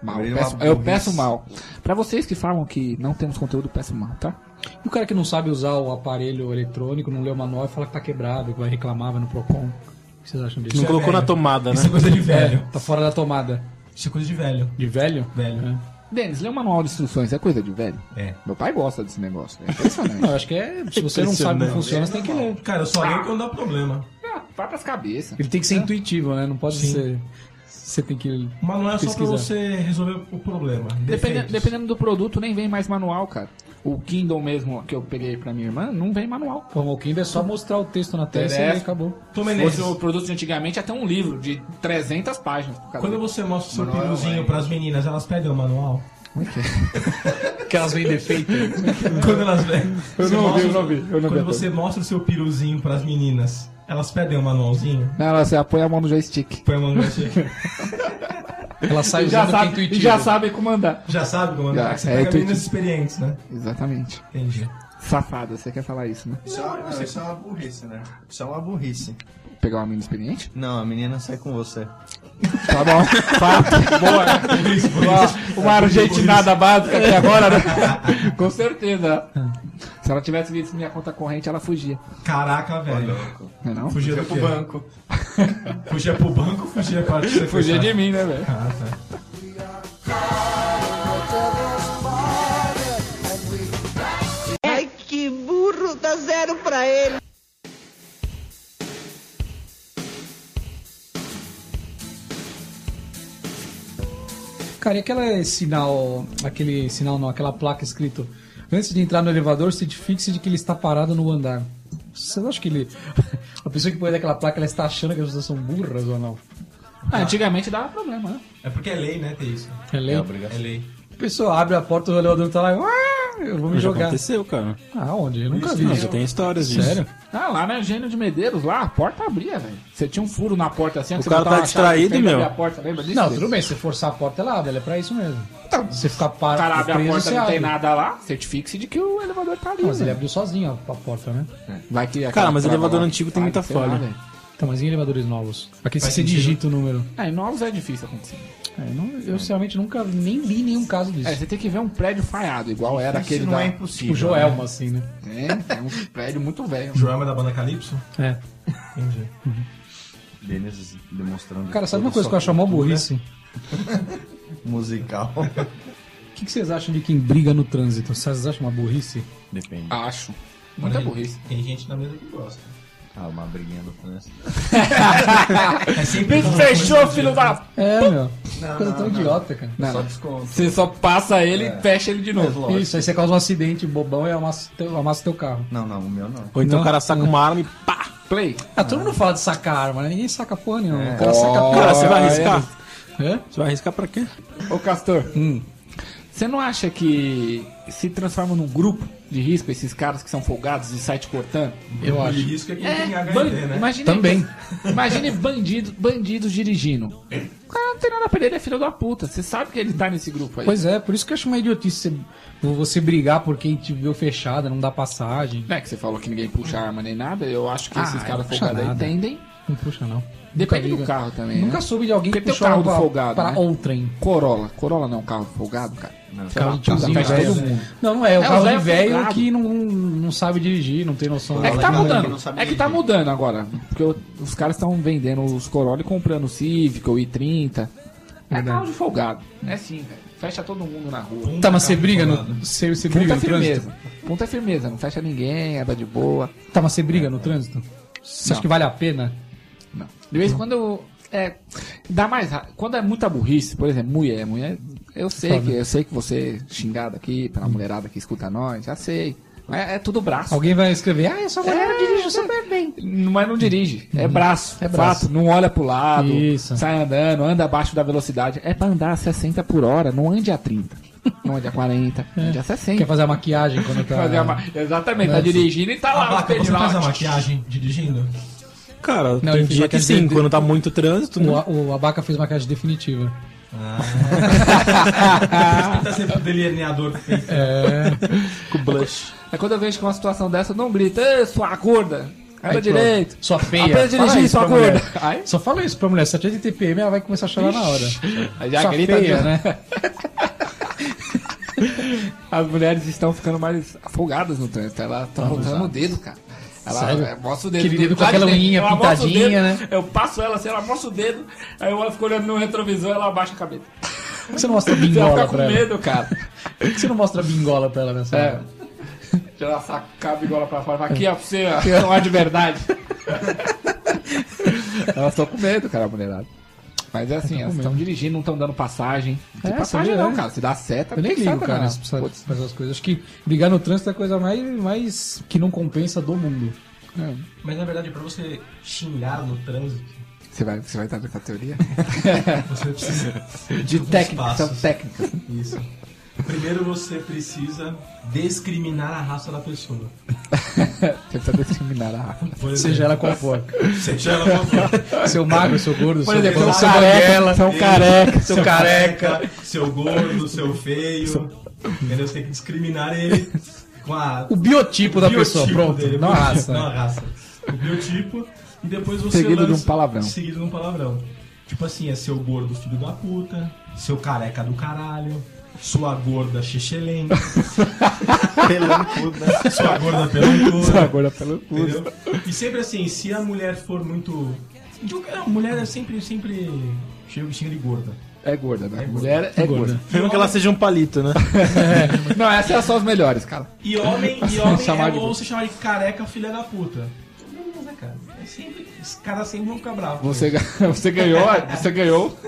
[SPEAKER 3] Mal.
[SPEAKER 6] Ele
[SPEAKER 3] Eu
[SPEAKER 6] é uma
[SPEAKER 3] peço, eu
[SPEAKER 6] burrice.
[SPEAKER 3] peço mal. Pra vocês que falam que não temos conteúdo, eu peço mal, tá?
[SPEAKER 5] E o cara que não sabe usar o aparelho eletrônico, não lê o manual e fala que tá quebrado, que vai reclamar, vai no Procon. O que vocês acham disso?
[SPEAKER 4] Não
[SPEAKER 5] Isso é
[SPEAKER 4] colocou na
[SPEAKER 5] velho.
[SPEAKER 4] tomada, né?
[SPEAKER 2] Isso é coisa de velho.
[SPEAKER 5] É, tá fora da tomada.
[SPEAKER 2] Isso é coisa de velho.
[SPEAKER 5] De velho?
[SPEAKER 2] Velho.
[SPEAKER 3] Denis, lê o manual de instruções, é coisa de velho?
[SPEAKER 2] É.
[SPEAKER 3] Meu pai gosta desse negócio, é impressionante.
[SPEAKER 5] Não, eu acho que é. Se você não sabe como funciona, você tem que ler.
[SPEAKER 2] Cara, eu só leio quando dá problema.
[SPEAKER 3] Ah, Vai pras cabeças.
[SPEAKER 5] Ele tem que ser intuitivo, né? Não pode ser. Você tem que.
[SPEAKER 2] Mas não é só pra
[SPEAKER 5] Pesquisar.
[SPEAKER 2] você resolver o problema.
[SPEAKER 3] Dependendo,
[SPEAKER 2] Defeitos.
[SPEAKER 3] dependendo do produto, nem vem mais manual, cara. O Kindle mesmo que eu peguei pra minha irmã, não vem manual.
[SPEAKER 5] Pô, mas o Kindle é só mostrar o texto na tela e você
[SPEAKER 3] Interessa.
[SPEAKER 5] lê, acabou.
[SPEAKER 2] Tom
[SPEAKER 3] Se
[SPEAKER 2] Menezes,
[SPEAKER 3] fosse o produto de antigamente, até um livro de 300 páginas. por causa
[SPEAKER 2] quando
[SPEAKER 3] do-
[SPEAKER 2] você mostra o seu
[SPEAKER 3] Manual,
[SPEAKER 2] piruzinho
[SPEAKER 3] é.
[SPEAKER 2] pras meninas, elas pedem o manual?
[SPEAKER 5] Porque elas vêm defeito.
[SPEAKER 2] quando elas pedem. Eu
[SPEAKER 3] não ouvi, eu não ouvi, eu não
[SPEAKER 2] Quando
[SPEAKER 3] ouvi.
[SPEAKER 2] você mostra o seu piruzinho pras meninas, elas pedem o manualzinho?
[SPEAKER 3] Não, ela, você apoia a mão no joystick.
[SPEAKER 2] Põe um a mão no gatinho.
[SPEAKER 5] Ela sai
[SPEAKER 3] E já,
[SPEAKER 5] usando
[SPEAKER 3] sabe,
[SPEAKER 5] o que é
[SPEAKER 3] e
[SPEAKER 5] intuitivo.
[SPEAKER 3] já sabe comandar.
[SPEAKER 2] Já sabe como andar?
[SPEAKER 3] Já,
[SPEAKER 2] que você
[SPEAKER 3] é
[SPEAKER 2] pega
[SPEAKER 3] intuitivo.
[SPEAKER 2] meninas experientes, né?
[SPEAKER 3] Exatamente.
[SPEAKER 2] Entendi.
[SPEAKER 3] Safada, você quer falar isso, né?
[SPEAKER 6] Isso é, uma, não, isso é uma burrice, né? Isso é uma burrice.
[SPEAKER 3] Pegar uma mina experiente?
[SPEAKER 6] Não, a menina sai com você.
[SPEAKER 3] Tá bom. Fato. Boa.
[SPEAKER 2] Por isso, por isso.
[SPEAKER 3] Uma- Uma argentinada básica aqui agora, né? Com certeza. Se ela tivesse visto minha conta corrente, ela fugia.
[SPEAKER 2] Caraca, velho.
[SPEAKER 3] Não é não?
[SPEAKER 2] Fugia do quê? Fugia pro banco ou fugia pra você
[SPEAKER 3] Fugia de mim, né, velho?
[SPEAKER 2] Ah, tá.
[SPEAKER 8] Ai, que burro, dá zero pra ele.
[SPEAKER 5] Cara, e aquele sinal. Aquele sinal não, aquela placa escrito. Antes de entrar no elevador, se fixe de que ele está parado no andar. Você não acha que ele. A pessoa que põe aquela placa, ela está achando que as pessoas são burras ou não?
[SPEAKER 3] Ah, antigamente dava problema, né?
[SPEAKER 2] É porque é lei, né, ter isso.
[SPEAKER 5] É lei.
[SPEAKER 2] É lei.
[SPEAKER 5] A pessoa abre a porta, o elevador tá lá. "Ah, Eu vou me
[SPEAKER 4] Já
[SPEAKER 5] jogar.
[SPEAKER 4] aconteceu, cara.
[SPEAKER 5] Ah, onde? Eu nunca vi.
[SPEAKER 4] Não,
[SPEAKER 5] isso.
[SPEAKER 4] já tem histórias disso.
[SPEAKER 5] Sério?
[SPEAKER 3] Ah, lá na Gênio de Medeiros, lá a porta abria, velho. Você tinha um furo na porta assim,
[SPEAKER 4] O
[SPEAKER 3] você
[SPEAKER 4] cara
[SPEAKER 3] botava
[SPEAKER 4] tá
[SPEAKER 3] uma chave
[SPEAKER 4] distraído,
[SPEAKER 3] de frente,
[SPEAKER 4] meu.
[SPEAKER 3] abria A porta, lembra disso?
[SPEAKER 5] Não, tudo bem, se forçar a porta, ela abre, ela é pra isso mesmo. Você ficar
[SPEAKER 3] O
[SPEAKER 5] parado,
[SPEAKER 3] cara Tá, abre a
[SPEAKER 5] preso,
[SPEAKER 3] porta,
[SPEAKER 5] você
[SPEAKER 3] não
[SPEAKER 5] abre.
[SPEAKER 3] tem nada lá, né? certifique-se de que o elevador tá ali.
[SPEAKER 5] Mas ele
[SPEAKER 3] velho.
[SPEAKER 5] abriu sozinho a, a porta, né?
[SPEAKER 3] Vai que
[SPEAKER 4] Cara, mas
[SPEAKER 3] aquela
[SPEAKER 4] elevador
[SPEAKER 3] trava lá.
[SPEAKER 4] antigo tem
[SPEAKER 3] Ah,
[SPEAKER 4] muita
[SPEAKER 3] sei lá,
[SPEAKER 4] falha.
[SPEAKER 3] velho.
[SPEAKER 5] Então, mas em elevadores novos? Aqui
[SPEAKER 2] Faz
[SPEAKER 5] você
[SPEAKER 2] sentido.
[SPEAKER 5] digita o número.
[SPEAKER 3] Ah, em novos é difícil acontecer.
[SPEAKER 5] É, eu não- eu sinceramente nunca nem li nenhum caso disso.
[SPEAKER 3] É, você tem que ver um prédio falhado, igual era aquele
[SPEAKER 6] Isso não
[SPEAKER 3] da...
[SPEAKER 6] é
[SPEAKER 5] o
[SPEAKER 6] impossível.
[SPEAKER 5] Joelma, assim, né?
[SPEAKER 3] É, é um prédio muito velho.
[SPEAKER 2] Joelma da banda Calypso?
[SPEAKER 5] É.
[SPEAKER 2] Entendi.
[SPEAKER 6] Denis demonstrando.
[SPEAKER 5] Cara, sabe uma
[SPEAKER 6] toda
[SPEAKER 5] coisa que eu
[SPEAKER 6] sua
[SPEAKER 5] acho mó
[SPEAKER 6] cultura
[SPEAKER 5] burrice?
[SPEAKER 6] Musical.
[SPEAKER 5] O que, que vocês acham de quem briga no trânsito? Vocês acham uma burrice?
[SPEAKER 6] Depende.
[SPEAKER 3] Acho. Muita
[SPEAKER 2] Olha aí,
[SPEAKER 3] burrice.
[SPEAKER 2] Tem gente na mesa que gosta.
[SPEAKER 6] Ah, uma briguinha do trânsito.
[SPEAKER 2] É sempre
[SPEAKER 3] Fechou, filho da.
[SPEAKER 5] É, meu. coisa tão idiota, cara.
[SPEAKER 6] Só desconto.
[SPEAKER 3] Você só É. passa ele e fecha ele de novo.
[SPEAKER 6] Lógico.
[SPEAKER 5] Isso, aí você causa um acidente bobão e amassa o teu, amassa o teu carro.
[SPEAKER 6] Não, não, o meu não.
[SPEAKER 4] Ou então
[SPEAKER 5] Não.
[SPEAKER 4] o cara saca uma arma e pá!
[SPEAKER 3] Play.
[SPEAKER 5] Ah, todo mundo fala de sacar arma, né? Ninguém saca porra nenhuma. O cara saca
[SPEAKER 3] Ó,
[SPEAKER 4] Cara, você vai arriscar?
[SPEAKER 5] Hã?
[SPEAKER 4] Você vai arriscar pra quê?
[SPEAKER 3] Ô Castor,
[SPEAKER 4] Hum.
[SPEAKER 3] você não acha que se transforma num grupo de risco esses caras que são folgados de site cortando?
[SPEAKER 5] Eu
[SPEAKER 2] E
[SPEAKER 5] acho.
[SPEAKER 2] risco é quem tem
[SPEAKER 3] É,
[SPEAKER 2] HIV,
[SPEAKER 3] ban-
[SPEAKER 2] né?
[SPEAKER 3] imagine,
[SPEAKER 5] Também.
[SPEAKER 3] Imagine bandido, bandidos dirigindo. O cara não tem nada a perder, ele é filho da puta. Você sabe que ele tá nesse grupo aí.
[SPEAKER 5] Pois é, por isso que eu acho uma idiotice você, você brigar por quem te viu fechada, não dá passagem.
[SPEAKER 3] Não é que você falou que ninguém puxa arma nem nada. Eu acho que
[SPEAKER 5] Ah,
[SPEAKER 3] esses caras
[SPEAKER 5] não puxa
[SPEAKER 3] folgados aí
[SPEAKER 5] nada.
[SPEAKER 3] entendem.
[SPEAKER 5] Não puxa, não.
[SPEAKER 3] Depende
[SPEAKER 5] Nunca
[SPEAKER 3] do
[SPEAKER 5] liga.
[SPEAKER 3] carro também.
[SPEAKER 5] Nunca
[SPEAKER 3] né?
[SPEAKER 5] soube de alguém que
[SPEAKER 3] Porque tem o
[SPEAKER 5] puxou
[SPEAKER 3] carro do
[SPEAKER 5] pra, um
[SPEAKER 3] folgado,
[SPEAKER 5] para
[SPEAKER 3] né?
[SPEAKER 5] outrem.
[SPEAKER 3] Corolla. Corolla não é um carro folgado, cara? Não.
[SPEAKER 5] Carro de tiozinho velho. Não, não é. O
[SPEAKER 3] É,
[SPEAKER 5] carro
[SPEAKER 3] o
[SPEAKER 5] de
[SPEAKER 3] velho
[SPEAKER 5] velho
[SPEAKER 3] folgado.
[SPEAKER 5] que não, não sabe dirigir, não tem noção.
[SPEAKER 3] É que tá
[SPEAKER 6] Não, ele
[SPEAKER 3] mudando.
[SPEAKER 6] não sabe
[SPEAKER 3] É que tá
[SPEAKER 6] dirigir.
[SPEAKER 3] mudando agora. Porque o- os caras estão vendendo os Corolla e comprando o Civic, o i30. É carro de folgado. É sim, velho. Fecha todo mundo na rua.
[SPEAKER 5] Tá, mas você briga no. Você, você
[SPEAKER 3] Ponta
[SPEAKER 5] briga
[SPEAKER 3] é
[SPEAKER 5] no trânsito?
[SPEAKER 3] firmeza. Ponta é firmeza. Não fecha ninguém, anda de boa.
[SPEAKER 5] Tá, mas você briga no trânsito? Você acha
[SPEAKER 3] É. Não.
[SPEAKER 5] que vale a pena?
[SPEAKER 3] Não. De vez em quando eu. É, dá mais ra- Quando é muita burrice, por exemplo, mulher, mulher. Eu sei que eu sei que você é xingado aqui pela mulherada que escuta nós, já sei. Mas é tudo braço.
[SPEAKER 5] Hum. Alguém vai escrever, ah, essa mulher
[SPEAKER 3] É,
[SPEAKER 5] dirige super bem.
[SPEAKER 3] Não, Mas não dirige. É braço.
[SPEAKER 5] É braço.
[SPEAKER 3] Fato. Não olha pro lado.
[SPEAKER 5] Isso.
[SPEAKER 3] Sai andando, anda abaixo da velocidade. É pra andar a 60 por hora, não ande a 30. Não ande a 40, ande a 60.
[SPEAKER 5] É. Quer fazer a maquiagem quando tá.
[SPEAKER 3] É. Fazer uma- Exatamente, tá
[SPEAKER 5] Né?
[SPEAKER 3] dirigindo e tá lá.
[SPEAKER 2] Ah,
[SPEAKER 3] no
[SPEAKER 2] Baca, você
[SPEAKER 3] pedilão.
[SPEAKER 2] faz a maquiagem dirigindo?
[SPEAKER 4] Cara,
[SPEAKER 5] Não,
[SPEAKER 4] tem
[SPEAKER 5] ele fez
[SPEAKER 4] dia que
[SPEAKER 5] maquiagem
[SPEAKER 4] sim,
[SPEAKER 5] de-
[SPEAKER 4] quando tá muito trânsito, né?
[SPEAKER 5] O, o Abaca fez maquiagem definitiva.
[SPEAKER 3] Ah.
[SPEAKER 2] Ele tá sempre com o delineador feito.
[SPEAKER 4] Com blush.
[SPEAKER 3] É quando eu vejo que uma situação dessa, eu não grito, Ê, sua gorda, anda
[SPEAKER 5] Aí,
[SPEAKER 3] direito.
[SPEAKER 5] Só feia.
[SPEAKER 3] Apenas
[SPEAKER 5] Fala
[SPEAKER 3] dirigir,
[SPEAKER 5] isso
[SPEAKER 3] sua
[SPEAKER 5] pra
[SPEAKER 3] gorda.
[SPEAKER 5] mulher.
[SPEAKER 3] Aí,
[SPEAKER 5] Só fala isso pra mulher, 780 TPM, ela vai começar a chorar na hora.
[SPEAKER 3] aí já
[SPEAKER 5] Sua
[SPEAKER 3] grita,
[SPEAKER 5] feia,
[SPEAKER 3] já.
[SPEAKER 5] né?
[SPEAKER 3] As mulheres estão ficando mais afogadas no trânsito. Elas estão usando o dedo, cara. Ela
[SPEAKER 5] Sério?
[SPEAKER 3] é, mostra o dedo.
[SPEAKER 5] Aquele
[SPEAKER 3] do-
[SPEAKER 5] dedo com
[SPEAKER 3] lá de
[SPEAKER 5] aquela
[SPEAKER 3] dentro.
[SPEAKER 5] unhinha
[SPEAKER 3] Ela mostra o
[SPEAKER 5] pintadinha,
[SPEAKER 3] dedo,
[SPEAKER 5] né?
[SPEAKER 3] Eu passo ela assim, ela mostra o dedo, aí ela fica olhando no retrovisor, ela abaixa a cabeça.
[SPEAKER 5] Por que você não mostra a
[SPEAKER 3] Você
[SPEAKER 5] bingola
[SPEAKER 3] fica com
[SPEAKER 5] pra ela?
[SPEAKER 3] medo, cara.
[SPEAKER 5] Por que você não mostra a bingola pra ela nessa
[SPEAKER 3] É.
[SPEAKER 5] hora?
[SPEAKER 3] Ela saca a bigola pra fora e fala, aqui ó, pra você, ó, não é de verdade. Elas estão com medo, cara, a mulherada. Mas é assim, elas estão dirigindo, não estão dando passagem. Não tem
[SPEAKER 5] É,
[SPEAKER 3] passagem
[SPEAKER 5] você vê,
[SPEAKER 3] não,
[SPEAKER 5] né?
[SPEAKER 3] cara. Se dá seta,
[SPEAKER 5] Eu nem
[SPEAKER 3] tem
[SPEAKER 5] ligo,
[SPEAKER 3] seta,
[SPEAKER 5] cara,
[SPEAKER 3] não.
[SPEAKER 5] nessas-
[SPEAKER 3] né? Putz,
[SPEAKER 5] nessas coisas. Acho que brigar no trânsito é a coisa mais, mais que não compensa do mundo.
[SPEAKER 2] Mas na verdade, pra você xingar no trânsito,
[SPEAKER 3] Você vai, você vai estar nessa teoria?
[SPEAKER 2] você precisa
[SPEAKER 3] De
[SPEAKER 2] alguns
[SPEAKER 3] técnicas, são
[SPEAKER 2] passos.
[SPEAKER 3] técnicas.
[SPEAKER 2] Isso. Primeiro você precisa discriminar a raça da pessoa.
[SPEAKER 3] Você precisa discriminar a raça.
[SPEAKER 2] Por exemplo,
[SPEAKER 5] Seja ela qual for.
[SPEAKER 2] seja ela qual for.
[SPEAKER 5] Seu magro, seu gordo, seu
[SPEAKER 2] exemplo,
[SPEAKER 5] gordo,
[SPEAKER 2] eu
[SPEAKER 5] é seu
[SPEAKER 2] sou
[SPEAKER 5] banguela.
[SPEAKER 3] são carecas.
[SPEAKER 5] Seu careca.
[SPEAKER 2] seu gordo, seu feio. Entendeu? Você tem que discriminar ele com a.
[SPEAKER 5] O biotipo Tipo da
[SPEAKER 2] biotipo
[SPEAKER 5] pessoa, pronto.
[SPEAKER 2] dele,
[SPEAKER 5] não a
[SPEAKER 2] o biotipo,
[SPEAKER 5] raça.
[SPEAKER 2] Não a raça. O biotipo e depois você
[SPEAKER 3] Seguido de
[SPEAKER 2] lança-
[SPEAKER 3] um palavrão.
[SPEAKER 2] Seguido de um palavrão. Tipo assim, é seu gordo filho da puta, seu careca do caralho, sua gorda xixelém,
[SPEAKER 6] Pelancuda.
[SPEAKER 2] sua gorda pelancuda. Sua
[SPEAKER 3] Agora É pelo
[SPEAKER 2] Entendeu? E sempre assim, se a mulher for muito. de qualquer- A mulher é sempre, sempre cheio bichinho de gorda.
[SPEAKER 3] É gorda, né? Mulher é gorda.
[SPEAKER 4] Mesmo que ela seja um palito, né?
[SPEAKER 3] Não, essas são só os melhores, cara.
[SPEAKER 2] E homem, e homem
[SPEAKER 3] Chamar
[SPEAKER 2] é,
[SPEAKER 3] de
[SPEAKER 2] ou
[SPEAKER 3] gordo.
[SPEAKER 2] você chamar de careca filha da puta. Não, né, cara? É sempre, os caras sempre vão ficar bravos. com
[SPEAKER 3] Você,
[SPEAKER 2] isso.
[SPEAKER 3] ga- você ganhou, você ganhou.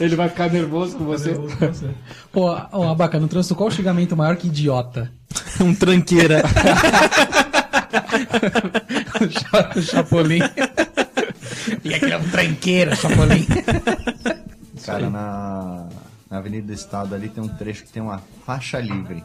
[SPEAKER 3] Ele vai ficar nervoso com você.
[SPEAKER 2] Eu vou com você.
[SPEAKER 5] Pô, ó, Abaca, no trânsito, qual o xingamento maior que idiota?
[SPEAKER 4] um tranqueira.
[SPEAKER 5] O Chapolin. e aquela tranqueira, Chapolin.
[SPEAKER 6] Cara, na, na Avenida do Estado ali tem um trecho que tem uma faixa livre.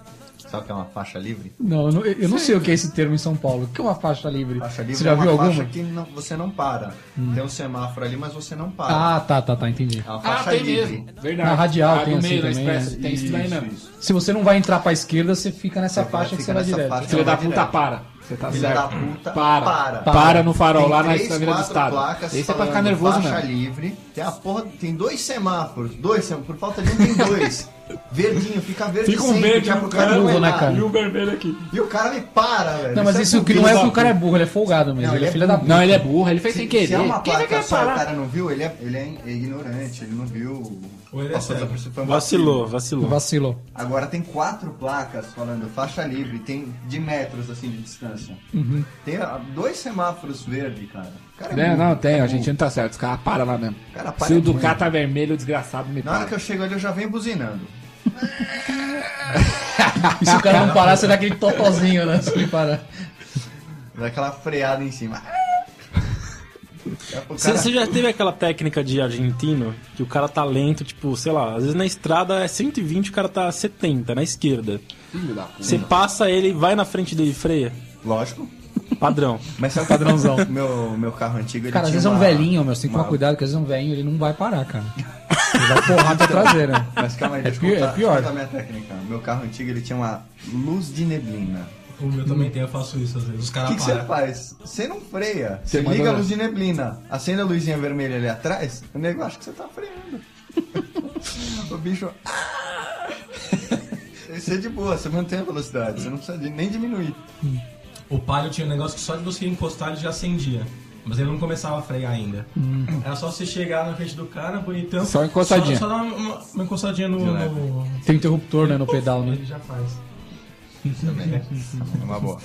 [SPEAKER 6] Sabe o que é uma faixa livre?
[SPEAKER 5] Não, eu não- eu não sei o que é esse termo em São Paulo. O que é uma faixa livre?
[SPEAKER 6] Faixa livre
[SPEAKER 5] Você já
[SPEAKER 6] é uma
[SPEAKER 5] viu
[SPEAKER 6] faixa
[SPEAKER 5] alguma? Hum.
[SPEAKER 6] que não- você não para. Tem um semáforo ali, mas você não para.
[SPEAKER 5] Ah, tá, tá, tá, entendi.
[SPEAKER 6] é uma faixa livre.
[SPEAKER 3] Ah, Verdade. Ah,
[SPEAKER 5] Na radial tem
[SPEAKER 3] no
[SPEAKER 5] assim
[SPEAKER 3] meio,
[SPEAKER 5] também,
[SPEAKER 3] na expresso. Tem isso daí mesmo.
[SPEAKER 6] Isso, isso.
[SPEAKER 5] Se você não vai entrar pra esquerda, você fica nessa
[SPEAKER 6] Você vai-
[SPEAKER 5] faixa que você
[SPEAKER 6] fica
[SPEAKER 5] vai
[SPEAKER 6] nessa
[SPEAKER 5] direto.
[SPEAKER 6] faixa.
[SPEAKER 3] Filho da
[SPEAKER 6] Vai
[SPEAKER 3] puta,
[SPEAKER 6] direto.
[SPEAKER 3] para. Você tá
[SPEAKER 6] Filha
[SPEAKER 3] certo.
[SPEAKER 6] da puta,
[SPEAKER 3] Para.
[SPEAKER 6] para.
[SPEAKER 3] Para, no farol, lá na Avenida do
[SPEAKER 6] quatro
[SPEAKER 3] Estado.
[SPEAKER 6] placas
[SPEAKER 3] Esse é pra
[SPEAKER 6] falando
[SPEAKER 3] ficar nervoso
[SPEAKER 6] faixa
[SPEAKER 3] mesmo.
[SPEAKER 6] livre. Tem a porra, tem dois semáforos, dois semáforos, por falta de um tem dois. Verdinho, fica verde
[SPEAKER 3] Fica um
[SPEAKER 6] sempre,
[SPEAKER 3] verde
[SPEAKER 6] que é
[SPEAKER 3] no
[SPEAKER 6] pro cara
[SPEAKER 5] canto,
[SPEAKER 6] não
[SPEAKER 5] né,
[SPEAKER 6] errar.
[SPEAKER 5] cara?
[SPEAKER 3] E o vermelho aqui.
[SPEAKER 6] E o cara me para, velho.
[SPEAKER 5] Não, mas
[SPEAKER 6] é
[SPEAKER 5] isso que
[SPEAKER 6] burrice.
[SPEAKER 5] não é que o cara é burro, ele é folgado mesmo.
[SPEAKER 6] Não,
[SPEAKER 5] ele é
[SPEAKER 6] ele é
[SPEAKER 5] filho da puta.
[SPEAKER 3] Não, ele é burro, ele fez sem querer. Né?
[SPEAKER 6] Se é uma
[SPEAKER 3] Quem vai
[SPEAKER 6] placa
[SPEAKER 3] querer
[SPEAKER 6] só, o
[SPEAKER 3] parar?
[SPEAKER 6] cara não viu, ele é, ele é ignorante, ele não viu.
[SPEAKER 2] Ou ele é
[SPEAKER 6] Passou
[SPEAKER 2] cego.
[SPEAKER 6] por isso, foi um
[SPEAKER 4] Vacilou,
[SPEAKER 6] vacilo.
[SPEAKER 4] vacilou.
[SPEAKER 5] Vacilou.
[SPEAKER 6] Agora tem quatro placas falando faixa livre, tem de metros assim de distância.
[SPEAKER 5] Uhum.
[SPEAKER 6] Tem ah, dois semáforos verde, cara. O cara é
[SPEAKER 5] Né?
[SPEAKER 3] Não,
[SPEAKER 6] burro,
[SPEAKER 3] não, tem,
[SPEAKER 6] é
[SPEAKER 3] a
[SPEAKER 6] burro.
[SPEAKER 3] gente não tá certo. Os caras param lá mesmo.
[SPEAKER 6] Cara, para
[SPEAKER 3] Se
[SPEAKER 6] é
[SPEAKER 3] o
[SPEAKER 6] muito.
[SPEAKER 3] Ducat tá vermelho, o desgraçado me
[SPEAKER 6] Na hora que
[SPEAKER 3] para.
[SPEAKER 6] eu chego ali, eu já venho buzinando.
[SPEAKER 5] E se o cara não parar, você dá aquele totozinho, né? Se ele parar.
[SPEAKER 6] Daquela freada em cima. É, Ah,
[SPEAKER 4] Você você já teve aquela técnica de argentino que o cara tá lento, tipo, sei lá, às vezes na estrada é 120 o cara tá 70 na esquerda. Você passa ele, vai na frente dele e freia.
[SPEAKER 6] Lógico.
[SPEAKER 4] Padrão.
[SPEAKER 6] Mas sabe padrãozão. Meu, meu carro antigo ele
[SPEAKER 5] Cara, às
[SPEAKER 6] tinha
[SPEAKER 5] vezes é um
[SPEAKER 6] uma-
[SPEAKER 5] velhinho, meu. Você tem que tomar
[SPEAKER 6] uma-
[SPEAKER 5] cuidado, que às vezes é um velhinho, ele não vai parar, cara. Ele vai porrar pra traseira.
[SPEAKER 6] Mas calma aí,
[SPEAKER 5] É
[SPEAKER 6] deixa eu
[SPEAKER 5] pior-
[SPEAKER 6] contar,
[SPEAKER 5] é pior.
[SPEAKER 6] deixa eu contar a minha técnica. Meu carro antigo ele tinha uma luz de neblina.
[SPEAKER 2] O meu também tem, eu faço isso às vezes. Os
[SPEAKER 6] O
[SPEAKER 2] caras
[SPEAKER 6] que, que você
[SPEAKER 2] param.
[SPEAKER 6] faz? Você não freia.
[SPEAKER 7] Você
[SPEAKER 6] Você
[SPEAKER 7] manda
[SPEAKER 6] liga a
[SPEAKER 7] lá.
[SPEAKER 6] luz de neblina, acende a luzinha vermelha ali atrás, o nego acha que você tá freando. o bicho. Você é de boa, você mantém a velocidade, você não precisa de- nem diminuir.
[SPEAKER 2] O Palio tinha um negócio que só de você encostar ele já acendia. Mas ele não começava a frear ainda.
[SPEAKER 4] Hum.
[SPEAKER 2] Era só você chegar na frente do cara, bonitão.
[SPEAKER 7] Só encostadinha.
[SPEAKER 2] Só, só dar uma, uma- uma encostadinha no, no-
[SPEAKER 5] Tem um interruptor, né, no pedal, né?
[SPEAKER 2] Ele já faz.
[SPEAKER 6] Também. É uma boa.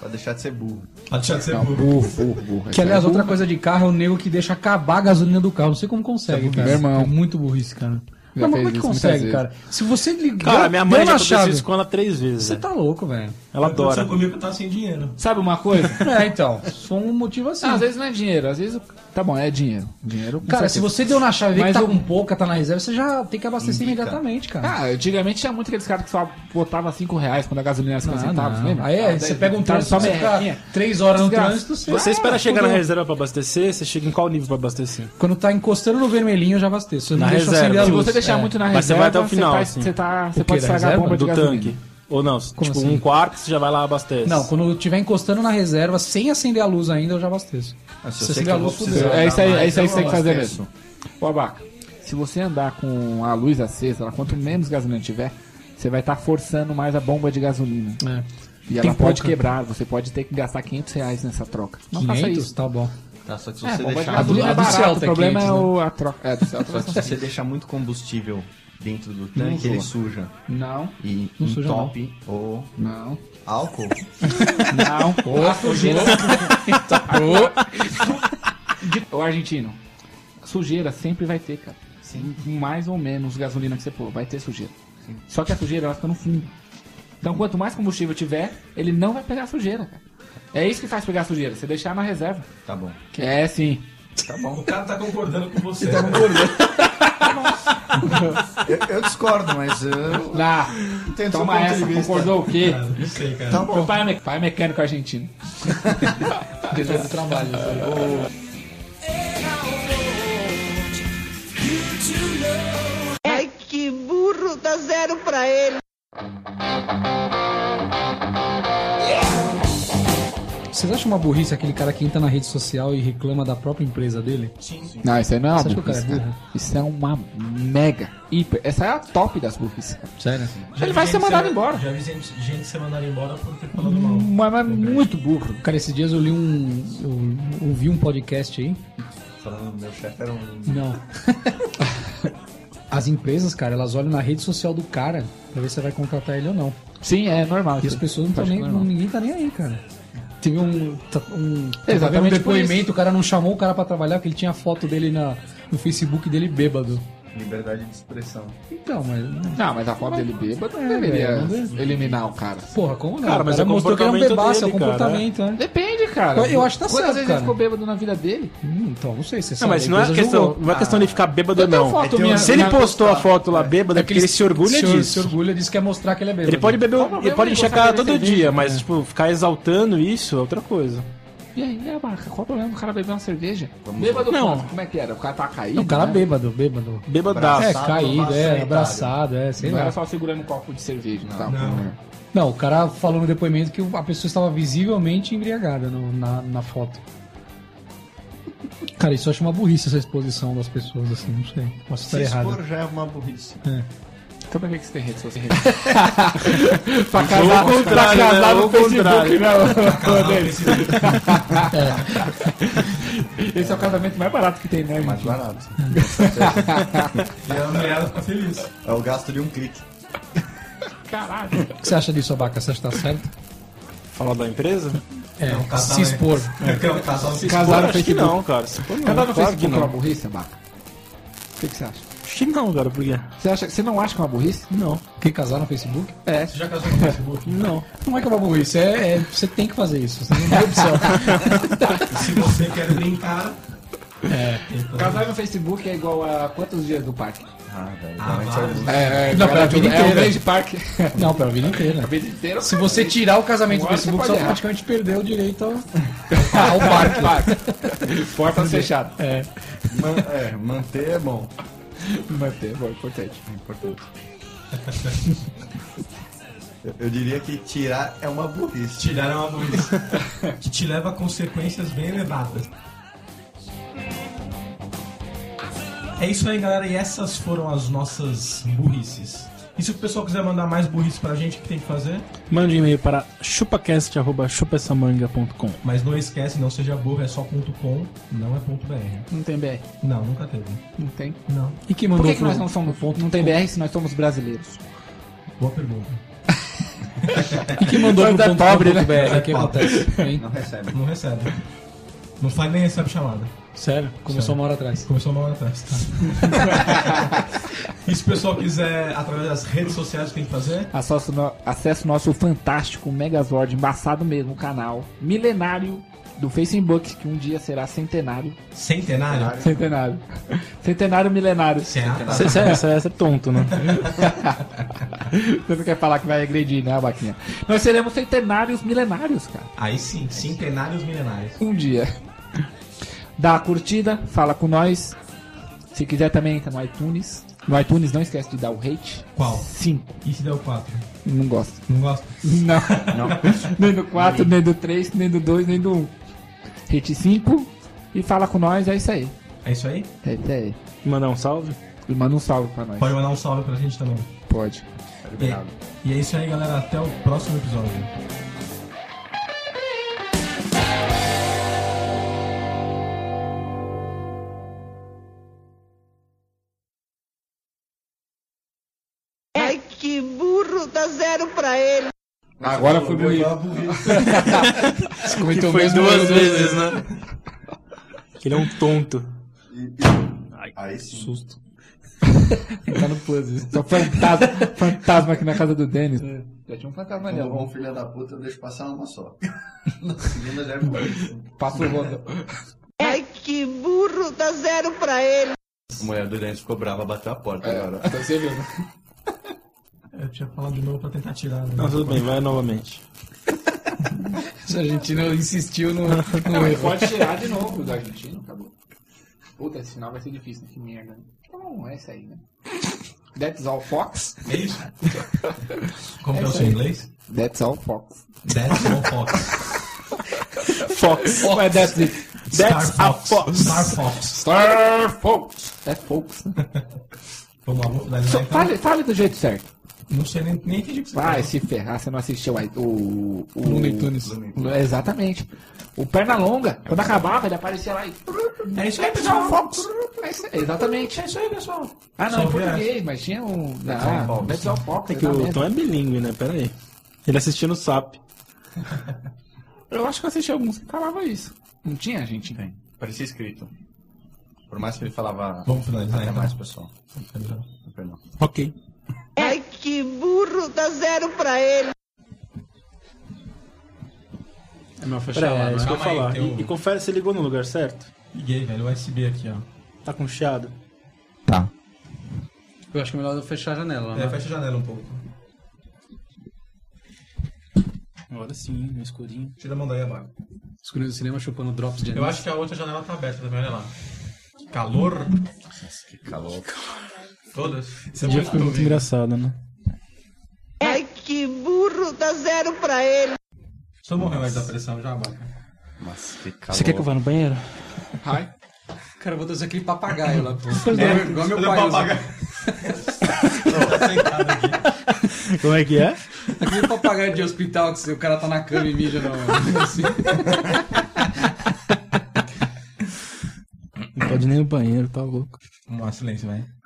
[SPEAKER 6] Pra deixar de ser burro.
[SPEAKER 2] Pra deixar de ser burro.
[SPEAKER 7] Burro, burro, burro.
[SPEAKER 5] Que aliás, outra coisa de carro é o nego que deixa acabar a gasolina do carro. Não sei como consegue,
[SPEAKER 7] burrice.
[SPEAKER 5] cara.
[SPEAKER 7] Meu irmão.
[SPEAKER 5] É muito burrice, cara.
[SPEAKER 7] Já
[SPEAKER 5] Mas como
[SPEAKER 7] fez
[SPEAKER 5] é que
[SPEAKER 7] isso
[SPEAKER 5] consegue,
[SPEAKER 7] muitas
[SPEAKER 5] cara? Se você ligar,
[SPEAKER 4] Cara, minha mãe
[SPEAKER 5] deu
[SPEAKER 4] já
[SPEAKER 5] na
[SPEAKER 4] aconteceu
[SPEAKER 5] chave.
[SPEAKER 4] isso com ela três vezes.
[SPEAKER 5] Você
[SPEAKER 4] velho.
[SPEAKER 5] tá louco, velho.
[SPEAKER 4] Ela adora.
[SPEAKER 2] Aconteceu comigo que eu tava sem dinheiro.
[SPEAKER 3] Sabe uma coisa?
[SPEAKER 5] É, então. Foi um motivo assim.
[SPEAKER 3] Ah, às vezes não é dinheiro, às vezes. o- Tá bom, é dinheiro. Dinheiro. com
[SPEAKER 5] Cara,
[SPEAKER 3] certeza.
[SPEAKER 5] se você deu na chave e vê que
[SPEAKER 3] Mas
[SPEAKER 5] tá
[SPEAKER 3] eu-
[SPEAKER 5] com pouca, tá na reserva, você já tem que abastecer imediatamente, cara.
[SPEAKER 3] Ah, antigamente tinha muito aqueles caras que só botava 5 reais quando a gasolina era 50 centavos, lembra?
[SPEAKER 5] Aí é, você pega um
[SPEAKER 3] Tá,
[SPEAKER 5] trânsito,
[SPEAKER 3] só
[SPEAKER 5] você
[SPEAKER 3] merrequinha.
[SPEAKER 5] fica três horas no
[SPEAKER 3] Desgraça.
[SPEAKER 5] trânsito, você...
[SPEAKER 4] Você espera
[SPEAKER 5] Ah,
[SPEAKER 4] chegar na
[SPEAKER 5] fudeu.
[SPEAKER 4] reserva pra abastecer, você chega em qual nível pra abastecer?
[SPEAKER 5] Quando tá encostando no vermelhinho, eu já abasteço. Eu não
[SPEAKER 4] Na
[SPEAKER 5] deixo
[SPEAKER 4] reserva.
[SPEAKER 5] acender a
[SPEAKER 4] Se
[SPEAKER 3] Se
[SPEAKER 5] luz.
[SPEAKER 3] você deixar
[SPEAKER 5] É.
[SPEAKER 3] muito na reserva,
[SPEAKER 4] Mas você vai até o final,
[SPEAKER 3] faz-
[SPEAKER 4] assim.
[SPEAKER 3] você, tá, você
[SPEAKER 5] quê,
[SPEAKER 3] pode
[SPEAKER 5] da
[SPEAKER 3] estragar a
[SPEAKER 5] reserva?
[SPEAKER 3] bomba de
[SPEAKER 4] Do
[SPEAKER 3] gasolina.
[SPEAKER 4] tanque. Ou não, tipo,
[SPEAKER 5] assim?
[SPEAKER 4] um quarto você já vai lá e abastece.
[SPEAKER 5] Não, quando eu tiver encostando na reserva, sem acender a luz ainda, eu já abasteço.
[SPEAKER 6] Mas
[SPEAKER 5] Se você ligar a luz, fudeu.
[SPEAKER 3] É isso aí, é isso aí que você tem que fazer
[SPEAKER 6] isso.
[SPEAKER 3] mesmo. Ô, Abaca, se você andar com a luz acesa, ela, quanto menos gasolina tiver, você vai estar forçando mais a bomba de gasolina.
[SPEAKER 5] É.
[SPEAKER 3] E ela
[SPEAKER 5] Tem
[SPEAKER 3] pode
[SPEAKER 5] pouca.
[SPEAKER 3] quebrar, você pode ter que gastar 500 reais nessa troca. Não faça
[SPEAKER 5] 500?
[SPEAKER 3] isso.
[SPEAKER 5] Tá bom.
[SPEAKER 6] Tá, só que se
[SPEAKER 3] É,
[SPEAKER 6] você
[SPEAKER 3] bomba de
[SPEAKER 6] deixar.
[SPEAKER 3] gasolina é
[SPEAKER 5] do
[SPEAKER 3] barato,
[SPEAKER 5] Celta
[SPEAKER 3] o
[SPEAKER 5] é
[SPEAKER 3] problema
[SPEAKER 5] 500,
[SPEAKER 3] é o- a troca. É, do Celta
[SPEAKER 6] Só que
[SPEAKER 3] vai
[SPEAKER 6] se você deixar muito combustível dentro do tanque,
[SPEAKER 3] zoa.
[SPEAKER 6] ele suja.
[SPEAKER 3] Não,
[SPEAKER 6] E
[SPEAKER 5] Não suja, não.
[SPEAKER 6] entope ou
[SPEAKER 3] não,
[SPEAKER 6] álcool.
[SPEAKER 3] não. Ô, sujeira.
[SPEAKER 6] tá
[SPEAKER 3] Tá Ô, argentino, sujeira sempre vai ter, cara. Mais ou menos gasolina que você pôr, vai ter sujeira. Só que a sujeira ela fica no fundo. Então, quanto mais combustível tiver, ele não vai pegar a sujeira, cara. É isso que faz pegar a sujeira, você deixar na reserva.
[SPEAKER 6] Tá bom.
[SPEAKER 3] É sim.
[SPEAKER 2] O cara tá concordando com você.
[SPEAKER 6] Então, Eu, eu discordo, mas eu
[SPEAKER 3] Lá.
[SPEAKER 6] tenho
[SPEAKER 3] Toma essa, concordou o quê?
[SPEAKER 2] Cara, não sei, cara.
[SPEAKER 6] Tá
[SPEAKER 3] Meu
[SPEAKER 6] bom.
[SPEAKER 3] pai é, me- pai é mecânico argentino.
[SPEAKER 5] Beleza do trabalho.
[SPEAKER 3] né?
[SPEAKER 8] Ai, que burro, dá zero pra ele.
[SPEAKER 5] Vocês acham uma burrice aquele cara que entra na rede social e reclama da própria empresa dele?
[SPEAKER 3] Não, isso aí não é uma
[SPEAKER 5] Você acha que o cara é
[SPEAKER 3] burrice, cara.
[SPEAKER 5] burro?
[SPEAKER 3] Isso é uma mega, hiper. Essa é a top das burrices, cara.
[SPEAKER 5] Sério?
[SPEAKER 2] Já
[SPEAKER 3] Ele
[SPEAKER 2] vi
[SPEAKER 3] vai ser
[SPEAKER 2] gente
[SPEAKER 5] é
[SPEAKER 3] mandado embora.
[SPEAKER 2] Já vi gente, gente ser mandada embora por ter falado mal.
[SPEAKER 3] Mas,
[SPEAKER 5] é
[SPEAKER 3] mas muito burro.
[SPEAKER 5] Cara, esses dias eu li um. Eu ouvi um podcast aí.
[SPEAKER 6] Falando, meu chefe era um.
[SPEAKER 5] Não. As empresas, cara, elas olham na rede social do cara pra ver se vai contratar ele ou não.
[SPEAKER 3] Sim, é normal.
[SPEAKER 5] E
[SPEAKER 3] isso
[SPEAKER 5] as
[SPEAKER 3] aí.
[SPEAKER 5] pessoas
[SPEAKER 3] Acho
[SPEAKER 5] não estão
[SPEAKER 3] que
[SPEAKER 5] nem.
[SPEAKER 3] é normal.
[SPEAKER 5] Ninguém tá nem aí, cara. Teve um. tá- um teve um
[SPEAKER 3] Exatamente por
[SPEAKER 5] depoimento, o cara não chamou o cara pra trabalhar porque ele tinha a foto dele na, no Facebook dele bêbado.
[SPEAKER 6] Liberdade de expressão.
[SPEAKER 5] Então, mas. né?
[SPEAKER 3] Não, mas a foto dele bêbado não deveria
[SPEAKER 5] é, velho, não
[SPEAKER 3] eliminar o cara.
[SPEAKER 5] Porra, como não?
[SPEAKER 4] Cara, mas é o
[SPEAKER 5] mostrou que ele é um
[SPEAKER 4] comportamento
[SPEAKER 5] bebaço, é o
[SPEAKER 4] dele, cara,
[SPEAKER 5] comportamento, né?
[SPEAKER 3] Depende, cara.
[SPEAKER 5] Eu acho que tá
[SPEAKER 3] Quantas
[SPEAKER 5] certo,
[SPEAKER 3] vezes
[SPEAKER 5] cara.
[SPEAKER 3] ele ficou bêbado na vida dele?
[SPEAKER 5] Hum, então, não sei se você
[SPEAKER 4] Não,
[SPEAKER 5] sabe,
[SPEAKER 4] mas
[SPEAKER 5] a
[SPEAKER 4] não é
[SPEAKER 5] empresa
[SPEAKER 4] questão,
[SPEAKER 5] julgou.
[SPEAKER 4] não é questão de ficar bêbado,
[SPEAKER 3] Eu tenho
[SPEAKER 4] não.
[SPEAKER 3] foto
[SPEAKER 4] É, tem
[SPEAKER 3] minha-
[SPEAKER 4] um- Se ele
[SPEAKER 3] na-
[SPEAKER 4] postou a foto lá bêbado, é porque ele se orgulha
[SPEAKER 5] se, Se
[SPEAKER 4] disso.
[SPEAKER 5] orgulha disso, quer mostrar que ele é bêbado.
[SPEAKER 4] Ele pode beber,
[SPEAKER 3] Não,
[SPEAKER 4] ele
[SPEAKER 3] problema
[SPEAKER 4] pode
[SPEAKER 3] é
[SPEAKER 4] encher a
[SPEAKER 3] gostar
[SPEAKER 4] cara
[SPEAKER 3] de
[SPEAKER 4] todo
[SPEAKER 3] cerveja,
[SPEAKER 4] dia, mas, tipo, ficar exaltando isso é outra coisa.
[SPEAKER 3] E aí, né, Barca? Qual o problema do cara beber uma cerveja?
[SPEAKER 6] Vamos
[SPEAKER 3] bêbado
[SPEAKER 4] lá.
[SPEAKER 3] não.
[SPEAKER 4] Não.
[SPEAKER 3] Como é que era? O cara tá caído?
[SPEAKER 5] Não, o um cara
[SPEAKER 3] né?
[SPEAKER 5] bêbado, bêbado.
[SPEAKER 4] Bêbadaço.
[SPEAKER 5] É,
[SPEAKER 6] Abraçado,
[SPEAKER 5] caído, é,
[SPEAKER 6] sanitário.
[SPEAKER 5] abraçado, é, sei
[SPEAKER 3] Não
[SPEAKER 5] lá.
[SPEAKER 3] era
[SPEAKER 4] tá
[SPEAKER 3] só segurando um copo de cerveja, não.
[SPEAKER 5] Não, o cara falou no depoimento que a pessoa estava visivelmente embriagada no- na, na foto. Cara, isso eu acho uma burrice essa exposição das pessoas, assim, não sei. Posso
[SPEAKER 2] Tá
[SPEAKER 5] estar
[SPEAKER 6] Se
[SPEAKER 5] errado.
[SPEAKER 6] expor já é uma burrice.
[SPEAKER 3] Então pra que que você tem rede social?
[SPEAKER 7] Pra casar,
[SPEAKER 4] Ou o
[SPEAKER 7] pra
[SPEAKER 4] contrário,
[SPEAKER 7] casar
[SPEAKER 4] né?
[SPEAKER 7] no
[SPEAKER 4] Ou o contrário.
[SPEAKER 7] Facebook, não.
[SPEAKER 2] Casal precisa de
[SPEAKER 3] Esse é o casamento mais barato que tem, né?
[SPEAKER 6] Mais barato.
[SPEAKER 2] E a mulherada fica feliz.
[SPEAKER 6] É o gasto de um clique.
[SPEAKER 3] Caralho.
[SPEAKER 5] O que você acha disso, Abaca? Você acha que tá certo?
[SPEAKER 4] Falar da empresa?
[SPEAKER 5] É,
[SPEAKER 2] um casal,
[SPEAKER 5] se
[SPEAKER 2] né?
[SPEAKER 5] expor.
[SPEAKER 2] Porque o casal se
[SPEAKER 4] Pô,
[SPEAKER 3] Casar no
[SPEAKER 4] acho que
[SPEAKER 3] Facebook.
[SPEAKER 4] não, cara. Se for, não.
[SPEAKER 3] Casar no
[SPEAKER 4] Claro que
[SPEAKER 3] Facebook é uma
[SPEAKER 4] não.
[SPEAKER 3] burrice, Abaca? O que que você acha?
[SPEAKER 4] Acho que não, cara, por quê?
[SPEAKER 3] Você, acha, você não acha que é uma burrice?
[SPEAKER 4] Não,
[SPEAKER 5] Quem casar no Facebook? É,
[SPEAKER 2] Você já casou com o Facebook?
[SPEAKER 4] não.
[SPEAKER 5] Não é que é uma burrice, é, é- você tem que fazer isso. Você não tem opção.
[SPEAKER 2] Se você quer brincar. É, então.
[SPEAKER 3] Casar no Facebook é igual a quantos dias do parque?
[SPEAKER 6] Ah, velho.
[SPEAKER 2] Ah, vários.
[SPEAKER 3] É,
[SPEAKER 5] Não, pra vida
[SPEAKER 3] É um
[SPEAKER 5] inteira.
[SPEAKER 3] mês de parque.
[SPEAKER 5] não, pra vida inteira.
[SPEAKER 3] A vida inteira. é um
[SPEAKER 5] Se você tirar o casamento do
[SPEAKER 3] Agora você
[SPEAKER 5] Facebook,
[SPEAKER 3] pode
[SPEAKER 5] você
[SPEAKER 3] errar.
[SPEAKER 5] praticamente perdeu o direito ao, ao parque.
[SPEAKER 3] Porta fechada.
[SPEAKER 5] É.
[SPEAKER 6] Man- é, manter é bom.
[SPEAKER 3] Manter, bom, importante.
[SPEAKER 6] É importante. Eu- Eu diria que tirar é uma burrice.
[SPEAKER 2] Tirar é uma burrice. que te leva a consequências bem elevadas. É isso aí, galera. E essas foram as nossas burrices. E se o pessoal quiser mandar mais burrice pra gente, o que tem que fazer?
[SPEAKER 4] Mande um e-mail para chupacast.chupessamanga.com.
[SPEAKER 2] Mas não esquece, não seja burro, é só ponto .com, não é ponto .br.
[SPEAKER 3] Não tem BR.
[SPEAKER 2] Não, nunca teve.
[SPEAKER 3] Não tem.
[SPEAKER 2] Não.
[SPEAKER 5] E quem
[SPEAKER 3] Por
[SPEAKER 5] mandou
[SPEAKER 3] que, que
[SPEAKER 5] pro-
[SPEAKER 3] nós não somos Não tem BR se nós somos brasileiros.
[SPEAKER 2] Boa pergunta.
[SPEAKER 5] e quem mandou
[SPEAKER 3] Nós
[SPEAKER 5] pro
[SPEAKER 3] é
[SPEAKER 5] ponto
[SPEAKER 3] pobre,
[SPEAKER 5] com
[SPEAKER 3] né?
[SPEAKER 5] ponto BR? O que acontece? hein?
[SPEAKER 6] Não recebe.
[SPEAKER 2] Não recebe. Não faz nem recebe chamada.
[SPEAKER 5] Sério? Começou uma hora atrás.
[SPEAKER 2] Começou mal atrás, tá? e se o pessoal quiser, através das redes sociais, o que tem que fazer?
[SPEAKER 3] Acesso, no- acesse o nosso fantástico Megazord, embaçado mesmo, canal milenário do Facebook, que um dia será centenário.
[SPEAKER 2] Centenário?
[SPEAKER 3] Centenário. Centenário milenário. Você
[SPEAKER 2] Centenário.
[SPEAKER 4] Você é tonto, né?
[SPEAKER 3] não quer falar que vai agredir, né, Baquinha? Nós seremos centenários milenários, cara.
[SPEAKER 2] tá- Aí sim, centenários milenários.
[SPEAKER 3] Um dia. Dá a curtida, fala com nós. Se quiser também entra no iTunes. No iTunes não esquece de dar o hate.
[SPEAKER 2] Qual?
[SPEAKER 3] Cinco.
[SPEAKER 2] E se deu quatro?
[SPEAKER 3] Não gosto.
[SPEAKER 2] Não gosto?
[SPEAKER 3] Não. nem do 4, nem do 3, nem do 2, nem do 1. Hit 5 e fala com nós, é isso aí.
[SPEAKER 2] É isso aí?
[SPEAKER 3] É isso aí.
[SPEAKER 4] Mandar um salve?
[SPEAKER 3] E manda um salve pra nós.
[SPEAKER 2] Pode mandar um salve pra gente também.
[SPEAKER 3] Pode.
[SPEAKER 2] E, e é isso aí, galera. Até o próximo episódio.
[SPEAKER 8] Ai, que burro, dá zero pra ele.
[SPEAKER 3] Agora foi
[SPEAKER 6] é
[SPEAKER 3] bonito. é
[SPEAKER 5] Comentou mesmo eu-
[SPEAKER 4] vezes, né? Que ele é um tonto.
[SPEAKER 6] Aí sim.
[SPEAKER 3] Tá no puzzle. Só fantasma, fantasma aqui na casa do Denis. Já tinha um fantasma ali,
[SPEAKER 6] Quando eu
[SPEAKER 3] ó.
[SPEAKER 6] vou um filho da puta, eu deixo passar uma só. Na segunda já é burrice.
[SPEAKER 3] Passa o rodo.
[SPEAKER 8] Ai, que burro, dá zero pra ele.
[SPEAKER 6] A mulher do Dente ficou brava, bateu a porta
[SPEAKER 3] É,
[SPEAKER 6] agora.
[SPEAKER 3] Você viu, né?
[SPEAKER 2] Eu tinha falado de novo pra tentar tirar. Né?
[SPEAKER 4] Não, tudo bem, vai novamente.
[SPEAKER 5] A Argentina insistiu no, no erro.
[SPEAKER 3] Pode tirar de novo do argentino, acabou. Puta, esse final vai ser difícil, né? Que merda. né? Então, é isso aí, né? That's all Fox.
[SPEAKER 2] É isso? Como que é o seu inglês?
[SPEAKER 3] That's all Fox.
[SPEAKER 2] That's all Fox.
[SPEAKER 4] Fox.
[SPEAKER 3] Ué, that's it.
[SPEAKER 4] That's
[SPEAKER 2] Star
[SPEAKER 4] a Fox.
[SPEAKER 2] Star Fox.
[SPEAKER 3] Star Fox. É Fox, né?
[SPEAKER 2] Vamos lá, vamos lá. Então,
[SPEAKER 3] Fale, fale do jeito certo.
[SPEAKER 2] Não sei nem, nem entendi o que você
[SPEAKER 3] Vai
[SPEAKER 2] falou.
[SPEAKER 3] se ferrar, você não assistiu aí o. o
[SPEAKER 5] Looney Tunes.
[SPEAKER 3] Exatamente. O perna longa, quando acabava, ele aparecia lá e.
[SPEAKER 2] É isso aí,
[SPEAKER 3] Star
[SPEAKER 2] pessoal.
[SPEAKER 3] Fox. É isso aí, Exatamente.
[SPEAKER 2] É isso aí, pessoal.
[SPEAKER 3] Ah, não,
[SPEAKER 2] Só
[SPEAKER 3] em
[SPEAKER 2] ver
[SPEAKER 3] português, mas tinha um. Ah,
[SPEAKER 6] Fox.
[SPEAKER 3] That's all Fox.
[SPEAKER 4] É que o
[SPEAKER 3] exatamente.
[SPEAKER 4] Tom é bilíngue, né? Pera aí. Ele assistia no SAP.
[SPEAKER 3] Eu acho que eu assisti alguns que falava isso. Não tinha, gente?
[SPEAKER 6] Tem. Parecia escrito. Por mais que ele falava.
[SPEAKER 2] Vamos finalizar,
[SPEAKER 6] Até
[SPEAKER 2] então.
[SPEAKER 6] mais, pessoal.
[SPEAKER 2] as-
[SPEAKER 6] Perdão.
[SPEAKER 4] Ok.
[SPEAKER 8] Ai, que burro, dá zero pra ele.
[SPEAKER 5] É meu fechar
[SPEAKER 4] Pera
[SPEAKER 5] lá,
[SPEAKER 4] aí, é
[SPEAKER 5] né?
[SPEAKER 4] isso que eu ia
[SPEAKER 2] Calma aí,
[SPEAKER 4] falar.
[SPEAKER 2] tem um-
[SPEAKER 4] E, e confere se ligou no lugar certo?
[SPEAKER 2] Liguei, tá. velho. O USB aqui, ó.
[SPEAKER 4] Tá com chiado?
[SPEAKER 6] Tá.
[SPEAKER 5] Eu acho que é melhor eu fechar a janela.
[SPEAKER 2] É,
[SPEAKER 5] né?
[SPEAKER 2] fecha a janela um pouco.
[SPEAKER 4] Agora sim, no escurinho.
[SPEAKER 2] Tira a mão daí abaixo.
[SPEAKER 5] Escurinho do cinema chupando drops de
[SPEAKER 2] Eu acho que a outra janela tá aberta também, olha lá. Que calor.
[SPEAKER 6] Que calor.
[SPEAKER 2] Todas.
[SPEAKER 4] Esse dia foi muito engraçado, né?
[SPEAKER 8] Ai, que burro, dá zero pra ele.
[SPEAKER 2] Só morreu mais da pressão já, abaca.
[SPEAKER 6] Mas que calor.
[SPEAKER 4] Você quer que eu vá no banheiro?
[SPEAKER 5] Ai. Cara, eu vou trazer aquele papagaio lá. Pô. igual meu
[SPEAKER 2] Cadê o
[SPEAKER 5] pai. usa.
[SPEAKER 2] papagaio? Tá sentado aqui.
[SPEAKER 4] Como é que é?
[SPEAKER 5] Aquele papagaio de hospital que o cara tá na cama e mija no. Assim.
[SPEAKER 4] Não pode nem no tá banheiro, tá louco.
[SPEAKER 2] Vamos lá, silêncio, vai.